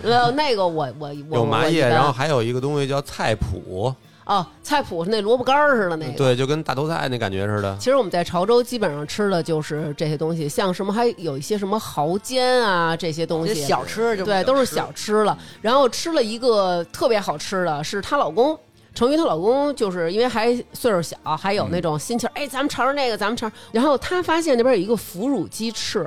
Speaker 2: 呃，那个我我我
Speaker 4: 有麻
Speaker 2: 我一
Speaker 4: 叶，
Speaker 2: 般
Speaker 4: 然后还有一个东西叫菜谱，
Speaker 2: 哦，菜谱是那萝卜干儿似的那个。
Speaker 4: 嗯对，就跟大头菜那感觉似的。
Speaker 2: 其实我们在潮州基本上吃的就是这些东西，像什么还有一些什么蚝煎啊这些东
Speaker 3: 这
Speaker 2: 西，
Speaker 3: 小吃嗯就
Speaker 2: 对都是小吃了。然后吃了一个特别好吃的是她老公。成瑜她老公就是因为还岁数小，还有那
Speaker 4: 嗯
Speaker 2: 种心情儿，哎，咱们尝尝那个，咱们尝。然后她发现那边有一个腐乳鸡翅，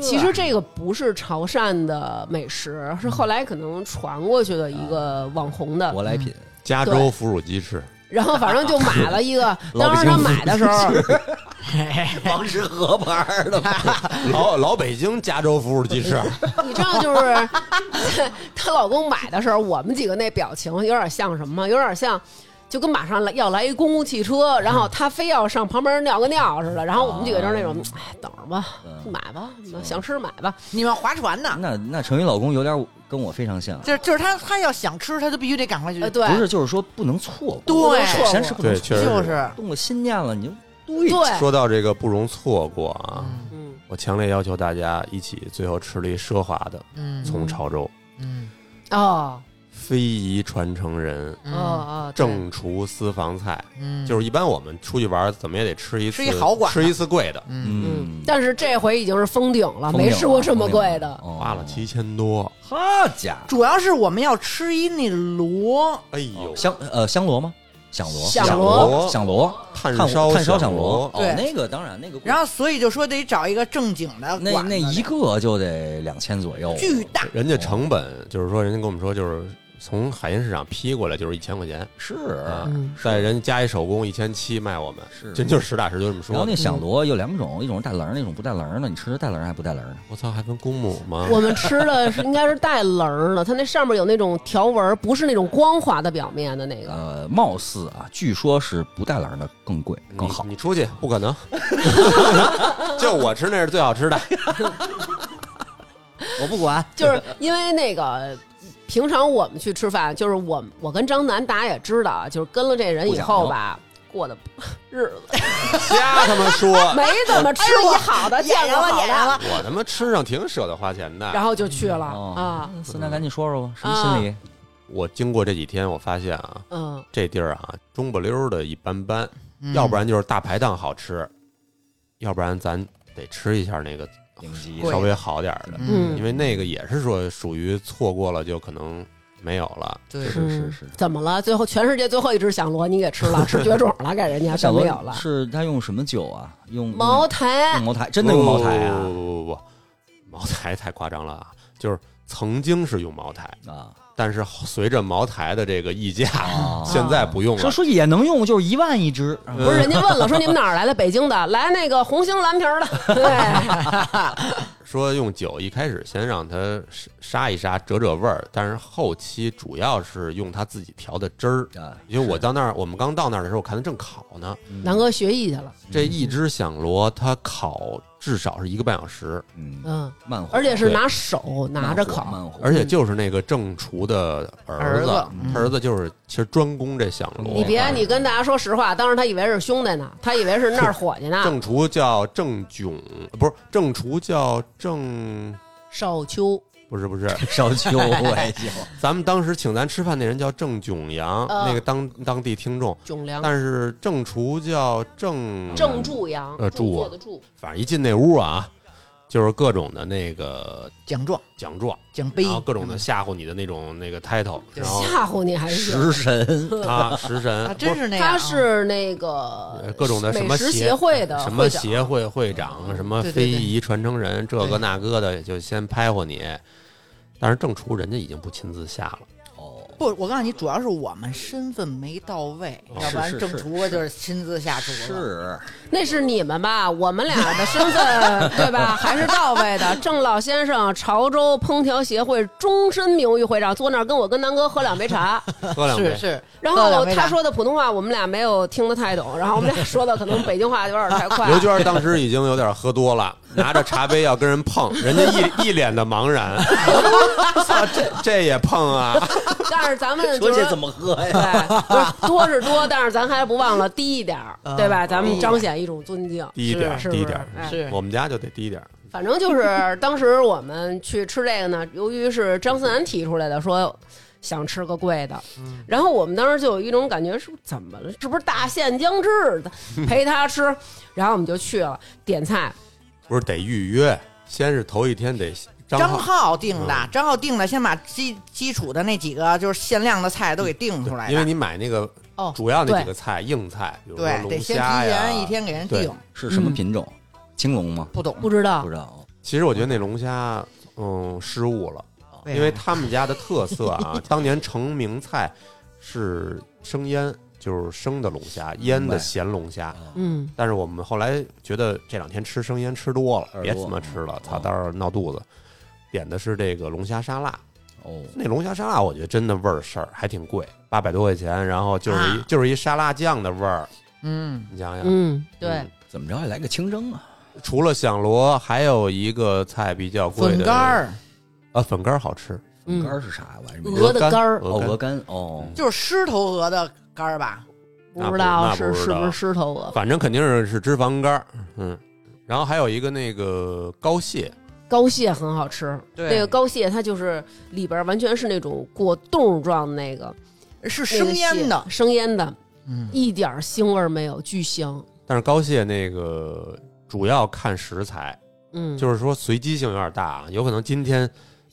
Speaker 2: 其实这个不是潮汕的美食，是后来可能传过去的一个网红的。
Speaker 6: 舶来品，
Speaker 4: 加州腐乳鸡翅，
Speaker 2: 然后反正就买了一个
Speaker 6: ，
Speaker 2: 当
Speaker 6: 老北
Speaker 2: 时
Speaker 6: 京
Speaker 2: 他买的时候，
Speaker 6: 王石河牌儿的吧，
Speaker 4: 老老北京加州腐乳鸡翅，
Speaker 2: 你知道就是 她老公买的时候，我们几个那表情有点像什么吗？有点像。就跟马上来要来一公共汽车，然后她非要上旁边尿个尿似的，然后我们几个就是那种，
Speaker 6: 哦
Speaker 2: 哎，等着吧，
Speaker 6: 嗯
Speaker 2: 买吧，想吃买吧。
Speaker 3: 你们划船呢？
Speaker 6: 那那成宇老公有点跟我非常像，
Speaker 3: 就是就是他他要想吃，他就必须得赶快去
Speaker 2: 呃，。对，
Speaker 6: 不是就是说不能错过，
Speaker 3: 对
Speaker 6: 首先是不能
Speaker 4: 对，
Speaker 6: 错
Speaker 4: 确实。
Speaker 3: 就是是
Speaker 6: 过，动了心念了，你就
Speaker 2: 对，
Speaker 4: 说到这个不容错过啊，
Speaker 2: 嗯，
Speaker 4: 我强烈要求大家一起最后吃了一奢华的，
Speaker 3: 嗯
Speaker 4: 从潮州
Speaker 3: 嗯
Speaker 2: 哦
Speaker 4: 非遗传承人
Speaker 2: 哦
Speaker 3: 嗯
Speaker 2: 哦，对
Speaker 4: 正厨私房菜，
Speaker 3: 嗯，
Speaker 4: 就是一般我们出去玩儿怎么也得吃一次
Speaker 3: 吃一好馆
Speaker 4: 吃一次贵的，
Speaker 3: 嗯
Speaker 2: 嗯
Speaker 6: 嗯，，
Speaker 2: 但是这回已经是封顶了，
Speaker 6: 封顶
Speaker 2: 没
Speaker 6: 了
Speaker 2: 吃过这么贵的，
Speaker 4: 花
Speaker 6: 花
Speaker 4: 了，七千多，
Speaker 6: 好家伙，
Speaker 3: 主要是我们要吃一那螺，
Speaker 4: 哎
Speaker 3: 哦
Speaker 4: 呦，
Speaker 6: 香呃香螺吗？响螺，
Speaker 2: 响
Speaker 6: 响
Speaker 2: 螺
Speaker 6: 螺，响螺，
Speaker 4: 炭
Speaker 6: 炭
Speaker 4: 烧
Speaker 6: 炭烧响
Speaker 4: 螺
Speaker 6: 螺，，
Speaker 3: 对
Speaker 6: 哦，那个当然那个贵，
Speaker 3: 然后所以就说得找一个正经的
Speaker 6: 那
Speaker 3: 馆子
Speaker 6: 那一个就得两千左右，
Speaker 3: 巨大，
Speaker 6: 哦
Speaker 4: 人家成本就是说，人家跟我们说就是从海鲜市场批过来就是一千块钱，
Speaker 6: 是
Speaker 4: 啊，
Speaker 3: 嗯
Speaker 4: 在人家加一手工一千七卖我们，
Speaker 6: 是
Speaker 4: 真就是实打实就这么
Speaker 6: 然后
Speaker 4: 说
Speaker 6: 那。
Speaker 2: 嗯
Speaker 6: 响螺有两种，一种是带棱儿的，一种不带棱儿的。你吃的带棱儿还不带棱儿的？
Speaker 4: 我操，还跟公母吗？
Speaker 2: 我们吃的是应该是带棱儿的，它那上面有那种条纹儿，不是那种光滑的表面的那个。
Speaker 6: 呃，貌似啊，据说是不带棱儿的更贵更好
Speaker 4: 你。你出去不 可能，就我吃那是最好吃的。
Speaker 6: 我不 管，
Speaker 2: 就是因为那个平常我们去吃饭，就是我我跟张楠，大家也知道啊，就是跟了这人以后吧，过 的日子
Speaker 4: 瞎他妈 说，
Speaker 2: 没怎么吃过哎好的，见过好的，
Speaker 4: 我他妈吃上挺舍得花钱的。
Speaker 2: 然后就去了
Speaker 6: 哦
Speaker 2: 啊，
Speaker 6: 孙楠赶紧说说吧，什么心理？
Speaker 4: 我经过这几天，我发现啊，
Speaker 2: 嗯，
Speaker 4: 这地儿啊，中不溜儿的一般般，
Speaker 6: 嗯
Speaker 4: 要不然就是大排档好吃，要不然咱得吃一下那个
Speaker 6: 顶级
Speaker 3: 贵
Speaker 4: 稍微好点儿的，
Speaker 2: 嗯
Speaker 4: 因为那个也是说属于错过了就可能没有了。
Speaker 3: 嗯对
Speaker 6: 是是是
Speaker 2: 怎么了？最后全世界最后一只响螺你给吃了，吃绝种了，给人家
Speaker 6: 响
Speaker 2: 就
Speaker 6: 螺嗯
Speaker 2: 没有了。
Speaker 6: 是他用什么酒啊？用
Speaker 2: 茅台
Speaker 6: 用，茅台，真的用茅台
Speaker 4: 不
Speaker 6: 啊
Speaker 4: 不哦不不不，茅台太夸张了啊！就是曾经是用茅台，
Speaker 6: 啊！
Speaker 4: 但是随着茅台的这个溢价，
Speaker 6: 啊
Speaker 4: 现在不用了
Speaker 6: 说。说也能用，嗯就是一万一只，
Speaker 2: 不是人家问了，说你们哪儿来的？北京的，来那个红星蓝瓶儿的。对，
Speaker 4: 说用酒一开始先让它杀杀一杀，折折味儿，但是后期主要是用它自己调的汁儿。
Speaker 6: 啊，
Speaker 4: 因为我到那儿，我们刚到那儿的时候，我看它正烤呢。
Speaker 2: 南哥学艺去了，
Speaker 4: 这一只响螺，它烤至少是一个半小时，
Speaker 6: 嗯，
Speaker 2: 嗯，
Speaker 6: 慢火，
Speaker 2: 而且是
Speaker 4: 对
Speaker 2: 拿手拿着
Speaker 6: 慢
Speaker 2: 烤，
Speaker 6: 火，
Speaker 4: 而且就是那个正厨的儿子，
Speaker 2: 儿子
Speaker 4: 他儿子就是其实专攻这响螺。啊
Speaker 2: 你别，你跟大家说实话，当时他以为是兄弟呢，他以为是那儿伙计呢。
Speaker 4: 正厨叫郑炯，呃不是正厨叫郑，
Speaker 2: 少秋，
Speaker 4: 不是不是，
Speaker 6: 烧 酒我也行，
Speaker 4: 咱们当时请咱吃饭那人叫郑炯阳，
Speaker 2: 呃
Speaker 4: 那个当当地听众，
Speaker 2: 囧良，
Speaker 4: 但是正厨叫郑
Speaker 2: 嗯郑柱阳，
Speaker 4: 呃
Speaker 2: 柱
Speaker 4: 柱
Speaker 2: 做的柱，
Speaker 4: 反正一进那屋啊，就是各种的那个
Speaker 3: 奖状、
Speaker 4: 奖状，
Speaker 3: 奖杯
Speaker 4: 然，
Speaker 6: 啊
Speaker 4: 后各种的吓唬你的那种那个 title，然后
Speaker 2: 吓唬你还行。
Speaker 6: 食神
Speaker 4: 啊食神
Speaker 3: 啊，真
Speaker 4: 不
Speaker 3: 是那样啊。
Speaker 2: 他是那个
Speaker 4: 呃各种的什么
Speaker 2: 美食
Speaker 4: 协
Speaker 2: 协会的
Speaker 4: 什么
Speaker 2: 会长
Speaker 4: 协会会长，什么
Speaker 3: 对
Speaker 4: 非
Speaker 3: 对对
Speaker 4: 遗传承人，这
Speaker 3: 对
Speaker 4: 个那个的，就先拍活你。但是正厨人家已经不亲自下了，
Speaker 6: 哦，
Speaker 3: 不，我告诉你，主要是我们身份没到位，
Speaker 4: 哦
Speaker 3: 要不然
Speaker 6: 是是
Speaker 3: 正
Speaker 6: 是
Speaker 3: 厨就是亲自下厨了。
Speaker 6: 是
Speaker 2: 那是你们吧？我们俩的身份对吧？还是到位的。郑老先生，潮州烹调协会终身名誉会长，坐那儿跟我跟南哥喝两杯 茶。
Speaker 4: 喝两杯
Speaker 3: 是。是，
Speaker 2: 然
Speaker 3: 喝
Speaker 2: 后
Speaker 3: 两杯
Speaker 2: 他
Speaker 3: 茶
Speaker 2: 说的普通话，我们俩没有听得太懂。然后我们俩说的可能北京话有点太快
Speaker 4: 刘。娟当时已经有点喝多了，拿着茶杯要跟人碰，人家一一脸的茫然。 操，这这也碰啊！
Speaker 2: 但是咱们就是
Speaker 6: 这怎么喝呀？
Speaker 2: 对，不是多是多，但是咱还是不忘了低一点儿，对吧？咱们彰显一种尊敬，
Speaker 4: 啊嗯低一点儿
Speaker 2: 是
Speaker 4: 低一点儿嗯
Speaker 2: 是不是哎
Speaker 3: 是
Speaker 4: 我们家就得低点儿。
Speaker 2: 反正就是当时我们去吃这个呢，由于是张思楠提出来的，说想吃个贵的，
Speaker 4: 嗯
Speaker 2: 然后我们当时就有一种感觉，是不是怎么了？是不是大限将至的？ 陪他吃，然后我们就去了点菜，
Speaker 4: 不是得预约，先是头一天得张
Speaker 3: 张
Speaker 4: 浩
Speaker 3: 浩定
Speaker 6: 嗯
Speaker 3: 的，张浩定的，先把基基础的那几个就是限量的菜都给定出来
Speaker 4: 因为
Speaker 3: 的。
Speaker 4: 你买那个
Speaker 2: 哦
Speaker 4: 主要那几
Speaker 2: 对
Speaker 4: 个菜硬菜，比如说
Speaker 3: 对，
Speaker 4: 龙
Speaker 3: 得先
Speaker 4: 虾
Speaker 3: 提
Speaker 4: 呀
Speaker 3: 前，一天给人
Speaker 4: 对
Speaker 3: 定，
Speaker 6: 是什么品种？青龙吗？
Speaker 3: 不懂
Speaker 2: 嗯不知道
Speaker 6: 不知道，
Speaker 4: 其实我觉得那龙虾，嗯，失误了，
Speaker 3: 为
Speaker 4: 因为他们家的特色啊， 当年成名菜是生腌，就是生的龙虾，腌的咸龙虾。
Speaker 3: 啊
Speaker 2: 嗯，
Speaker 4: 但是我们后来觉得这两天吃生腌吃多了，
Speaker 6: 耳朵
Speaker 4: 别他妈吃了，
Speaker 3: 嗯
Speaker 4: 操，待会儿闹肚子。点的是这个龙虾沙拉，
Speaker 6: 哦，
Speaker 4: 那龙虾沙拉我觉得真的味儿事儿还挺贵，八百多块钱，然后就是一、
Speaker 3: 啊
Speaker 4: 就是一沙拉酱的味儿，
Speaker 3: 嗯，
Speaker 4: 你想想，
Speaker 2: 嗯，对
Speaker 4: 嗯，
Speaker 6: 怎么着也来个清蒸啊？
Speaker 4: 除了响螺，还有一个菜比较贵的
Speaker 3: 粉干儿
Speaker 4: 啊，粉干儿好吃，
Speaker 6: 干
Speaker 2: 嗯，
Speaker 6: 儿是啥玩意儿？
Speaker 2: 鹅的干儿
Speaker 6: 哦，
Speaker 4: 鹅
Speaker 6: 鹅
Speaker 4: 鹅
Speaker 6: 肝哦，
Speaker 3: 就是狮头鹅的肝儿吧？
Speaker 2: 不知道
Speaker 4: 那不
Speaker 2: 是
Speaker 4: 那不知
Speaker 2: 是
Speaker 4: 道
Speaker 2: 不是狮头鹅，
Speaker 4: 反正肯定是是脂肪肝儿，嗯，然后还有一个那个膏蟹，
Speaker 2: 膏蟹很好吃，
Speaker 3: 对
Speaker 2: 那个膏蟹它就是里边完全是那种果冻状的那个
Speaker 3: 是
Speaker 2: 那个
Speaker 3: 生腌的
Speaker 2: 蟹，生腌的，
Speaker 3: 嗯
Speaker 2: 一点儿腥味儿没有，巨香，
Speaker 4: 但是膏蟹那个主要看食材，
Speaker 2: 嗯，
Speaker 4: 就是说随机性有点大啊，有可能今天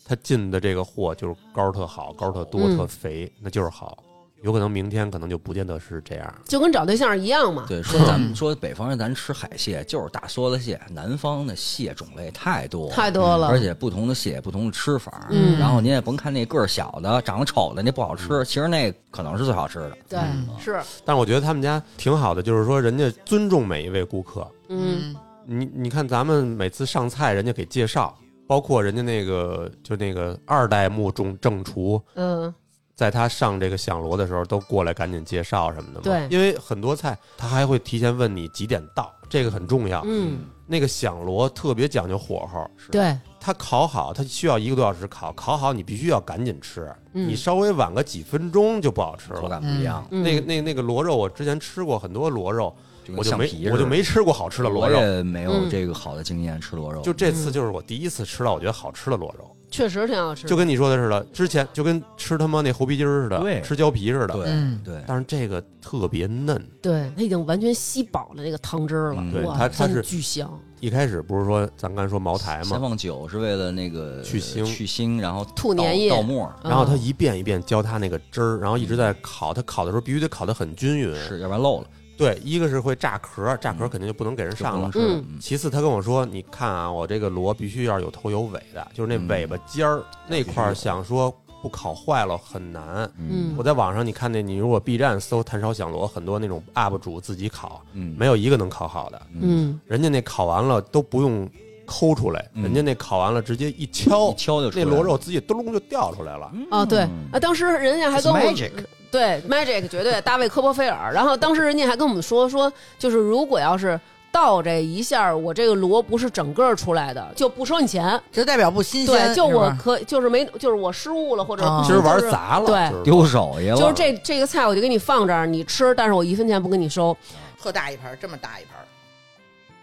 Speaker 4: 他进的这个货就是膏儿特好，膏儿特多、
Speaker 2: 嗯
Speaker 4: 特肥，那就是好。有可能明天可能就不见得是这样。
Speaker 2: 就跟找对象一样嘛。
Speaker 6: 对，说咱们说北方人，咱吃海蟹就是大梭子蟹，南方的蟹种类太多嗯
Speaker 2: 太多了
Speaker 6: 而且不同的蟹不同的吃法。嗯，然后您也甭看那个儿小的、长得丑的那不
Speaker 2: 嗯
Speaker 6: 好吃，其实那可能是最好吃的。
Speaker 2: 对，
Speaker 4: 嗯
Speaker 2: 是，
Speaker 4: 但是我觉得他们家挺好的，就是说人家尊重每一位顾客。
Speaker 2: 嗯，
Speaker 4: 你你看，咱们每次上菜，人家给介绍，包括人家那个就那个二代目中正厨，
Speaker 2: 嗯，
Speaker 4: 在他上这个响螺的时候，都过来赶紧介绍什么的嘛。
Speaker 2: 对
Speaker 4: 因为很多菜他还会提前问你几点到，这个很重要。
Speaker 2: 嗯，
Speaker 4: 那个响螺特别讲究火候，
Speaker 2: 对，
Speaker 4: 它烤好，它需要一个多小时烤，烤好你必须要赶紧吃，
Speaker 2: 嗯
Speaker 4: 你稍微晚个几分钟就不好吃
Speaker 6: 口
Speaker 4: 了。
Speaker 6: 感不一样，
Speaker 2: 嗯
Speaker 4: 那个、那、那个螺肉，我之前吃过很多螺肉，
Speaker 6: 就
Speaker 4: 我
Speaker 6: 跟
Speaker 4: 就
Speaker 6: 橡
Speaker 4: 没
Speaker 6: 皮似的
Speaker 4: 我就没吃过好吃的螺
Speaker 6: 我
Speaker 4: 肉，
Speaker 6: 也没
Speaker 2: 嗯
Speaker 6: 有这个好的经验吃螺肉。
Speaker 4: 就这次就是我第一次吃到我觉得好吃的螺肉，
Speaker 2: 确实挺好吃。
Speaker 4: 就跟你说的似的，之前就跟吃他妈那猴皮筋儿似
Speaker 6: 对
Speaker 4: 的，吃胶皮似的，
Speaker 6: 对
Speaker 3: 嗯
Speaker 6: 对，
Speaker 4: 但是这个特别嫩。
Speaker 2: 对，它已经完全吸饱了那个汤汁儿了，
Speaker 6: 嗯对
Speaker 2: 哇，
Speaker 4: 它它
Speaker 2: 真
Speaker 4: 是
Speaker 2: 巨香，
Speaker 4: 一开始不是说咱刚才说茅台
Speaker 6: 先
Speaker 4: 嘛，
Speaker 6: 放酒是为了那个
Speaker 4: 去腥
Speaker 6: 去腥，然后
Speaker 2: 吐
Speaker 6: 倒
Speaker 2: 粘液
Speaker 6: 倒沫儿，
Speaker 2: 嗯
Speaker 4: 然后它一遍一遍浇它那个汁儿，然后一直在烤，它烤的时候必须得烤得很均匀。
Speaker 6: 是要不然漏了
Speaker 4: 对，一个是会炸壳，炸壳肯定就不能给人
Speaker 6: 嗯就不
Speaker 4: 上了
Speaker 6: 能。吃了。
Speaker 2: 嗯
Speaker 6: 嗯
Speaker 4: 其次，他跟我说：“你看啊，我这个螺必须要有头有尾的，就是那
Speaker 6: 嗯
Speaker 4: 尾巴尖儿、那块
Speaker 6: 必
Speaker 4: 儿，
Speaker 6: 须有
Speaker 4: 想说不烤坏了很难。
Speaker 2: 嗯
Speaker 4: 我在网上你看那，你如果 B 站搜炭烧响螺，很多那种 UP 主自己烤，
Speaker 6: 嗯，
Speaker 4: 没有一个能烤好的。
Speaker 2: 嗯，
Speaker 4: 人家那烤完了都不用抠出来，
Speaker 6: 嗯
Speaker 4: 人家那烤完了直接一敲
Speaker 6: 一，敲就出
Speaker 4: 哦那
Speaker 6: 来了
Speaker 4: 螺肉自己咚隆就掉出来了。
Speaker 2: 哦对，
Speaker 4: 嗯
Speaker 2: 啊，当时人家还跟我们
Speaker 6: It's magic
Speaker 2: 对 magic 绝对大卫科波菲尔，然后当时人家还跟我们说说，就是如果要是倒这一下儿，我这个螺不是整个儿出来的，就不收你钱。
Speaker 3: 只代表不新鲜。
Speaker 2: 对，就是
Speaker 3: 吧
Speaker 2: 我可就是没就是我失误了，或者
Speaker 3: 啊
Speaker 2: 不
Speaker 4: 今儿玩
Speaker 2: 就是
Speaker 4: 砸了，
Speaker 2: 对
Speaker 4: 就是
Speaker 6: 丢手艺了。
Speaker 2: 就是这这个菜我就给你放这儿，你吃，但是我一分钱不跟你收。
Speaker 3: 特大一盘儿，这么大一盘儿，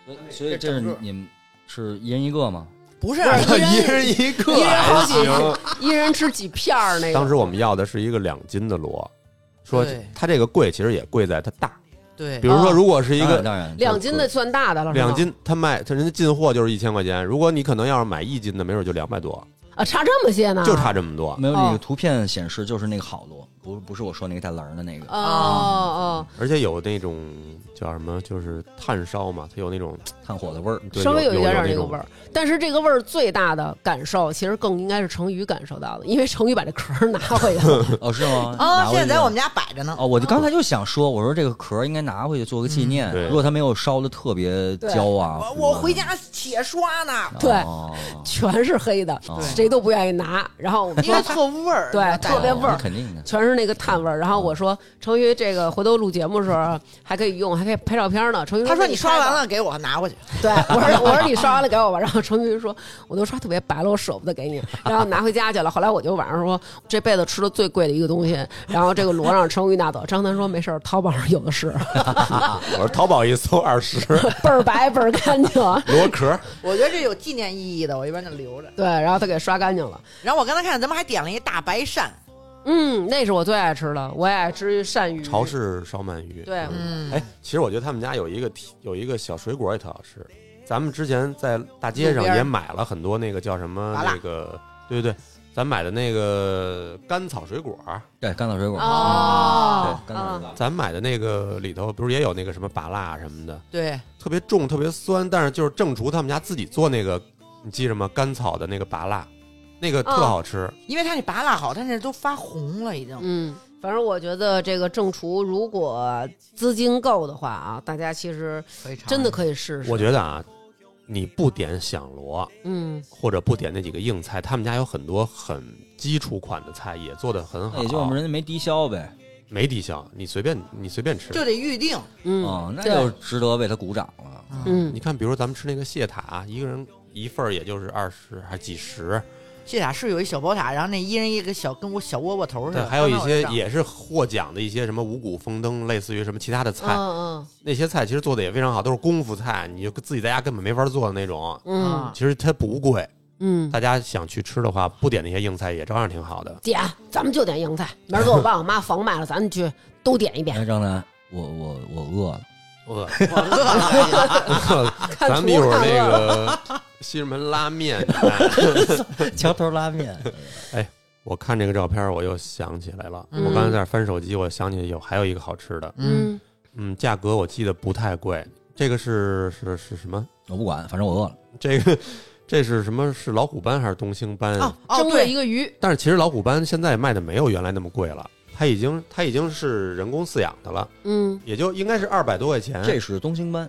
Speaker 6: 所以，所以
Speaker 3: 这
Speaker 6: 这是
Speaker 3: 整个
Speaker 6: 你们是一人一个吗？
Speaker 3: 不是
Speaker 2: 不 是
Speaker 4: 一人一个，
Speaker 2: 一人好
Speaker 4: 还行
Speaker 2: 几， 一人吃几片儿那个。
Speaker 4: 当时我们要的是一个两斤的螺，说
Speaker 3: 对
Speaker 4: 它这个贵，其实也贵在它大。
Speaker 3: 对
Speaker 4: 比，如说，
Speaker 2: 哦
Speaker 4: 如果是一
Speaker 6: 当然
Speaker 4: 个
Speaker 6: 当然
Speaker 2: 两斤的算大的了，是吗
Speaker 4: 两斤，它卖它人家进货就是一千块钱，如果你可能要是买一斤的，没准就两百多，
Speaker 2: 啊，差这么些呢？
Speaker 4: 就差这么多。
Speaker 6: 没有那
Speaker 2: 哦
Speaker 6: 个图片显示就是那个好多，不不是我说那个带棱儿的那个
Speaker 2: 哦。哦
Speaker 4: 而且有那种叫什么，就是炭烧嘛，它有那种
Speaker 6: 炭火的味儿。
Speaker 2: 哦，
Speaker 4: 对
Speaker 2: 稍微有
Speaker 4: 有
Speaker 2: 一点点
Speaker 4: 那
Speaker 2: 那个味儿，但是这个味儿最大的感受，其实更应该是成宇感受到的，因为成宇把这壳儿拿回去了。
Speaker 6: 哦，是吗？拿
Speaker 3: 啊，
Speaker 6: 回去
Speaker 3: 现在在我们家摆着呢。
Speaker 6: 哦，我就刚才就想说，我说这个壳儿应该拿回去做
Speaker 2: 嗯
Speaker 6: 个纪念。
Speaker 4: 对
Speaker 6: 如果它没有烧的特别焦啊，
Speaker 3: 我
Speaker 6: 或者
Speaker 3: 我回家铁刷呢，
Speaker 2: 对
Speaker 6: 哦
Speaker 2: 全是黑的，谁都不愿意拿。然后我 们
Speaker 3: 因
Speaker 2: 说
Speaker 3: 为特味儿，
Speaker 2: 对
Speaker 3: 那大
Speaker 2: 特别味儿
Speaker 6: 哦那肯定的。
Speaker 2: 全是那个碳味儿。然后我说，成宇这个回头录节目的时候还可以用，还可以拍照片呢。成宇
Speaker 3: 他说你刷完
Speaker 2: 了。
Speaker 3: 了给我拿回去，
Speaker 2: 对，我说我说你刷完了给我吧，然后程云说我都刷特别白了，我舍不得给你，然后拿回家去了。后来我就晚上说这辈子吃的最贵的一个东西，然后这个螺让程云拿走，张楠说没事儿，淘宝上有的是，
Speaker 4: 我说淘宝一搜二十
Speaker 2: 倍儿白倍儿干净。
Speaker 4: 螺壳，
Speaker 3: 我觉得这有纪念意义的，我一般就留着。
Speaker 2: 对，然后他给刷干净了。
Speaker 3: 然后我刚才看咱们还点了一大白鳝，
Speaker 2: 嗯，那是我最爱吃的，我也爱吃鳝鱼。
Speaker 4: 潮式烧鳗鱼。
Speaker 2: 对
Speaker 4: 嗯，哎，其实我觉得他们家有一个提有一个小水果也特好吃。咱们之前在大街上
Speaker 3: 路边儿
Speaker 4: 也买了很多那个叫什么
Speaker 3: 麻辣
Speaker 4: 那个，对对对，咱买的那个甘草水果，
Speaker 6: 对，哎干燥水果。嗯
Speaker 2: 哦
Speaker 6: 对，干燥水果。
Speaker 4: 咱买的那个里头不是也有那个什么拔辣什么的，
Speaker 3: 对，
Speaker 4: 特别重，特别酸，但是就是正厨他们家自己做那个，你记着吗？甘草的那个拔辣，那个特
Speaker 3: 嗯
Speaker 4: 好吃。
Speaker 3: 因为它那拔蜡好，它那都发红了已经。
Speaker 2: 嗯，反正我觉得这个正厨如果资金够的话啊，大家其实
Speaker 3: 可以尝
Speaker 2: 真的可以试试。
Speaker 4: 我觉得啊，你不点响螺
Speaker 2: 嗯，
Speaker 4: 或者不点那几个硬菜，他们家有很多很基础款的菜也做得很好，
Speaker 6: 那也哎就是人家没低消呗。
Speaker 4: 没抵消，你随便你随便吃。
Speaker 3: 就得预定，
Speaker 2: 嗯
Speaker 6: 哦，那
Speaker 2: 对
Speaker 6: 就值得为他鼓掌了。
Speaker 2: 嗯
Speaker 4: 你看，比如咱们吃那个蟹塔，一个人一份儿也就是二十还几十，
Speaker 3: 这俩是有一小宝塔，然后那一人一个小跟我小窝窝头似
Speaker 4: 对，
Speaker 3: 的。
Speaker 4: 还有一些
Speaker 3: 刚才我就啊
Speaker 4: 也是获奖的一些什么五谷丰登，类似于什么其他的菜，
Speaker 2: 嗯
Speaker 4: 那些菜其实做的也非常好，都是功夫菜，你就自己在家根本没法做的那种。
Speaker 2: 嗯嗯
Speaker 3: 啊
Speaker 4: 其实它不贵，
Speaker 2: 嗯，
Speaker 4: 大家想去吃的话，不点那些硬菜也照样挺好的。
Speaker 2: 姐，咱们就点硬菜，明儿给我爸我妈房卖了，咱们去都点一遍。
Speaker 6: 哎，张楠，我我我饿 了。
Speaker 4: 饿，
Speaker 3: 饿了，哎
Speaker 4: 咱们一会儿那个西直门拉面，
Speaker 6: 桥头拉面，
Speaker 4: 哎，我看这个照片儿，我又想起来了。
Speaker 2: 嗯
Speaker 4: 我刚才在那儿翻手机，我想起有还有一个好吃的，
Speaker 3: 嗯，
Speaker 4: 嗯，价格我记得不太贵。这个是是是什么？
Speaker 6: 我不管，反正我饿了。
Speaker 4: 这个这是什么？是老虎斑还是东星斑？
Speaker 3: 哦
Speaker 4: 啊
Speaker 3: 哦
Speaker 6: 嗯
Speaker 2: 蒸了
Speaker 3: 对
Speaker 2: 一，个鱼，
Speaker 4: 但是其实老虎斑现在卖的没有原来那么贵了，它已经它已经是人工饲养的了，
Speaker 2: 嗯
Speaker 4: 也就应该是二百多块钱。
Speaker 6: 这是东星斑。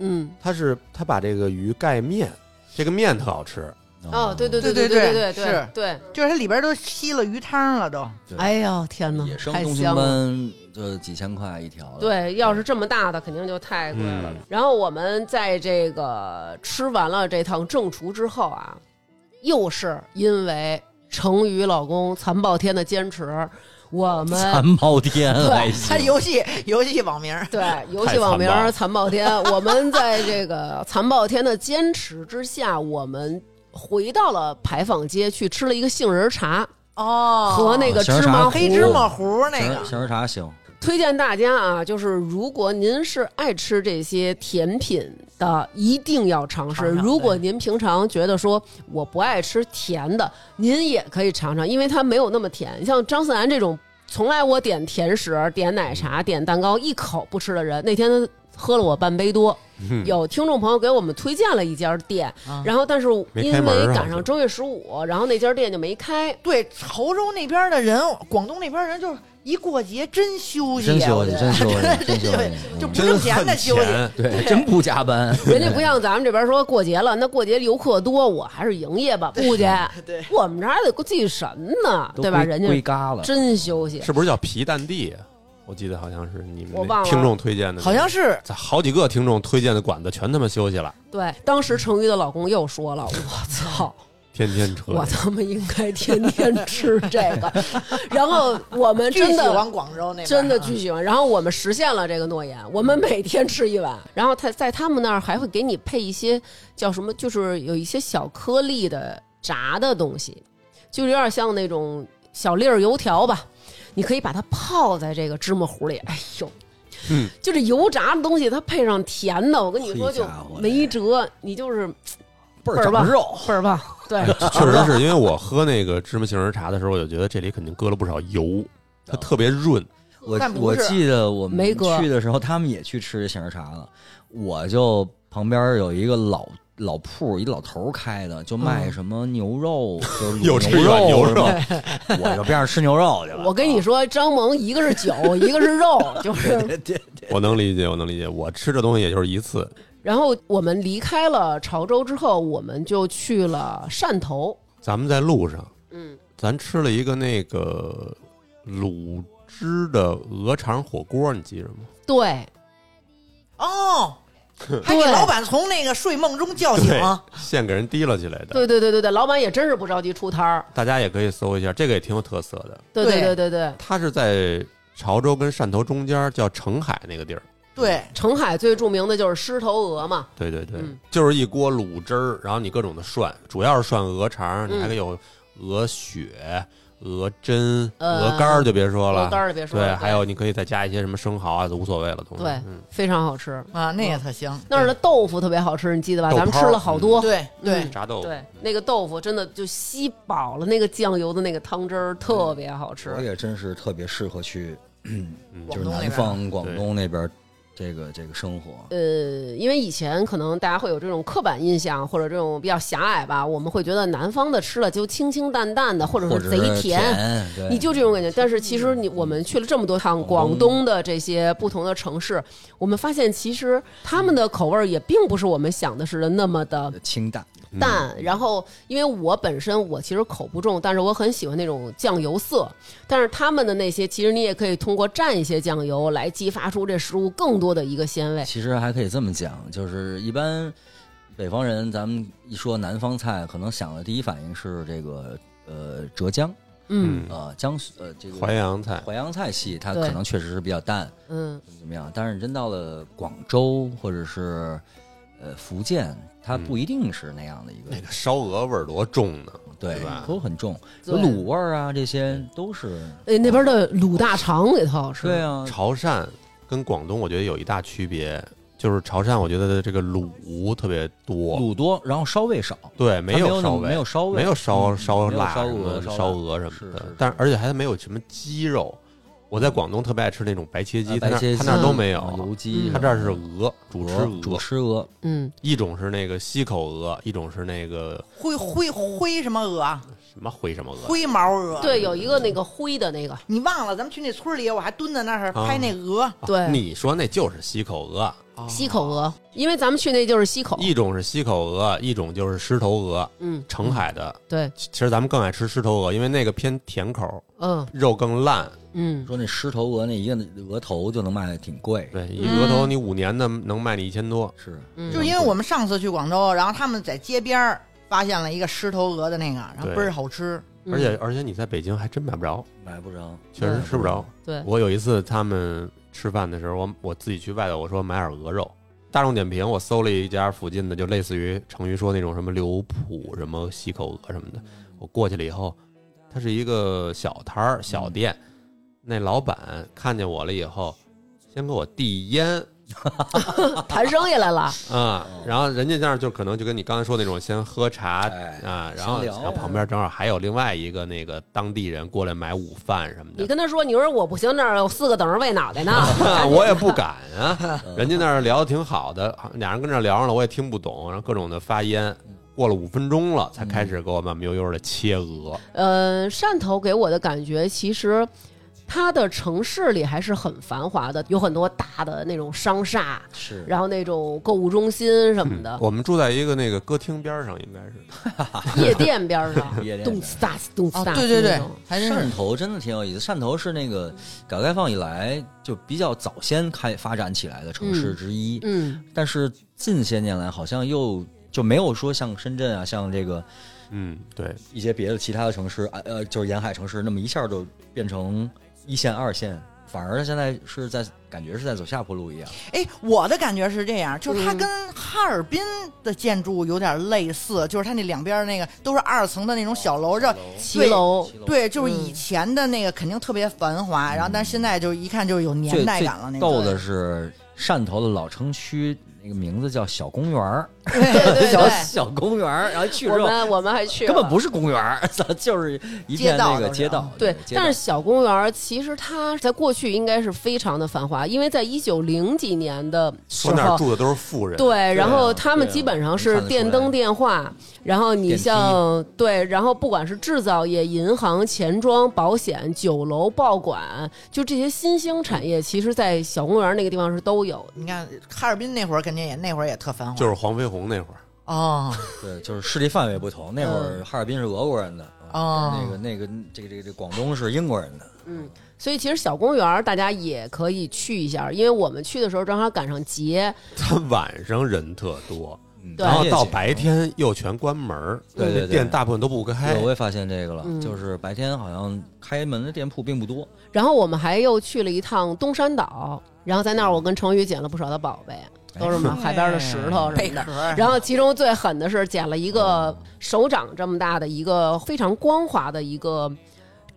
Speaker 2: 嗯，
Speaker 4: 它是它把这个鱼盖面，这个面特好吃。
Speaker 2: 哦，对对
Speaker 3: 对
Speaker 2: 对
Speaker 3: 对
Speaker 2: 对
Speaker 3: 对
Speaker 2: 对
Speaker 3: 是
Speaker 2: 对，
Speaker 3: 就是它里边都吸了鱼汤了都。
Speaker 6: 对
Speaker 2: 哎呦天哪
Speaker 6: 野，生
Speaker 2: 太
Speaker 6: 东星
Speaker 2: 香了。
Speaker 6: 斑就呃几千块一条了。，
Speaker 2: 对，要是这么大的，肯定就太贵了。
Speaker 4: 嗯
Speaker 2: 然后我们在这个吃完了这趟正厨之后啊，又是因为成宇老公残暴天的坚持，我们
Speaker 6: 残暴天还
Speaker 3: 它
Speaker 6: 行。
Speaker 3: 游戏游戏网名儿，
Speaker 2: 对游戏网名儿残暴天，我们在这个残暴天的坚持之下，我们回到了牌坊街去吃了一个杏仁茶。
Speaker 3: 哦
Speaker 2: 和那个
Speaker 6: 杏仁
Speaker 2: 芝麻
Speaker 6: 茶
Speaker 2: 糊
Speaker 3: 黑芝麻糊那
Speaker 6: 杏
Speaker 3: 个
Speaker 6: 仁，杏仁茶行，
Speaker 2: 推荐大家啊，就是如果您是爱吃这些甜品的，一定要尝试。
Speaker 3: 尝尝
Speaker 2: 如果您平常觉得说我不爱吃甜的，您也可以尝尝，因为它没有那么甜。像张思楠这种从来我点甜食、点奶茶、点蛋糕一口不吃的人，那天他喝了我半杯多。
Speaker 4: 嗯
Speaker 2: 有听众朋友给我们推荐了一家店，
Speaker 3: 啊
Speaker 2: 然后但是因
Speaker 4: 没开门
Speaker 2: 为
Speaker 4: 儿啊
Speaker 2: 赶
Speaker 4: 好
Speaker 2: 上
Speaker 4: 像
Speaker 2: 正月十五，然后那家店就没开。
Speaker 3: 对，潮州那边的人，广东那边人就是一过节真休息，啊
Speaker 6: 真休
Speaker 3: 我
Speaker 6: 息，
Speaker 3: 觉得
Speaker 6: 真 休息，真休
Speaker 3: 对
Speaker 6: 息，嗯
Speaker 3: 就不
Speaker 4: 真
Speaker 3: 挣钱
Speaker 4: 很
Speaker 3: 的休息。
Speaker 4: 甜
Speaker 6: 对，真不加班。
Speaker 2: 人家不像咱们这边说过节了，那过节游客多，我还是营业吧，不去。
Speaker 3: 对，
Speaker 2: 我们这还得祭神呢，
Speaker 6: 都
Speaker 2: 对吧？
Speaker 6: 归
Speaker 2: 人
Speaker 6: 归
Speaker 2: 家
Speaker 6: 嘎了，
Speaker 2: 真休息，
Speaker 4: 是不是叫皮蛋地？啊我记得好像是你们
Speaker 2: 我
Speaker 4: 那
Speaker 2: 忘了
Speaker 4: 听众推荐的，
Speaker 3: 好像是
Speaker 4: 在好几个听众推荐的馆子全他妈休息了，
Speaker 2: 对。当时成瑜的老公又说了：“我操，
Speaker 4: 天天扯。
Speaker 2: 我他妈应该天天吃这个。” 然后我们
Speaker 3: 巨
Speaker 2: 真
Speaker 3: 喜
Speaker 2: 的
Speaker 3: 欢广州那边，
Speaker 2: 真的
Speaker 3: 啊
Speaker 2: 巨喜欢，然后我们实现了这个诺言，我们每天吃一碗。然后他在他们那儿还会给你配一些叫什么，就是有一些小颗粒的炸的东西，就是有点像那种小粒儿油条吧。你可以把它泡在这个芝麻糊里，哎呦，
Speaker 4: 嗯，
Speaker 2: 就这油炸的东西，它配上甜的，我跟你说
Speaker 6: 嘿
Speaker 2: 就
Speaker 6: 家伙
Speaker 2: 没辙，你就是 倍
Speaker 6: 倍儿
Speaker 2: 儿棒
Speaker 6: 长肉。
Speaker 2: 倍儿棒。 对，
Speaker 4: 确实是因为我喝那个芝麻杏仁茶的时候，我就觉得这里肯定搁了不少油，它特别润。
Speaker 6: 我
Speaker 3: 但不
Speaker 6: 我
Speaker 3: 是
Speaker 6: 记得我们
Speaker 2: 梅哥
Speaker 6: 去的时候，他们也去吃杏仁茶了。我就旁边有一个老老铺，一老头儿开的，就卖什么牛 肉，就是
Speaker 4: 又
Speaker 6: 卤
Speaker 4: 吃软
Speaker 6: 牛
Speaker 4: 牛
Speaker 6: 是
Speaker 4: 肉
Speaker 6: 吧？ 我就边上吃牛肉去了。
Speaker 2: 我跟你说，张萌一个是酒，一个是肉，就是
Speaker 4: 我能理解，我能理解。我吃这东西也就是一次，
Speaker 2: 然后我们离开了潮州之后，我们就去了汕头。
Speaker 4: 咱们在路上，
Speaker 2: 嗯，
Speaker 4: 咱吃了一个那个卤汁的鹅肠火锅，你记着吗？
Speaker 2: 对，
Speaker 3: 哦，还给
Speaker 2: 对
Speaker 3: 老板从那个睡梦中叫醒。
Speaker 4: 现给人提了起来的。
Speaker 2: 对对对对对，老板也真是不着急出摊儿。
Speaker 4: 大家也可以搜一下，这个也挺有特色的。
Speaker 2: 对
Speaker 3: 对
Speaker 2: 对对对对，
Speaker 4: 它是在潮州跟汕头中间，叫澄海那个地儿。
Speaker 3: 对，
Speaker 2: 澄海最著名的就是狮头鹅嘛。
Speaker 4: 对对对，
Speaker 2: 嗯
Speaker 4: 就是一锅卤汁儿，然后你各种的涮，主要是涮鹅肠，你还
Speaker 2: 嗯
Speaker 4: 得有鹅血、鹅胗、
Speaker 2: 呃
Speaker 4: 鹅肝儿，就别说了。
Speaker 2: 鹅肝儿就别说了
Speaker 4: 对，
Speaker 2: 对
Speaker 4: 还有你可以再加一些什么生蚝啊，都无所谓了，东西。
Speaker 2: 对，
Speaker 4: 嗯，
Speaker 2: 非常好吃。
Speaker 3: 啊，那个特香。
Speaker 2: 那儿的豆腐特别好吃，你记得吧？
Speaker 4: 豆泡
Speaker 2: 咱
Speaker 4: 儿
Speaker 2: 们吃了好多。
Speaker 3: 对对
Speaker 2: 嗯，
Speaker 4: 炸豆腐。
Speaker 2: 对，那个豆腐真的就吸饱了那个酱油的那个汤汁儿，特别好吃
Speaker 6: 我。也真是特别适合去，
Speaker 4: 嗯
Speaker 3: 广
Speaker 6: 就是
Speaker 3: 东那
Speaker 6: 南
Speaker 3: 边
Speaker 6: 方广东那边这个这个生活。
Speaker 2: 呃，因为以前可能大家会有这种刻板印象，或者这种比较狭隘吧，我们会觉得南方的吃了就清清淡淡的，或者
Speaker 6: 或
Speaker 2: 是
Speaker 6: 者
Speaker 2: 贼
Speaker 6: 是
Speaker 2: 甜，
Speaker 6: 甜，对
Speaker 2: 你就这种感觉。但是其实你我们去了这么多趟
Speaker 6: 广
Speaker 2: 广
Speaker 6: 东
Speaker 2: 东的这些不同的城市，我们发现其实他们的口味儿也并不是我们想的似的那么的
Speaker 6: 清淡，
Speaker 4: 嗯
Speaker 2: 淡。然后因为我本身我其实口不重，但是我很喜欢那种酱油色。但是他们的那些其实你也可以通过蘸一些酱油来激发出这食物更多的一个鲜味。
Speaker 6: 其实还可以这么讲，就是一般北方人，咱们一说南方菜，可能想的第一反应是这个呃浙江
Speaker 2: 嗯
Speaker 4: 嗯，
Speaker 6: 呃江苏呃这个
Speaker 4: 淮扬菜，
Speaker 6: 淮扬菜系，它
Speaker 2: 对
Speaker 6: 可能确实是比较淡，
Speaker 2: 嗯
Speaker 6: 怎么怎么样？但是真到了广州或者是呃福建，它不一定是那样的一个，
Speaker 4: 那个烧鹅味儿多重呢。
Speaker 6: 对
Speaker 4: 对吧
Speaker 6: 都很重，
Speaker 2: 对
Speaker 6: 有卤味儿啊，这些都是
Speaker 2: 哎，那边的卤大肠也特好吃。
Speaker 6: 对啊，
Speaker 4: 潮汕跟广东，我觉得有一大区别，就是潮汕，我觉得这个卤特别多，
Speaker 6: 卤多，然后烧味少，
Speaker 4: 对，没有
Speaker 6: 它没有那
Speaker 4: 烧
Speaker 6: 么
Speaker 4: 味，
Speaker 6: 没有烧味
Speaker 4: 没有烧
Speaker 6: 嗯
Speaker 4: 烧
Speaker 6: 没有
Speaker 4: 腊
Speaker 6: 烧
Speaker 4: 什么
Speaker 6: 鹅
Speaker 4: 的
Speaker 6: 烧
Speaker 4: 烧
Speaker 6: 腊
Speaker 4: 鹅什么
Speaker 6: 是是
Speaker 4: 的
Speaker 6: 是，
Speaker 4: 但而且还没有什么鸡肉。我在广东特别爱吃那种白切鸡，
Speaker 6: 啊
Speaker 4: 他
Speaker 6: 白切
Speaker 4: 那
Speaker 6: 鸡
Speaker 4: 他那儿都没
Speaker 6: 啊
Speaker 4: 有
Speaker 6: 油，鸡，
Speaker 4: 他这儿是鹅，主吃
Speaker 6: 鹅，主
Speaker 4: 鹅，
Speaker 6: 吃鹅，
Speaker 2: 嗯，
Speaker 4: 一种是那个西口鹅，一种是那个
Speaker 3: 灰灰灰什么鹅啊？
Speaker 4: 什么灰什么鹅，
Speaker 3: 灰毛鹅。，啊
Speaker 2: 对，有一个那个灰的那个，
Speaker 3: 你忘了咱们去那村里，我还蹲在那儿拍那鹅。
Speaker 4: 啊
Speaker 2: 对
Speaker 4: 你说那就是西口鹅，
Speaker 2: 西口鹅，因为咱们去那就是西口，
Speaker 4: 一种是西口鹅，一种就是狮头鹅，
Speaker 2: 嗯，
Speaker 4: 澄海的。
Speaker 2: 对，
Speaker 4: 其其实咱们更爱吃狮头鹅，因为那个偏甜口，
Speaker 2: 嗯
Speaker 4: 肉更烂。
Speaker 2: 嗯，
Speaker 6: 说那狮头鹅那一个鹅头就能卖的挺贵，
Speaker 4: 对，一额头你五年的能卖你一千多。
Speaker 6: 是
Speaker 2: 嗯
Speaker 3: 就是因为我们上次去广州，然后他们在街边儿发现了一个狮头鹅的那个，然后
Speaker 4: 对
Speaker 3: 倍儿好吃。
Speaker 2: 嗯
Speaker 4: 而且而且你在北京还真买不着，
Speaker 6: 买不着，
Speaker 4: 确实吃不着。
Speaker 2: 对，
Speaker 4: 我有一次他们吃饭的时候，我我自己去外头，我说买点鹅肉。大众点评我搜了一家附近的，就类似于成昱说那种什么刘浦、什么西口鹅什么的。
Speaker 6: 嗯
Speaker 4: 我过去了以后，它是一个小摊儿、
Speaker 6: 嗯
Speaker 4: 小店。那老板看见我了以后，先给我递烟
Speaker 2: 谈生意来了，
Speaker 4: 啊，
Speaker 6: 哦
Speaker 4: 然后人家那儿就可能就跟你刚才说那种，先喝茶
Speaker 6: 哎
Speaker 4: 啊，然后
Speaker 6: 闲聊嗯
Speaker 4: 然后旁边正好还有另外一个那个当地人过来买午饭什么的
Speaker 2: 你。跟他说，你说我不行，那儿有四个等着喂脑袋呢，
Speaker 4: 我也不敢 啊，人家那儿聊的挺好的，俩人跟那儿聊上了，我也听不懂，然后各种的发烟。过了五分钟了，才开始给我慢慢悠悠的切
Speaker 6: 嗯
Speaker 4: 鹅，
Speaker 2: 呃，汕头给我的感觉其实。它的城市里还是很繁华的，有很多大的那种商厦，
Speaker 6: 是
Speaker 2: 然后那种购物中心什么的，
Speaker 4: 我们住在一个那个歌厅边上，应该是
Speaker 2: 夜店边儿上
Speaker 6: 夜店边儿，
Speaker 2: 动次打次，动次打次
Speaker 3: 哦对对
Speaker 2: 那
Speaker 3: 对
Speaker 2: 种，
Speaker 3: 还真
Speaker 6: 汕
Speaker 3: 是。
Speaker 6: 头真的挺有意思。汕头是那个改革开放以来就比较早先开发展起来的城市之一，
Speaker 2: 嗯，
Speaker 6: 但是近些年来好像又就没有说像深圳啊，像这个
Speaker 4: 嗯，对，
Speaker 6: 一些别的其他的城市，啊呃，就是沿海城市，那么一下就变成一线、二线，反而现在是在感觉是在走下坡路一样。
Speaker 3: 哎，我的感觉是这样，就是
Speaker 2: 嗯
Speaker 3: 它跟哈尔滨的建筑有点类似，就是它那两边儿那个都是二层的那种小楼，
Speaker 6: 哦
Speaker 3: 这
Speaker 2: 骑楼，嗯
Speaker 3: 对，就是以前的那个肯定特别繁华，然后但是现在就一看就有
Speaker 6: 嗯最
Speaker 3: 年代感了。那
Speaker 6: 最
Speaker 3: 种
Speaker 6: 逗的是汕头的老城区，那个名字叫小公园儿，
Speaker 3: 对对
Speaker 6: 叫
Speaker 3: 对，
Speaker 6: 小公园儿，然后去之
Speaker 2: 我
Speaker 6: 后
Speaker 2: 们我们还去
Speaker 6: 根本
Speaker 2: 了
Speaker 6: 不是公园儿， 咱就是一片那个街道。
Speaker 2: 对，
Speaker 6: 街道
Speaker 2: 但是小公园儿其实它在过去应该是非常的繁华，因为在一九零几年的时
Speaker 4: 说那儿
Speaker 2: 候，
Speaker 4: 住的都是富人，
Speaker 2: 对，然后他们
Speaker 6: 对啊
Speaker 2: 基本上是
Speaker 6: 能看得出来
Speaker 2: 电灯电话，然后你
Speaker 6: 电梯
Speaker 2: 像对，然后不管是制造业、银行、钱庄、保险、酒楼、报馆，就这些新兴产业，其实，在小公园儿那个地方是都有的。
Speaker 3: 你看哈尔滨那会儿肯定也那会儿也特繁华，
Speaker 4: 就是黄飞鸿那会儿，
Speaker 3: 哦，
Speaker 6: 对，就是势力范围不同。那会儿哈尔滨是俄国人的，
Speaker 3: 哦
Speaker 6: 啊那个那个这个这个这个广东是英国人的，
Speaker 2: 所以其实小公园儿大家也可以去一下，因为我们去的时候正好赶上节，
Speaker 4: 他晚上人特多，
Speaker 6: 嗯
Speaker 2: 对
Speaker 4: 然后
Speaker 6: 夜景
Speaker 4: 到白天又全关门儿，
Speaker 6: 对对
Speaker 4: 那
Speaker 6: 对
Speaker 4: 店大部分都不开
Speaker 6: 对，我也发现这个了，
Speaker 2: 嗯
Speaker 6: 就是白天好像开门的店铺并不多。
Speaker 2: 然后我们还又去了一趟东山岛，然后在那儿我跟程宇捡了不少的宝贝，
Speaker 6: 哎
Speaker 2: 都是什么海边的石头
Speaker 3: 哎
Speaker 2: 什
Speaker 3: 贝
Speaker 2: 么的。
Speaker 3: 壳啊儿，
Speaker 2: 然后其中最狠的是捡了一个手掌这么大的一个非常光滑的一个。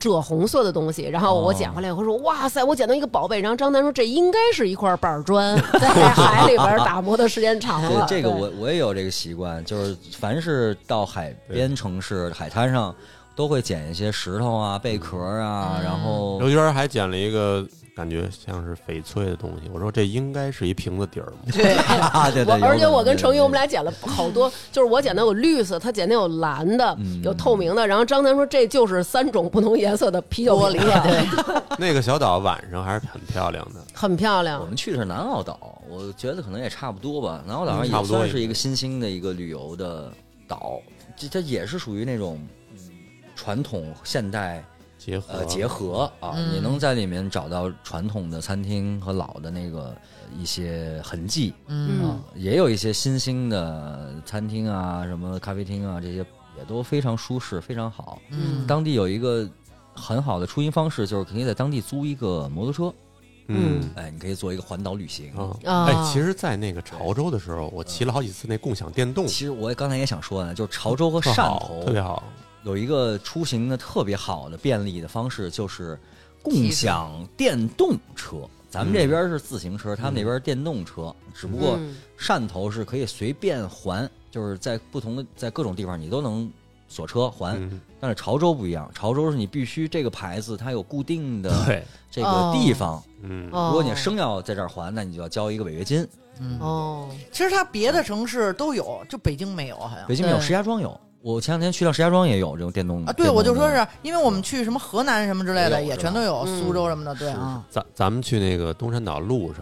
Speaker 2: 赭红色的东西，然后我捡回来以后说：“哇塞，我捡到一个宝贝。”然后张楠说：“这应该是一块板砖，在海里边打磨的时间长
Speaker 6: 对
Speaker 2: 了。”
Speaker 6: 这个我我也有这个习惯，就是凡是到海边城市、海滩上，都会捡一些石头啊、贝壳啊，
Speaker 2: 嗯
Speaker 6: 然后
Speaker 4: 刘娟儿还捡了一个感觉像是翡翠的东西，我说这应该是一瓶子底儿吗？
Speaker 3: 对，
Speaker 6: 啊，对对，
Speaker 2: 我而且我跟程
Speaker 6: 程
Speaker 2: 宇我们俩捡了好多，就是我捡的有绿色，他捡的有蓝的，有透明的。然后张楠说这就是三种不同颜色的啤酒玻璃，对，
Speaker 4: 那个小岛晚上还是很漂亮的，
Speaker 2: 很漂
Speaker 6: 我
Speaker 2: 亮。
Speaker 6: 们去的是南澳岛，我觉得可能也差不多吧。南澳岛上
Speaker 4: 嗯差
Speaker 6: 也
Speaker 4: 不多
Speaker 6: 算是一个新兴的一个旅游的岛，这它也是属于那种嗯传统现代
Speaker 4: 结合、
Speaker 6: 呃结合啊，
Speaker 2: 嗯
Speaker 6: 你能在里面找到传统的餐厅和老的那个一些痕迹，
Speaker 2: 嗯，
Speaker 6: 也有一些新兴的餐厅啊、什么咖啡厅啊，这些也都非常舒适，非常好。
Speaker 3: 嗯
Speaker 6: 当地有一个很好的出行方式，就是可以在当地租一个摩托车，
Speaker 4: 嗯
Speaker 6: 哎，你可以做一个环岛旅行。
Speaker 4: 啊。
Speaker 2: 啊
Speaker 4: 哎，其实，在那个潮州的时候，我骑了好几次那共享电动，
Speaker 6: 其实我也刚才也想说呢，就是潮州和
Speaker 4: 特
Speaker 6: 汕
Speaker 4: 好，
Speaker 6: 头
Speaker 4: 特别好。
Speaker 6: 有一个出行的特别好的便利的方式，就是共享电动车。咱们这边是自行车，他们那边电动车，只不过
Speaker 2: 嗯
Speaker 6: 汕头是可以随便还，就是在不同的在各种地方你都能锁车还，
Speaker 4: 嗯，
Speaker 6: 但是潮州不一样，潮州是你必须这个牌子它有固定的
Speaker 4: 对，
Speaker 6: 这个地方，
Speaker 4: 嗯，
Speaker 2: 哦
Speaker 6: 如果你生要在这儿还，那你就要交一个违约金。
Speaker 2: 哦，
Speaker 3: 其实它别的城市都有，就北京没有，好像
Speaker 6: 北京没有，
Speaker 2: 对
Speaker 6: 石家庄有。我前两天去趟石家庄也有这种电动
Speaker 3: 啊。对，
Speaker 6: 电动
Speaker 3: 我就
Speaker 6: 的
Speaker 3: 说是因为我们去什么河南什么之类的
Speaker 6: 也有
Speaker 3: 也
Speaker 6: 是
Speaker 3: 全
Speaker 6: 吧
Speaker 3: 都有，
Speaker 2: 嗯
Speaker 3: 苏州什么的，对啊，
Speaker 4: 咱咱们去那个东山岛路上，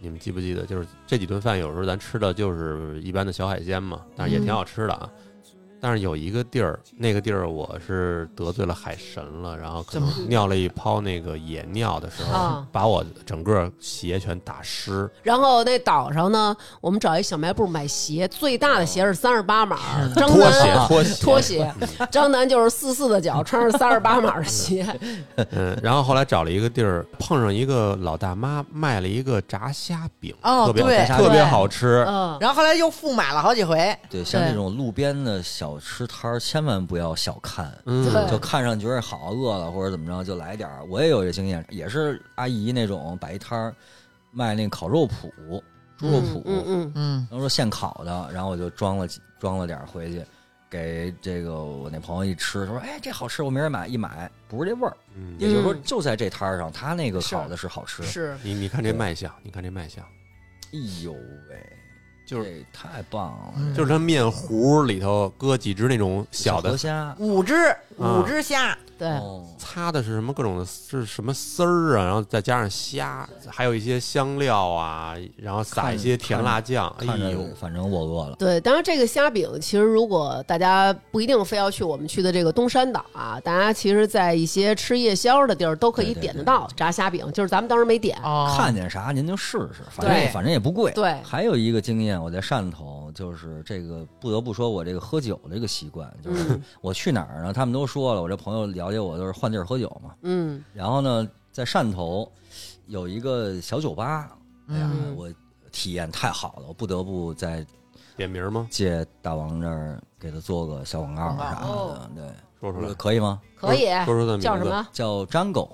Speaker 4: 你们记不记得？就是这几顿饭，有时候咱吃的就是一般的小海鲜嘛，但是也挺好吃的啊。
Speaker 2: 嗯
Speaker 4: 但是有一个地儿，那个地儿我是得罪了海神了，然后可能尿了一泡那个野尿的时候，
Speaker 2: 啊
Speaker 4: 把我整个鞋全打湿。
Speaker 2: 然后那岛上呢，我们找一小卖部买鞋，最大的鞋是三十八码，张
Speaker 4: 拖鞋
Speaker 2: 楠，
Speaker 4: 拖鞋，
Speaker 2: 拖鞋，张楠就是四四的脚，穿着三十八码的鞋，
Speaker 4: 嗯，然后后来找了一个地儿，碰上一个老大妈卖了一个炸虾饼，
Speaker 3: 哦
Speaker 4: 特别
Speaker 3: 对
Speaker 4: 特别
Speaker 2: 对
Speaker 4: 好吃。
Speaker 2: 嗯，
Speaker 3: 然后后来又复买了好几回，
Speaker 6: 对，像
Speaker 2: 对
Speaker 6: 这种路边的小吃摊儿，千万不要小看，
Speaker 4: 嗯，
Speaker 2: 对
Speaker 6: 就看上觉得好饿了或者怎么着就来点儿。我也有这经验，也是阿姨那种摆一摊儿卖那烤肉脯、猪肉脯，
Speaker 2: 嗯嗯
Speaker 3: 嗯，
Speaker 6: 然后说现烤的，然后我就装了几装了点儿回去。给这个我那朋友一吃，他说：“哎，这好吃，我明儿买。”一买不是这味儿，
Speaker 4: 嗯
Speaker 6: 也就是说，
Speaker 2: 嗯
Speaker 6: 就在这摊儿上，他那个
Speaker 3: 是
Speaker 6: 烤的是好吃。
Speaker 3: 是
Speaker 4: 你你看这卖相，你看这卖相，
Speaker 6: 哎呦喂，
Speaker 4: 就是
Speaker 6: 这太棒了！
Speaker 3: 嗯
Speaker 4: 就是它面糊里头搁几只那种小
Speaker 6: 河
Speaker 4: 的，
Speaker 6: 虾，
Speaker 3: 五
Speaker 4: 啊
Speaker 3: 只五只虾，
Speaker 2: 对，
Speaker 6: 哦
Speaker 4: 擦的是什么各种的是什么丝儿啊，然后再加上虾，还有一些香料啊，然后撒
Speaker 6: 看
Speaker 4: 一些甜辣酱。哎
Speaker 6: 看
Speaker 4: 呦
Speaker 6: 着，反正我饿了。
Speaker 2: 对，当然这个虾饼，其实如果大家不一定非要去我们去的这个东山岛啊，大家其实，在一些吃夜宵的地儿都可以
Speaker 6: 对对
Speaker 2: 点得
Speaker 6: 对
Speaker 2: 到炸虾饼，就是咱们当时没点。
Speaker 3: 哦
Speaker 6: 看见啥您就试试，反正
Speaker 2: 对
Speaker 6: 也反正也不贵。
Speaker 2: 对
Speaker 6: 还有一个经验，我在汕头，就是这个不得不说，我这个喝酒这个习惯，就是
Speaker 2: 嗯
Speaker 6: 我去哪儿呢？他们都说了，我这朋友了解我都是换地儿喝酒嘛。
Speaker 2: 嗯，
Speaker 6: 然后呢，在汕头有一个小酒吧，哎呀
Speaker 2: 嗯，
Speaker 6: 我体验太好了，我不得不在
Speaker 4: 点名吗？
Speaker 6: 借大王这儿给他做个小广告
Speaker 3: 广告
Speaker 6: 啥
Speaker 2: 哦
Speaker 6: 的，对，
Speaker 4: 说出来，
Speaker 6: 可以吗？
Speaker 2: 可以。
Speaker 4: 说说他名字
Speaker 2: 叫什？么？
Speaker 6: 叫 Jungle。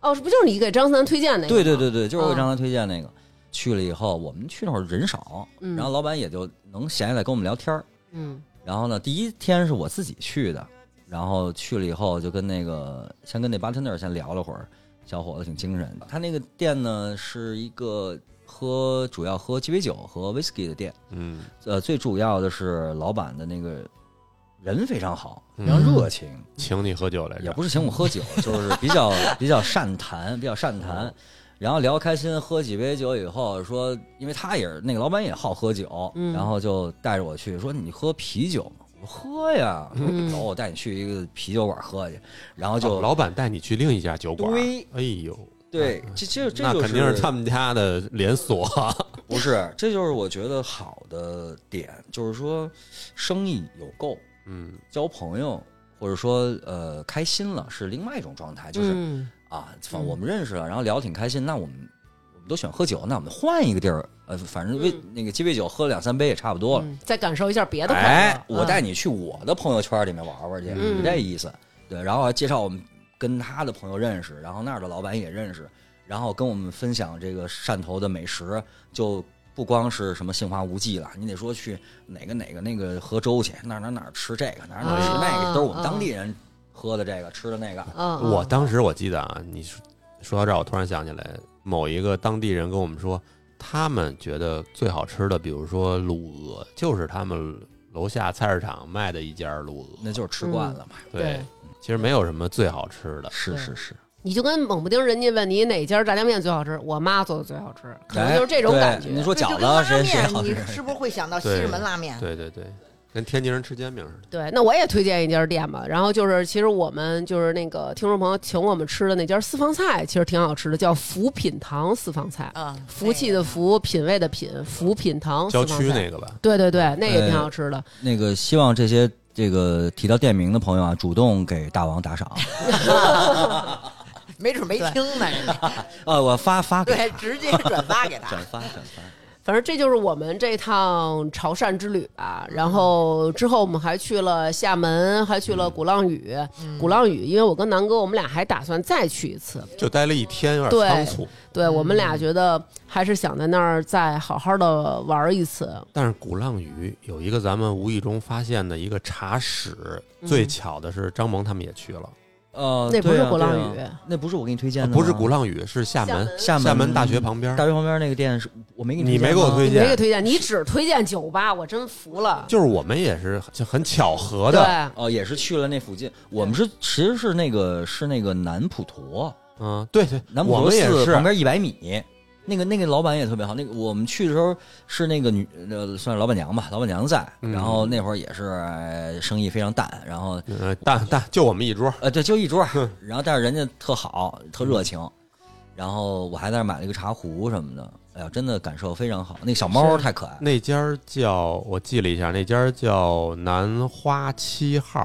Speaker 2: 哦，是不就是你给张三推荐那个？
Speaker 6: 对对，对对，就是我
Speaker 2: 嗯
Speaker 6: 给张楠推荐那个。去了以后，我们去那会儿人少，
Speaker 2: 嗯
Speaker 6: 然后老板也就能闲下来跟我们聊天儿。
Speaker 2: 嗯
Speaker 6: 然后呢，第一天是我自己去的，然后去了以后就跟那个先跟那 bartender 先聊了会儿，小伙子挺精神。他那个店呢是一个喝主要喝鸡尾酒和 whisky 的店，
Speaker 4: 嗯，
Speaker 6: 呃，最主要的是老板的那个人非常好，
Speaker 4: 嗯
Speaker 6: 非常热情，
Speaker 4: 请你喝酒来着，
Speaker 6: 也不是请我喝酒，就是 比较比较善谈，比较善
Speaker 4: 哦
Speaker 6: 谈。然后聊开心，喝几杯酒以后说，因为他也是那个老板也好喝酒，
Speaker 2: 嗯
Speaker 6: 然后就带着我去说你喝啤酒吗？我说喝呀，
Speaker 2: 嗯
Speaker 6: 走，我带你去一个啤酒馆喝去。然后
Speaker 4: 哦
Speaker 6: 就
Speaker 4: 老板带你去另一家酒馆
Speaker 6: 对。
Speaker 4: 哎呦，
Speaker 6: 对，这这这
Speaker 4: 那
Speaker 6: 就是啊
Speaker 4: 肯定是他们家的连锁。
Speaker 6: 不是，这就是我觉得好的点，就是说生意有够，
Speaker 4: 嗯，
Speaker 6: 交朋友或者说呃开心了是另外一种状态，就是
Speaker 2: 嗯
Speaker 6: 啊，反正我们认识了，然后聊得挺开心。那我们我们都喜欢喝酒，那我们换一个地儿，呃，反正微、那个鸡尾酒喝了两三杯也差不多了。
Speaker 2: 嗯，再感受一下别的快乐。
Speaker 6: 哎，我
Speaker 2: 嗯
Speaker 6: 带你去我的朋友圈里面玩玩去，
Speaker 2: 嗯
Speaker 6: 是这意思。对，然后还介绍我们跟他的朋友认识，然后那儿的老板也认识，然后跟我们分享这个汕头的美食，就不光是什么杏花无忌了，你得说去哪个哪个那个河州去，哪儿哪儿哪儿吃这个，哪儿哪儿吃那
Speaker 2: 啊
Speaker 6: 个，都是我们当地人喝的这个吃的那个。
Speaker 2: 嗯，嗯
Speaker 4: 我当时我记得啊，你说说到这儿，我突然想起来，某一个当地人跟我们说，他们觉得最好吃的，比如说卤鹅，就是他们楼下菜市场卖的一家卤鹅。
Speaker 6: 那就是吃惯
Speaker 2: 嗯
Speaker 6: 了嘛，
Speaker 4: 对，
Speaker 2: 对
Speaker 4: 其实没有什么最好吃的。
Speaker 6: 是
Speaker 2: 对
Speaker 6: 是是，
Speaker 2: 你就跟冷不丁人家问你哪家炸酱面最好吃，我妈做的最好吃，可能就是这种
Speaker 6: 哎
Speaker 2: 感觉。
Speaker 6: 对你说
Speaker 3: 这就
Speaker 6: 饺
Speaker 3: 跟拉
Speaker 6: 子谁谁
Speaker 3: 面，
Speaker 6: 好
Speaker 3: 你
Speaker 6: 吃？
Speaker 3: 是不是会想到西直门拉面？
Speaker 4: 对对对，跟天津人吃煎饼似的。
Speaker 2: 对，那我也推荐一家店吧。然后就是，其实我们就是那个听众朋友请我们吃的那家私房菜，其实挺好吃的，叫福品堂私房菜。
Speaker 3: 啊，
Speaker 2: 福气的福，品味的品，福品堂
Speaker 4: 郊
Speaker 2: 私房
Speaker 4: 区
Speaker 2: 菜。
Speaker 4: 那嗯个吧，
Speaker 2: 对对对，那也挺好吃的。
Speaker 6: 那个希望这些这个提到店名的朋友啊，主动给大王打赏。
Speaker 3: 没准没听呢，人家
Speaker 6: 呃，我发发给
Speaker 3: 对，
Speaker 6: 他
Speaker 3: 直接转发给他
Speaker 6: 转。发转发。
Speaker 2: 反正这就是我们这趟潮汕之旅吧。然后之后我们还去了厦门，还去了鼓浪屿。鼓浪屿，因为我跟南哥，我们俩还打算再去一次。
Speaker 4: 就待了一天，有
Speaker 2: 对
Speaker 4: 点仓促。
Speaker 2: 对我们俩觉得还是想在那儿再好好的玩一次。
Speaker 4: 但是鼓浪屿有一个咱们无意中发现的一个茶室，
Speaker 6: 嗯
Speaker 4: 最巧的是张萌他们也去了，
Speaker 6: 呃，
Speaker 2: 那不是
Speaker 6: 对啊
Speaker 2: 鼓浪，屿
Speaker 6: 对啊那不是我给你推荐
Speaker 4: 啊
Speaker 6: 的吗，
Speaker 4: 不是鼓浪屿，是厦门，
Speaker 6: 厦门
Speaker 4: 厦门大学旁边
Speaker 6: 大。学旁边那个店是我没给
Speaker 4: 你
Speaker 6: 推荐
Speaker 4: 没给我
Speaker 6: 吗
Speaker 4: 推
Speaker 2: 你
Speaker 4: 荐
Speaker 2: 没给推荐，你只推荐酒吧，我真服了。
Speaker 4: 就是我们也是很很巧合
Speaker 2: 对，
Speaker 4: 的，
Speaker 6: 哦，也是去了那附近。我们是其实是那个是那个南普陀，
Speaker 4: 嗯，对对，
Speaker 6: 南普
Speaker 4: 我
Speaker 6: 陀
Speaker 4: 们也
Speaker 6: 寺
Speaker 4: 是
Speaker 6: 旁边一百米。那个那个老板也特别好，那个我们去的时候是那个女呃算是老板娘吧，老板娘在，
Speaker 4: 嗯
Speaker 6: 然后那会儿也是、呃生意非常淡，然后
Speaker 4: 呃，但但就我们一桌，
Speaker 6: 呃对就一桌，然后但是人家特好，特
Speaker 4: 嗯
Speaker 6: 热情，然后我还在那儿买了一个茶壶什么的，哎呀真的感受非常好，那个小猫太可爱，
Speaker 4: 那家儿叫我记了一下，那家儿叫南花七号，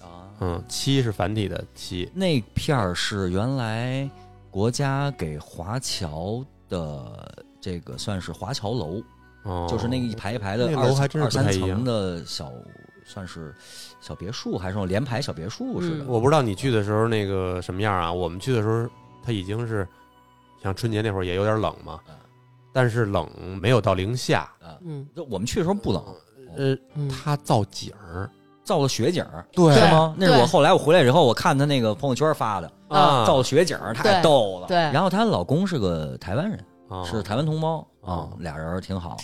Speaker 6: 啊，
Speaker 4: 嗯，七是繁体的七，
Speaker 6: 那片儿是原来国家给华侨的这个算是华侨楼，
Speaker 4: 哦，
Speaker 6: 就是那个一排一排的
Speaker 4: 那
Speaker 6: 二
Speaker 4: 楼还真是
Speaker 6: 二
Speaker 4: 不太
Speaker 6: 三
Speaker 4: 一样
Speaker 6: 层的小，算是小别墅还是那种联排小别墅似的。
Speaker 4: 我不知道你去的时候那个什么样啊？我们去的时候，它已经是像春节那会儿也有点冷嘛
Speaker 6: 嗯，
Speaker 4: 但是冷没有到零下，
Speaker 2: 嗯
Speaker 6: 啊就我们去的时候不冷，
Speaker 4: 呃，
Speaker 2: 嗯，
Speaker 4: 它造景儿，
Speaker 6: 造了雪景儿，
Speaker 4: 对
Speaker 6: 是吗？那是
Speaker 2: 对
Speaker 6: 我后来我回来之后，我看他那个朋友圈发的，
Speaker 4: 啊，
Speaker 6: 造雪景儿太
Speaker 2: 对
Speaker 6: 逗了。
Speaker 2: 对
Speaker 6: 然后她老公是个台湾人，
Speaker 4: 啊
Speaker 6: 是台湾同胞啊
Speaker 4: 哦，
Speaker 6: 俩人儿挺好。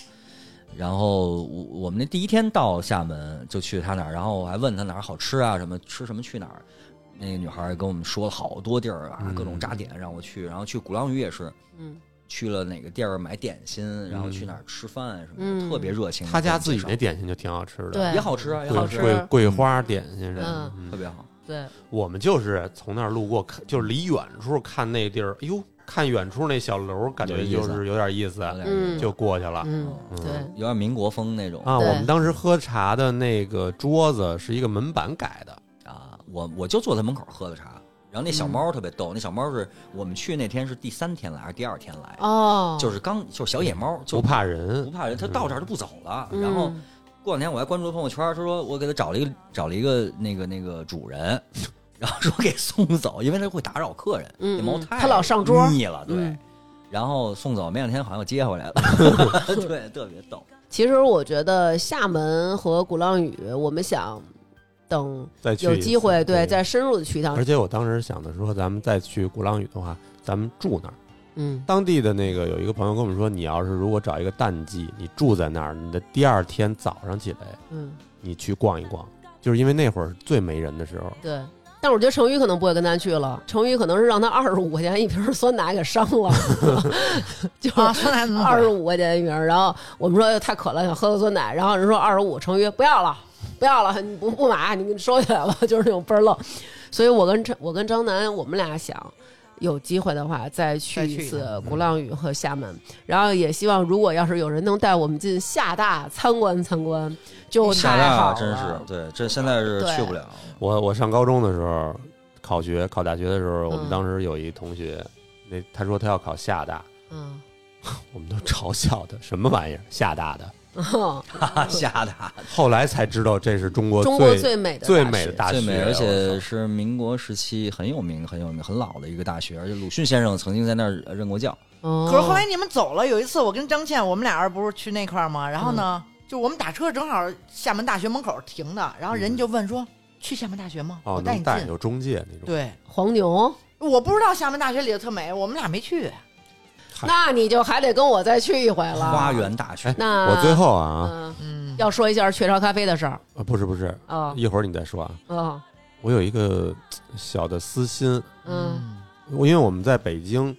Speaker 6: 然后我我们那第一天到厦门就去他那儿，然后我还问他哪儿好吃啊，什么吃什么去哪儿。那个女孩儿跟我们说了好多地儿啊
Speaker 4: 嗯，
Speaker 6: 各种扎点让我去，然后去鼓浪屿也是
Speaker 2: 嗯
Speaker 6: 去了哪个地儿买点心，然后去哪儿吃饭什么
Speaker 2: 嗯
Speaker 6: 的，特别热情。
Speaker 4: 嗯他家自己那
Speaker 6: 那
Speaker 4: 点心就挺好吃的，
Speaker 2: 对
Speaker 6: 也好吃啊，也
Speaker 4: 桂
Speaker 6: 好
Speaker 2: 吃
Speaker 4: 桂桂花点心什
Speaker 2: 嗯
Speaker 4: 么，
Speaker 6: 特
Speaker 4: 嗯
Speaker 6: 别好。
Speaker 2: 对，
Speaker 4: 我们就是从那儿路过，看就是离远处看那地儿，哎呦，看远处那小楼，感
Speaker 6: 有
Speaker 4: 觉
Speaker 6: 意思
Speaker 4: 就是有点意思，
Speaker 6: 有点
Speaker 2: 嗯
Speaker 4: 就过去了。
Speaker 2: 嗯对。
Speaker 6: 有点民国风那种
Speaker 4: 啊，
Speaker 2: 对
Speaker 4: 我们当时喝茶的那个桌子是一个门板改的，
Speaker 6: 啊，我我就坐在门口喝的茶。然后那小
Speaker 4: 嗯
Speaker 6: 猫特别逗，那小猫是我们去那天是第三天来还是第二天来？
Speaker 2: 哦，
Speaker 6: 就是刚就是小野猫，就
Speaker 4: 不怕
Speaker 6: 不
Speaker 4: 人，
Speaker 6: 怕人，它到这儿就不走了。
Speaker 2: 嗯
Speaker 6: 然后过两天我还关注朋友圈，他说我给它找了一个找了一个那个那个主人，然后说给送走，因为它会打扰客人。
Speaker 2: 嗯
Speaker 6: 那猫
Speaker 2: 嗯
Speaker 6: 太
Speaker 2: 它老上桌
Speaker 6: 腻了，对。
Speaker 2: 嗯
Speaker 6: 然后送走，没两天好像又接 回来了，对，特别逗。
Speaker 2: 其实我觉得厦门和鼓浪屿，我们想等
Speaker 4: 再去
Speaker 2: 有
Speaker 4: 一
Speaker 2: 机
Speaker 4: 次
Speaker 2: 会对再深入的去一趟
Speaker 4: 而。且我当时想的说，咱们再去鼓浪屿的话，咱们住那儿。
Speaker 2: 嗯，
Speaker 4: 当地的那个有一个朋友跟我们说，你要是如果找一个淡季，你住在那儿，你的第二天早上起来，
Speaker 2: 嗯，
Speaker 4: 你去逛一逛，就是因为那会儿是最没人的时候。
Speaker 2: 对。但我觉得成宇可能不会跟咱去了，成宇可能是让他二十五块钱一瓶酸奶给伤 了， 就是
Speaker 3: 啊，酸奶怎么
Speaker 2: 二十
Speaker 3: 回事
Speaker 2: 五块钱一瓶儿，然后我们说哎呦太渴了，想喝个酸奶，然后人说二十五，成宇不要了，不要了，你不不买，你给你收起来吧，就是那种倍儿愣。所以我跟张我跟张楠，我们俩想有机会的话再去
Speaker 3: 再
Speaker 2: 一
Speaker 3: 去一
Speaker 2: 次鼓浪屿和厦门，然后也希望如果要是有人能带我们进厦大参观参观，就
Speaker 6: 厦
Speaker 2: 哦太好
Speaker 6: 大
Speaker 2: 了，
Speaker 6: 啊真是对，这现在是
Speaker 2: 对
Speaker 6: 去不 了。
Speaker 4: 我我上高中的时候，考学考大学的时候，我
Speaker 2: 嗯
Speaker 4: 们当时有一同学，那他说他要考厦大，
Speaker 2: 嗯。
Speaker 4: 我们都嘲笑他什么玩意儿，厦大的。
Speaker 6: 厦大
Speaker 4: 后来才知道这是中国
Speaker 2: 中国最美的
Speaker 4: 最
Speaker 2: 大
Speaker 4: 美
Speaker 2: 学
Speaker 4: 的大
Speaker 6: 最
Speaker 4: 学，
Speaker 6: 美，而
Speaker 4: 我
Speaker 6: 且
Speaker 4: 操
Speaker 6: 是民国时期很有名、很有名、很老的一个大学，而且鲁迅先生曾经在那儿任过教。
Speaker 2: 可
Speaker 3: 可是后来你们走了，有一次我跟张倩，我们俩人不是去那块儿吗？然后呢，就我们打车正好厦门大学门口停的，然后人就问说：“去厦门大学吗？我
Speaker 4: 哦，
Speaker 3: 带
Speaker 4: 能
Speaker 3: 你
Speaker 4: 带
Speaker 3: 进。
Speaker 4: 有中介那”种，
Speaker 3: 对，
Speaker 2: 黄牛，
Speaker 3: 我不知道厦门大学里的特美，我们俩没去。
Speaker 4: 嗨
Speaker 2: 那你就还得跟我再去一回了。
Speaker 6: 花园大学
Speaker 4: 哎，
Speaker 2: 那
Speaker 4: 我最后啊，
Speaker 2: 嗯，
Speaker 3: 嗯，
Speaker 2: 要说一下雀巢咖啡的事儿
Speaker 4: 啊不是不是，
Speaker 2: 啊
Speaker 4: 一会儿你再说啊。
Speaker 2: 啊
Speaker 4: 我有一个嘖小的私心，
Speaker 2: 嗯
Speaker 4: 我因为我们在北京，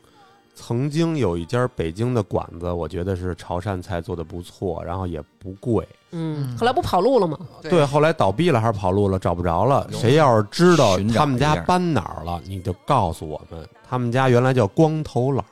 Speaker 4: 曾经有一家北京的馆子，我觉得是潮汕菜做的不错，然后也不贵。
Speaker 2: 嗯，
Speaker 3: 嗯
Speaker 2: 后来不跑路了吗？
Speaker 3: 对
Speaker 4: 对，后来倒闭了还是跑路了，找不着了。
Speaker 6: 有
Speaker 4: 谁要是知道
Speaker 6: 寻找一下
Speaker 4: 他们家搬哪儿了，你就告诉我们。他们家原来叫光头佬，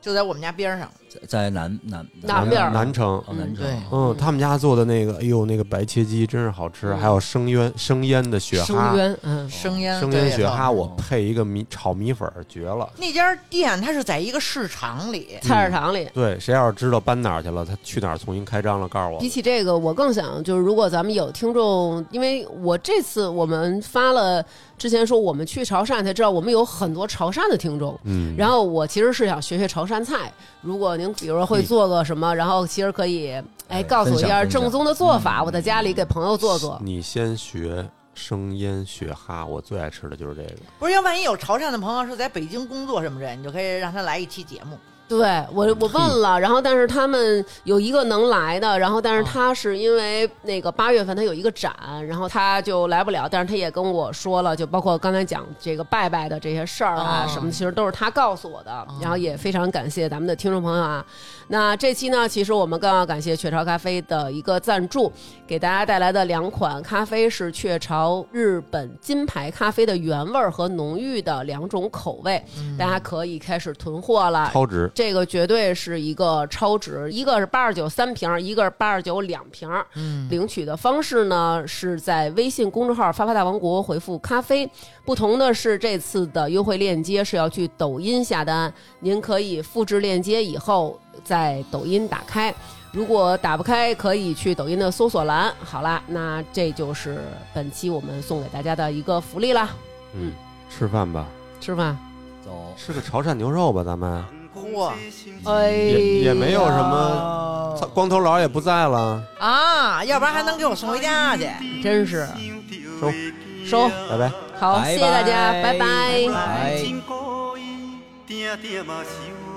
Speaker 3: 就在我们家边上。
Speaker 6: 在在南南
Speaker 2: 南边儿
Speaker 4: 南城。
Speaker 6: 哦南城
Speaker 3: 对
Speaker 4: 嗯，他们家做的那个，哎呦，那个白切鸡真是好吃，
Speaker 2: 嗯
Speaker 4: 还有生腌生腌的
Speaker 6: 啊
Speaker 4: 雪
Speaker 2: 生
Speaker 4: 蛤，
Speaker 2: 冤，嗯，
Speaker 3: 生腌
Speaker 4: 生
Speaker 3: 对
Speaker 4: 腌雪
Speaker 3: 冷
Speaker 4: 蛤，我配一个米炒米粉儿绝了。
Speaker 3: 那家店它是在一个市场里，
Speaker 2: 菜市场里。
Speaker 4: 对，谁要是知道搬哪儿去了，他去哪儿重新开张了，告诉我
Speaker 2: 比。起这个，我更想就是，如果咱们有听众，因为我这次我们发了之前说我们去潮汕，才知道我们有很多潮汕的听众。
Speaker 4: 嗯，
Speaker 2: 然后我其实是想学学潮汕菜，如果您比如说会做个什么，然后其实可以哎
Speaker 6: 哎
Speaker 2: 告诉我一下
Speaker 6: 分享分享嗯
Speaker 2: 正宗的做法，我在家里给朋友做做。
Speaker 4: 你先学生腌雪蛤，我最爱吃的就是这个。
Speaker 3: 不是？要万一有潮汕的朋友是在北京工作什么之类，你就可以让他来一期节目。
Speaker 2: 对我我问了，嗯然后但是他们有一个能来的，然后但是他是因为那个八月份他有一个展，然后他就来不了，但是他也跟我说了，就包括刚才讲这个拜拜的这些事儿啊、
Speaker 3: 哦
Speaker 2: 什么，其实都是他告诉我的，然后也非常感谢咱们的听众朋友啊。那这期呢，其实我们更要感谢雀巢咖啡的一个赞助，给大家带来的两款咖啡是雀巢日本金牌咖啡的原味儿和浓郁的两种口味，大家可以开始囤货了，
Speaker 4: 超值，
Speaker 2: 这个绝对是一个超值，一个是八十九三瓶儿，一个是八十九两瓶儿。
Speaker 3: 嗯，
Speaker 2: 领取的方式呢是在微信公众号“发发大王国”回复“咖啡”。不同的是，这次的优惠链接是要去抖音下单，您可以复制链接以后在抖音打开。如果打不开，可以去抖音的搜索栏。好啦，那这就是本期我们送给大家的一个福利啦，
Speaker 4: 嗯，吃饭吧，
Speaker 2: 吃饭。
Speaker 6: 走。
Speaker 4: 吃个潮汕牛肉吧，咱们
Speaker 3: 嚯
Speaker 2: 哎
Speaker 4: 也也没有什么，操
Speaker 3: 么
Speaker 4: 光头佬也不在了，
Speaker 3: 啊，要不然还能给我送回家去。
Speaker 2: 真是
Speaker 4: 收
Speaker 2: 收
Speaker 4: 拜拜。
Speaker 2: 好，
Speaker 6: 拜拜
Speaker 2: 谢谢大家，拜拜
Speaker 6: 拜
Speaker 2: 观
Speaker 10: 观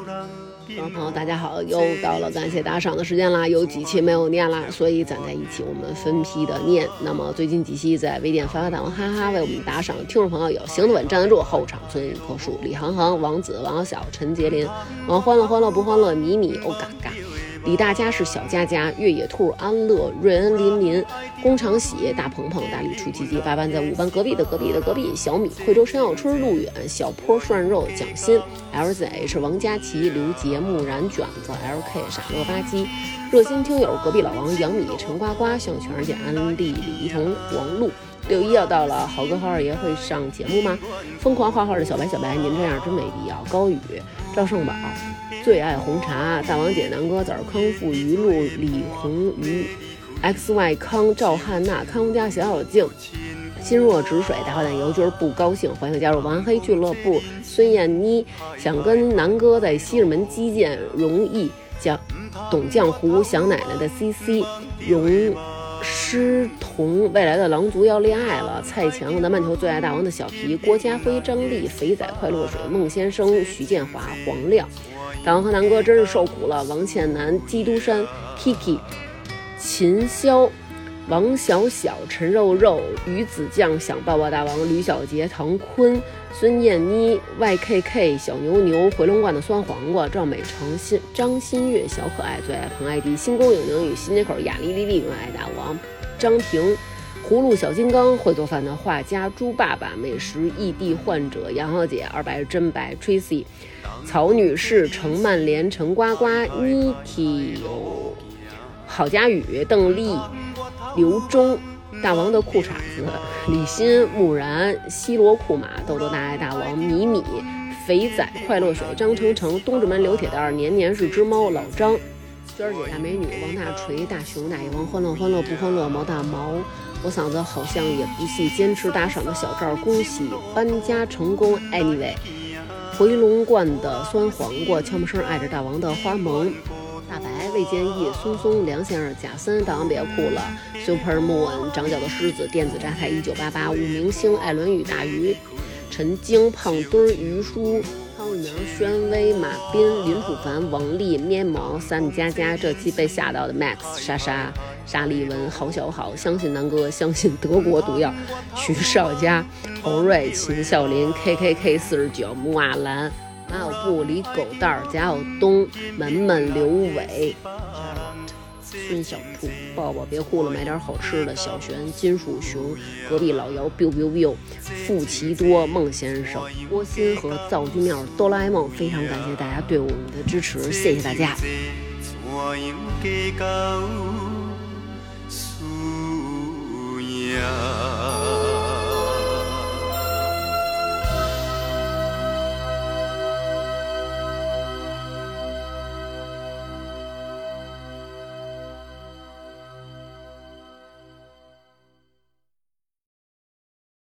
Speaker 2: 众
Speaker 10: 众朋友，
Speaker 2: 朋友，大
Speaker 10: 大
Speaker 2: 家
Speaker 10: 家
Speaker 2: 好，
Speaker 10: 好，
Speaker 2: 又
Speaker 10: 又
Speaker 2: 到
Speaker 10: 到
Speaker 2: 了
Speaker 10: 了
Speaker 2: 感
Speaker 10: 感
Speaker 2: 谢
Speaker 10: 谢
Speaker 2: 打
Speaker 10: 打赏
Speaker 2: 赏的
Speaker 10: 的
Speaker 2: 时
Speaker 10: 时
Speaker 2: 间
Speaker 10: 间
Speaker 2: 啦，
Speaker 10: 啦，
Speaker 2: 有
Speaker 10: 有
Speaker 2: 几
Speaker 10: 几
Speaker 2: 期
Speaker 10: 期
Speaker 2: 没
Speaker 10: 没
Speaker 2: 有
Speaker 10: 有
Speaker 2: 念
Speaker 10: 念啦，，
Speaker 2: 啦所
Speaker 10: 所
Speaker 2: 以
Speaker 10: 以
Speaker 2: 攒
Speaker 10: 攒
Speaker 2: 在
Speaker 10: 在
Speaker 2: 一
Speaker 10: 一
Speaker 2: 起，
Speaker 10: 起，
Speaker 2: 我
Speaker 10: 我
Speaker 2: 们
Speaker 10: 们
Speaker 2: 分
Speaker 10: 分
Speaker 2: 批
Speaker 10: 批
Speaker 2: 的
Speaker 10: 的
Speaker 2: 念
Speaker 10: 念。。
Speaker 2: 那
Speaker 10: 那
Speaker 2: 么
Speaker 10: 么
Speaker 2: 最
Speaker 10: 最
Speaker 2: 近
Speaker 10: 近
Speaker 2: 几
Speaker 10: 几期
Speaker 2: 期在
Speaker 10: 在
Speaker 2: 微
Speaker 10: 微店
Speaker 2: 店发
Speaker 10: 发发
Speaker 2: 发大
Speaker 10: 大
Speaker 2: 王
Speaker 10: 王
Speaker 2: 哈
Speaker 10: 哈
Speaker 2: 哈
Speaker 10: 哈
Speaker 2: 为
Speaker 10: 为
Speaker 2: 我
Speaker 10: 我
Speaker 2: 们
Speaker 10: 们
Speaker 2: 打
Speaker 10: 打
Speaker 2: 赏
Speaker 10: 赏，
Speaker 2: 听
Speaker 10: 听
Speaker 2: 众
Speaker 10: 众
Speaker 2: 朋
Speaker 10: 朋
Speaker 2: 友
Speaker 10: 友
Speaker 2: 有
Speaker 10: 有行
Speaker 2: 行
Speaker 10: 得
Speaker 2: 得稳、
Speaker 10: 稳、
Speaker 2: 站
Speaker 10: 站
Speaker 2: 得
Speaker 10: 得
Speaker 2: 住、
Speaker 10: 住、
Speaker 2: 后
Speaker 10: 后
Speaker 2: 场
Speaker 10: 场
Speaker 2: 村
Speaker 10: 村
Speaker 2: 一
Speaker 10: 一
Speaker 2: 棵
Speaker 10: 棵
Speaker 2: 树
Speaker 10: 树、，
Speaker 2: 李
Speaker 10: 李
Speaker 2: 航
Speaker 10: 航
Speaker 2: 航、
Speaker 10: 航、
Speaker 2: 王
Speaker 10: 王
Speaker 2: 子、
Speaker 10: 子、
Speaker 2: 王
Speaker 10: 王
Speaker 2: 小
Speaker 10: 小、
Speaker 2: 陈
Speaker 10: 陈
Speaker 2: 杰
Speaker 10: 杰
Speaker 2: 林
Speaker 10: 林、王
Speaker 2: 王欢
Speaker 10: 欢乐、欢
Speaker 2: 乐、欢乐
Speaker 10: 乐不
Speaker 2: 不欢
Speaker 10: 欢
Speaker 2: 乐、
Speaker 10: 乐、
Speaker 2: 米
Speaker 10: 米
Speaker 2: 米
Speaker 10: 米、、
Speaker 2: 欧
Speaker 10: 欧
Speaker 2: 嘎
Speaker 10: 嘎
Speaker 2: 嘎
Speaker 10: 嘎、、
Speaker 2: 李
Speaker 10: 李
Speaker 2: 大
Speaker 10: 大
Speaker 2: 家
Speaker 10: 家是
Speaker 2: 是小
Speaker 10: 小佳
Speaker 2: 佳佳
Speaker 10: 佳、、
Speaker 2: 越
Speaker 10: 越
Speaker 2: 野
Speaker 10: 野
Speaker 2: 兔
Speaker 10: 兔、、
Speaker 2: 安
Speaker 10: 安
Speaker 2: 乐
Speaker 10: 乐、、
Speaker 2: 瑞
Speaker 10: 瑞
Speaker 2: 恩、
Speaker 10: 恩、
Speaker 2: 林
Speaker 10: 林
Speaker 2: 林
Speaker 10: 林、、
Speaker 2: 工
Speaker 10: 工
Speaker 2: 厂
Speaker 10: 厂
Speaker 2: 喜、
Speaker 10: 喜、
Speaker 2: 大
Speaker 10: 大鹏
Speaker 2: 鹏鹏、
Speaker 10: 鹏、
Speaker 2: 大
Speaker 10: 大
Speaker 2: 力
Speaker 10: 力
Speaker 2: 出
Speaker 10: 出
Speaker 2: 奇
Speaker 10: 奇
Speaker 2: 迹、
Speaker 10: 迹、
Speaker 2: 八
Speaker 10: 八班
Speaker 2: 班在
Speaker 10: 在
Speaker 2: 五
Speaker 10: 五
Speaker 2: 班
Speaker 10: 班
Speaker 2: 隔
Speaker 10: 隔
Speaker 2: 壁
Speaker 10: 壁
Speaker 2: 的
Speaker 10: 的隔
Speaker 2: 隔壁
Speaker 10: 壁
Speaker 2: 的
Speaker 10: 的
Speaker 2: 隔
Speaker 10: 隔
Speaker 2: 壁、
Speaker 10: 壁
Speaker 2: 小
Speaker 10: 小
Speaker 2: 米
Speaker 10: 米、
Speaker 2: 惠
Speaker 10: 惠州
Speaker 2: 州山
Speaker 10: 山
Speaker 2: 药
Speaker 10: 药
Speaker 2: 春、
Speaker 10: 春、
Speaker 2: 陆
Speaker 10: 陆
Speaker 2: 远
Speaker 10: 远、
Speaker 2: 小
Speaker 10: 小
Speaker 2: 坡
Speaker 10: 坡
Speaker 2: 涮
Speaker 10: 涮
Speaker 2: 肉
Speaker 10: 肉、蒋
Speaker 2: 蒋欣
Speaker 10: 欣、
Speaker 2: L Z H 王佳琪、刘杰、木然卷子、L K 傻乐吧唧、热心听友隔壁老王、杨米、陈呱呱、向全世界安利、李一桐、王璐。六一要到了，豪哥和二爷会上节目吗？疯狂画画的小白小白，您这样真没必要。高宇、赵胜宝、最爱红茶、大王姐、南瓜子儿、康复鱼露、李红鱼、X Y 康、赵汉娜、康夫家小小静。心若止水，大坏蛋尤军不高兴，欢迎加入玩黑俱乐部。孙燕妮想跟南哥在西直门击剑，容易蒋董江湖想奶奶的 CC 荣。师彤，未来的狼族要恋爱了。蔡强，南半球最爱大王的小皮，郭家辉、张丽、肥仔、快落水、孟先生、徐建华、黄亮，大王和南哥真是受苦了。王倩楠、基督山、Kiki、秦霄、王小小、陈肉肉、于子酱想抱抱大王、吕小杰、唐坤、孙燕妮、YKK、小牛牛、回龙观的酸黄瓜、赵美成、新张馨月、小可爱、最爱彭艾迪、新宫影影与新街口雅丽丽丽永远爱大王、张平。葫芦小金刚会做饭的画家猪爸爸，美食异地患者杨小姐，二白真白 Tracy，曹女士，程曼莲，陈呱呱，Niki 郝佳宇、邓丽、刘忠、大王的裤衩子、李欣、木然、西罗库马、豆豆大爱大王、米米、肥仔、快乐水、张成成、东直门刘铁蛋儿、年年是只猫、老张、娟儿姐、大美女、王大锤、大熊、大野王、欢乐欢乐不欢乐、毛大毛。我嗓子好像也不细，坚持打赏的小赵，恭喜搬家成功！Anyway，回龙观的酸黄瓜，悄没声爱着大王的花萌，大白、魏建义、松松、梁先生、贾森、大王别哭了，Super Moon、长脚的狮子、电子榨菜、一九八八、五明星、艾伦与大鱼、陈晶、胖墩儿、于叔、汤圆、宣威、马斌、林楚凡、王丽、面毛、三佳佳，这期被吓到的 Max、莎莎、沙利文、郝小好，相信南哥，相信德国毒药、徐少佳、侯瑞、秦孝林、K K K 四十九、穆亚兰。马小布、李狗蛋儿、贾晓东、门门、刘伟、孙小兔、抱抱别哭了，买点好吃的，小璇、金属熊、隔壁老姚、biu biu biu、傅奇多、孟先生、郭鑫和灶君庙哆啦 A 梦，非常感谢大家对我们的支持，谢谢大家。
Speaker 8: 坐饮鸡狗